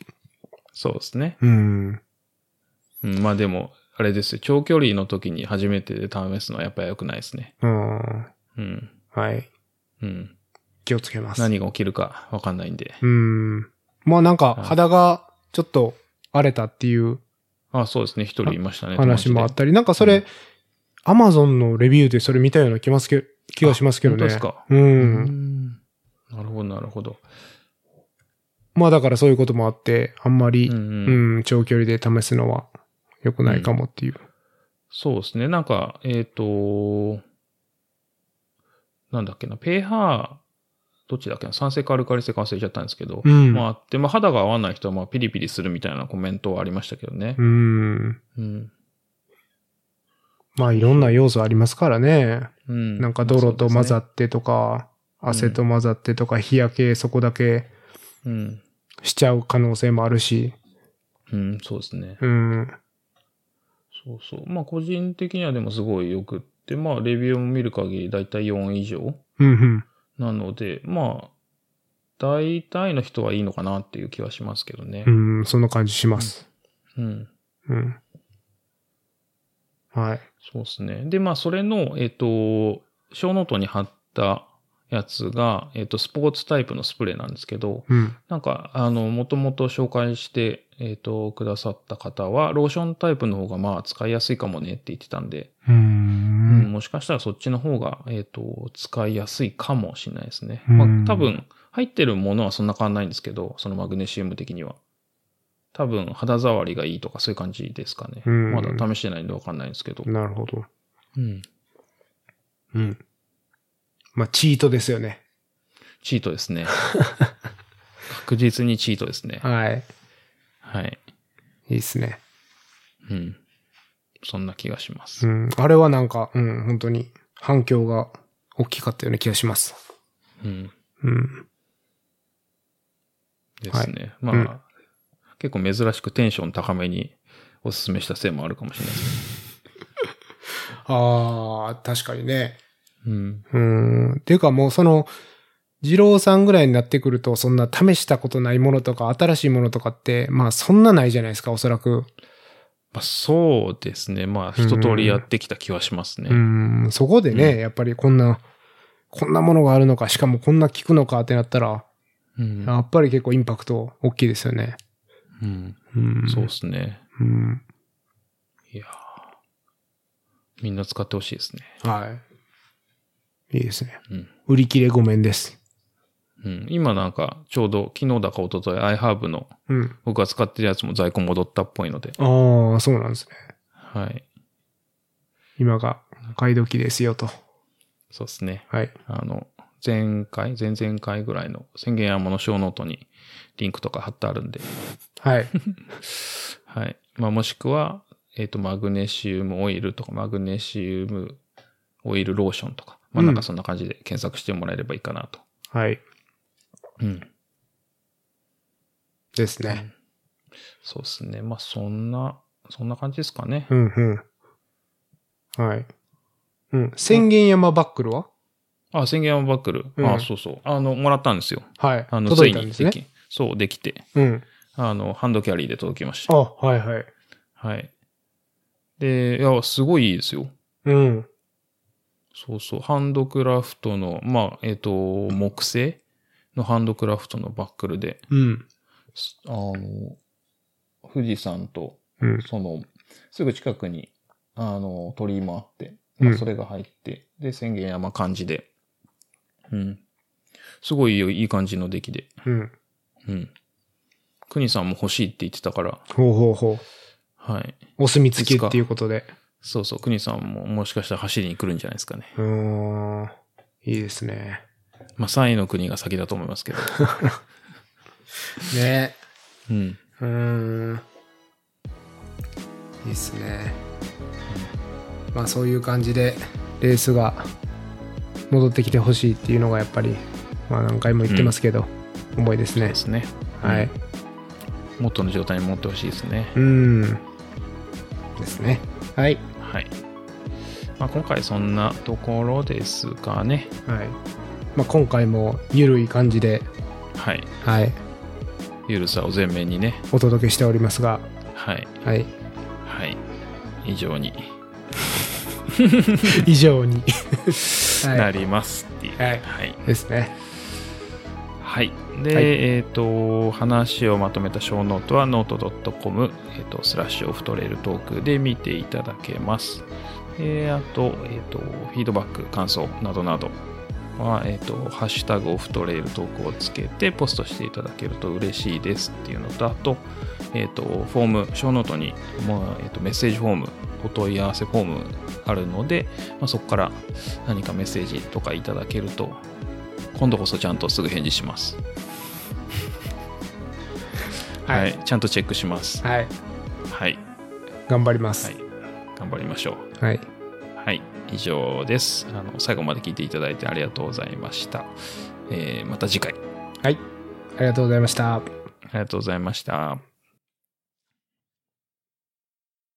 Speaker 1: そうですね。
Speaker 2: うん。
Speaker 1: うん、まあでも、あれですよ。長距離の時に初めてで試すのはやっぱり良くないですね。
Speaker 2: うん。
Speaker 1: うん。
Speaker 2: はい。
Speaker 1: うん。
Speaker 2: 気をつけます。
Speaker 1: 何が起きるかわかんないんで。
Speaker 2: うん。まあなんか肌がちょっと荒れたっていう
Speaker 1: あ、そうですね。一人いましたね。
Speaker 2: 話もあ
Speaker 1: 友
Speaker 2: っ
Speaker 1: 達で
Speaker 2: たり、なんかそ
Speaker 1: うん
Speaker 2: れ、アマゾンのレビューでそれ見たような気ますけ気がしますけどね。
Speaker 1: あ本当ですか
Speaker 2: う。
Speaker 1: うんん。なるほど、なるほど。
Speaker 2: まあだからそういうこともあって、あんまり、
Speaker 1: うんう。
Speaker 2: うんん、長距離で試すのは良くないかもっていう。
Speaker 1: そうですね。なんか、えっ、と、なんだっけな、ペーハー、どっちだっけな、酸性かアルカリ性か忘れちゃったんですけど、
Speaker 2: うん。
Speaker 1: まああって、まあ肌が合わない人はまあピリピリするみたいなコメントはありましたけどね
Speaker 2: う。ん。
Speaker 1: うん。
Speaker 2: まあ、いろんな要素ありますからね。
Speaker 1: うん。
Speaker 2: なんか泥と混ざ
Speaker 1: っ
Speaker 2: ってとか、
Speaker 1: ん
Speaker 2: 汗と混ざってとか、日焼けそこだけ
Speaker 1: うん。
Speaker 2: しちゃう可能性もあるし、
Speaker 1: うん、そうですね。
Speaker 2: うん、
Speaker 1: そうそう。まあ、個人的にはでもすごいよくって、まあ、レビューも見る限りだいたい4以上
Speaker 2: うん、うん。
Speaker 1: なので、まあ、大体の人はいいのかなっていう気はしますけどね
Speaker 2: う。ん、そんな感じします。
Speaker 1: うん。
Speaker 2: うん。はい。
Speaker 1: そうですね。で、まあ、それの、えっ、と、小ノートに貼ったやつが、えっ、と、スポーツタイプのスプレーなんですけど、
Speaker 2: うん。
Speaker 1: なんか、あの、もともと紹介して、えっ、と、くださった方は、ローションタイプの方が、まあ、使いやすいかもねって言ってたんで、
Speaker 2: う
Speaker 1: うん
Speaker 2: ん。
Speaker 1: もしかしたらそっちの方が、えっ、と、使いやすいかもしれないですね。
Speaker 2: うん
Speaker 1: まあ、多分、入ってるものはそんな変わんないんですけど、そのマグネシウム的には。多分、肌触りがいいとかそういう感じですかね。
Speaker 2: うん
Speaker 1: まだ試してないんでわかんないんですけど。
Speaker 2: なるほど。
Speaker 1: うん。
Speaker 2: うん。まあ、チートですよね。
Speaker 1: チートですね。 確実にチートですね。
Speaker 2: はい。
Speaker 1: はい。
Speaker 2: いいっすね。
Speaker 1: うん。そんな気がします
Speaker 2: う。ん。あれはなんか、うん、本当に反響が大きかったような気がします。
Speaker 1: うん。
Speaker 2: うん。
Speaker 1: ですね。まあ、
Speaker 2: うん
Speaker 1: 結構珍しくテンション高めにおすすめしたせいもあるかもしれないです
Speaker 2: ああ、確かにね。
Speaker 1: ね。うん。
Speaker 2: うん。ていうかもうその、二郎さんぐらいになってくると、そんな試したことないものとか、新しいものとかって、まあそんなないじゃないですか、おそらく。
Speaker 1: まあ、そうですね。まあ、一通りやってきた気はしますね。
Speaker 2: うん、そこでね、
Speaker 1: うん
Speaker 2: やっぱりこんな、こんなものがあるのか、しかもこんな効くのかってなったら、
Speaker 1: うん。
Speaker 2: やっぱり結構インパクト大きいですよね。
Speaker 1: うん
Speaker 2: うん
Speaker 1: そうですね。
Speaker 2: うん。
Speaker 1: いやーみんな使ってほしいですね。
Speaker 2: はい。いいですね。
Speaker 1: うん。
Speaker 2: 売り切れごめんです。
Speaker 1: うん、今なんか、ちょうど昨日だか一昨日 iHerb の
Speaker 2: うん。
Speaker 1: 僕が使ってるやつも在庫戻ったっぽいので、
Speaker 2: ああ、そうなんですね。
Speaker 1: はい。
Speaker 2: 今が買い時ですよと。
Speaker 1: そうですね。
Speaker 2: はい。
Speaker 1: あの、前回、前々回ぐらいの宣言山の小ノートにリンクとか貼ってあるんで、
Speaker 2: はい。
Speaker 1: はい。まあ、もしくは、えっ、と、マグネシウムオイルとか、マグネシウムオイルローションとか、まあ、なんかそんな感じで検索してもらえればいいかなと。
Speaker 2: はい。
Speaker 1: うん。
Speaker 2: ですね。
Speaker 1: そうですね。まあ、そんな、そんな感じですかね。
Speaker 2: うんうん。はい。うん。宣言山バックルは、
Speaker 1: あ、宣言山バックル。
Speaker 2: うん
Speaker 1: あ、そうそう。あの、もらったんですよ。
Speaker 2: はい。
Speaker 1: あの、
Speaker 2: 届いたんで
Speaker 1: つ
Speaker 2: す
Speaker 1: いに
Speaker 2: ね。
Speaker 1: でき、そう、できて。
Speaker 2: うん。
Speaker 1: あの、ハンドキャリーで届きまし
Speaker 2: あ、
Speaker 1: た。
Speaker 2: はいはい。
Speaker 1: はい。で、いや、すごいいいですよ。
Speaker 2: うん。
Speaker 1: そうそう。ハンドクラフトの、まあ、えっ、と、木製のハンドクラフトのバックルで、
Speaker 2: うん。
Speaker 1: すあの、富士山と、
Speaker 2: うん。
Speaker 1: その、すぐ近くに、あの、鳥居もあって、
Speaker 2: うん
Speaker 1: まあそれが入って、で、宣言山感じで、うん。すごいよいい感じの出来で、
Speaker 2: うん。
Speaker 1: うん。くにさんも欲しいって言ってたから、
Speaker 2: ほうほうほ
Speaker 1: はい。
Speaker 2: う。お墨付きっていうことで。
Speaker 1: そうそう、くにさんももしかしたら走りに来るんじゃないですかね。
Speaker 2: うーん。いいですね。
Speaker 1: まあ、3位の国が先だと思います けど。
Speaker 2: ね
Speaker 1: うん。
Speaker 2: うーん。いいっすね。まあそういう感じで、レースが戻ってきてほしいっていうのがやっぱり、まあ何回も言ってますけど、重いです
Speaker 1: そう
Speaker 2: ね
Speaker 1: で。すね。
Speaker 2: はい。
Speaker 1: 元の状態に持ってほしいですね。
Speaker 2: うん。ですね。はい。
Speaker 1: はい。まあ、今回そんなところですかね。
Speaker 2: はい。まあ今回もゆるい感じで、
Speaker 1: はい。
Speaker 2: はい、
Speaker 1: ゆるさを前面にね。
Speaker 2: お届けしておりますが、
Speaker 1: はい。
Speaker 2: はい。
Speaker 1: はい。以上に
Speaker 2: 以上に。
Speaker 1: な
Speaker 2: は
Speaker 1: りますっていう。
Speaker 2: はい
Speaker 1: はい。
Speaker 2: い。ですね。
Speaker 1: はいで、
Speaker 2: はい
Speaker 1: えっ、と、話をまとめた小ノートは、ノート .com、えっ、と、スラッシュオフトレールトークで見ていただけます。えあと、えっ、と、フィードバック、感想などなどは、えっ、と、ハッシュタグオフトレールトークをつけて、ポストしていただけると嬉しいですっていうのと、あと、えっ、と、フォーム、小ノートに、まあえっ、と、メッセージフォーム、お問い合わせフォームあるので、まあ、そこから何かメッセージとかいただけると、今度こそちゃんとすぐ返事します。
Speaker 2: はい
Speaker 1: はい、ちゃんとチェックします。はい、
Speaker 2: はい。
Speaker 1: はい、
Speaker 2: 頑張ります。
Speaker 1: 頑張りましょう。
Speaker 2: はい。
Speaker 1: はい、以上です。あの最後まで聞いていただいてありがとうございました。えーまた次回。
Speaker 2: はい。ありがとうございました。
Speaker 1: ありがとうございました。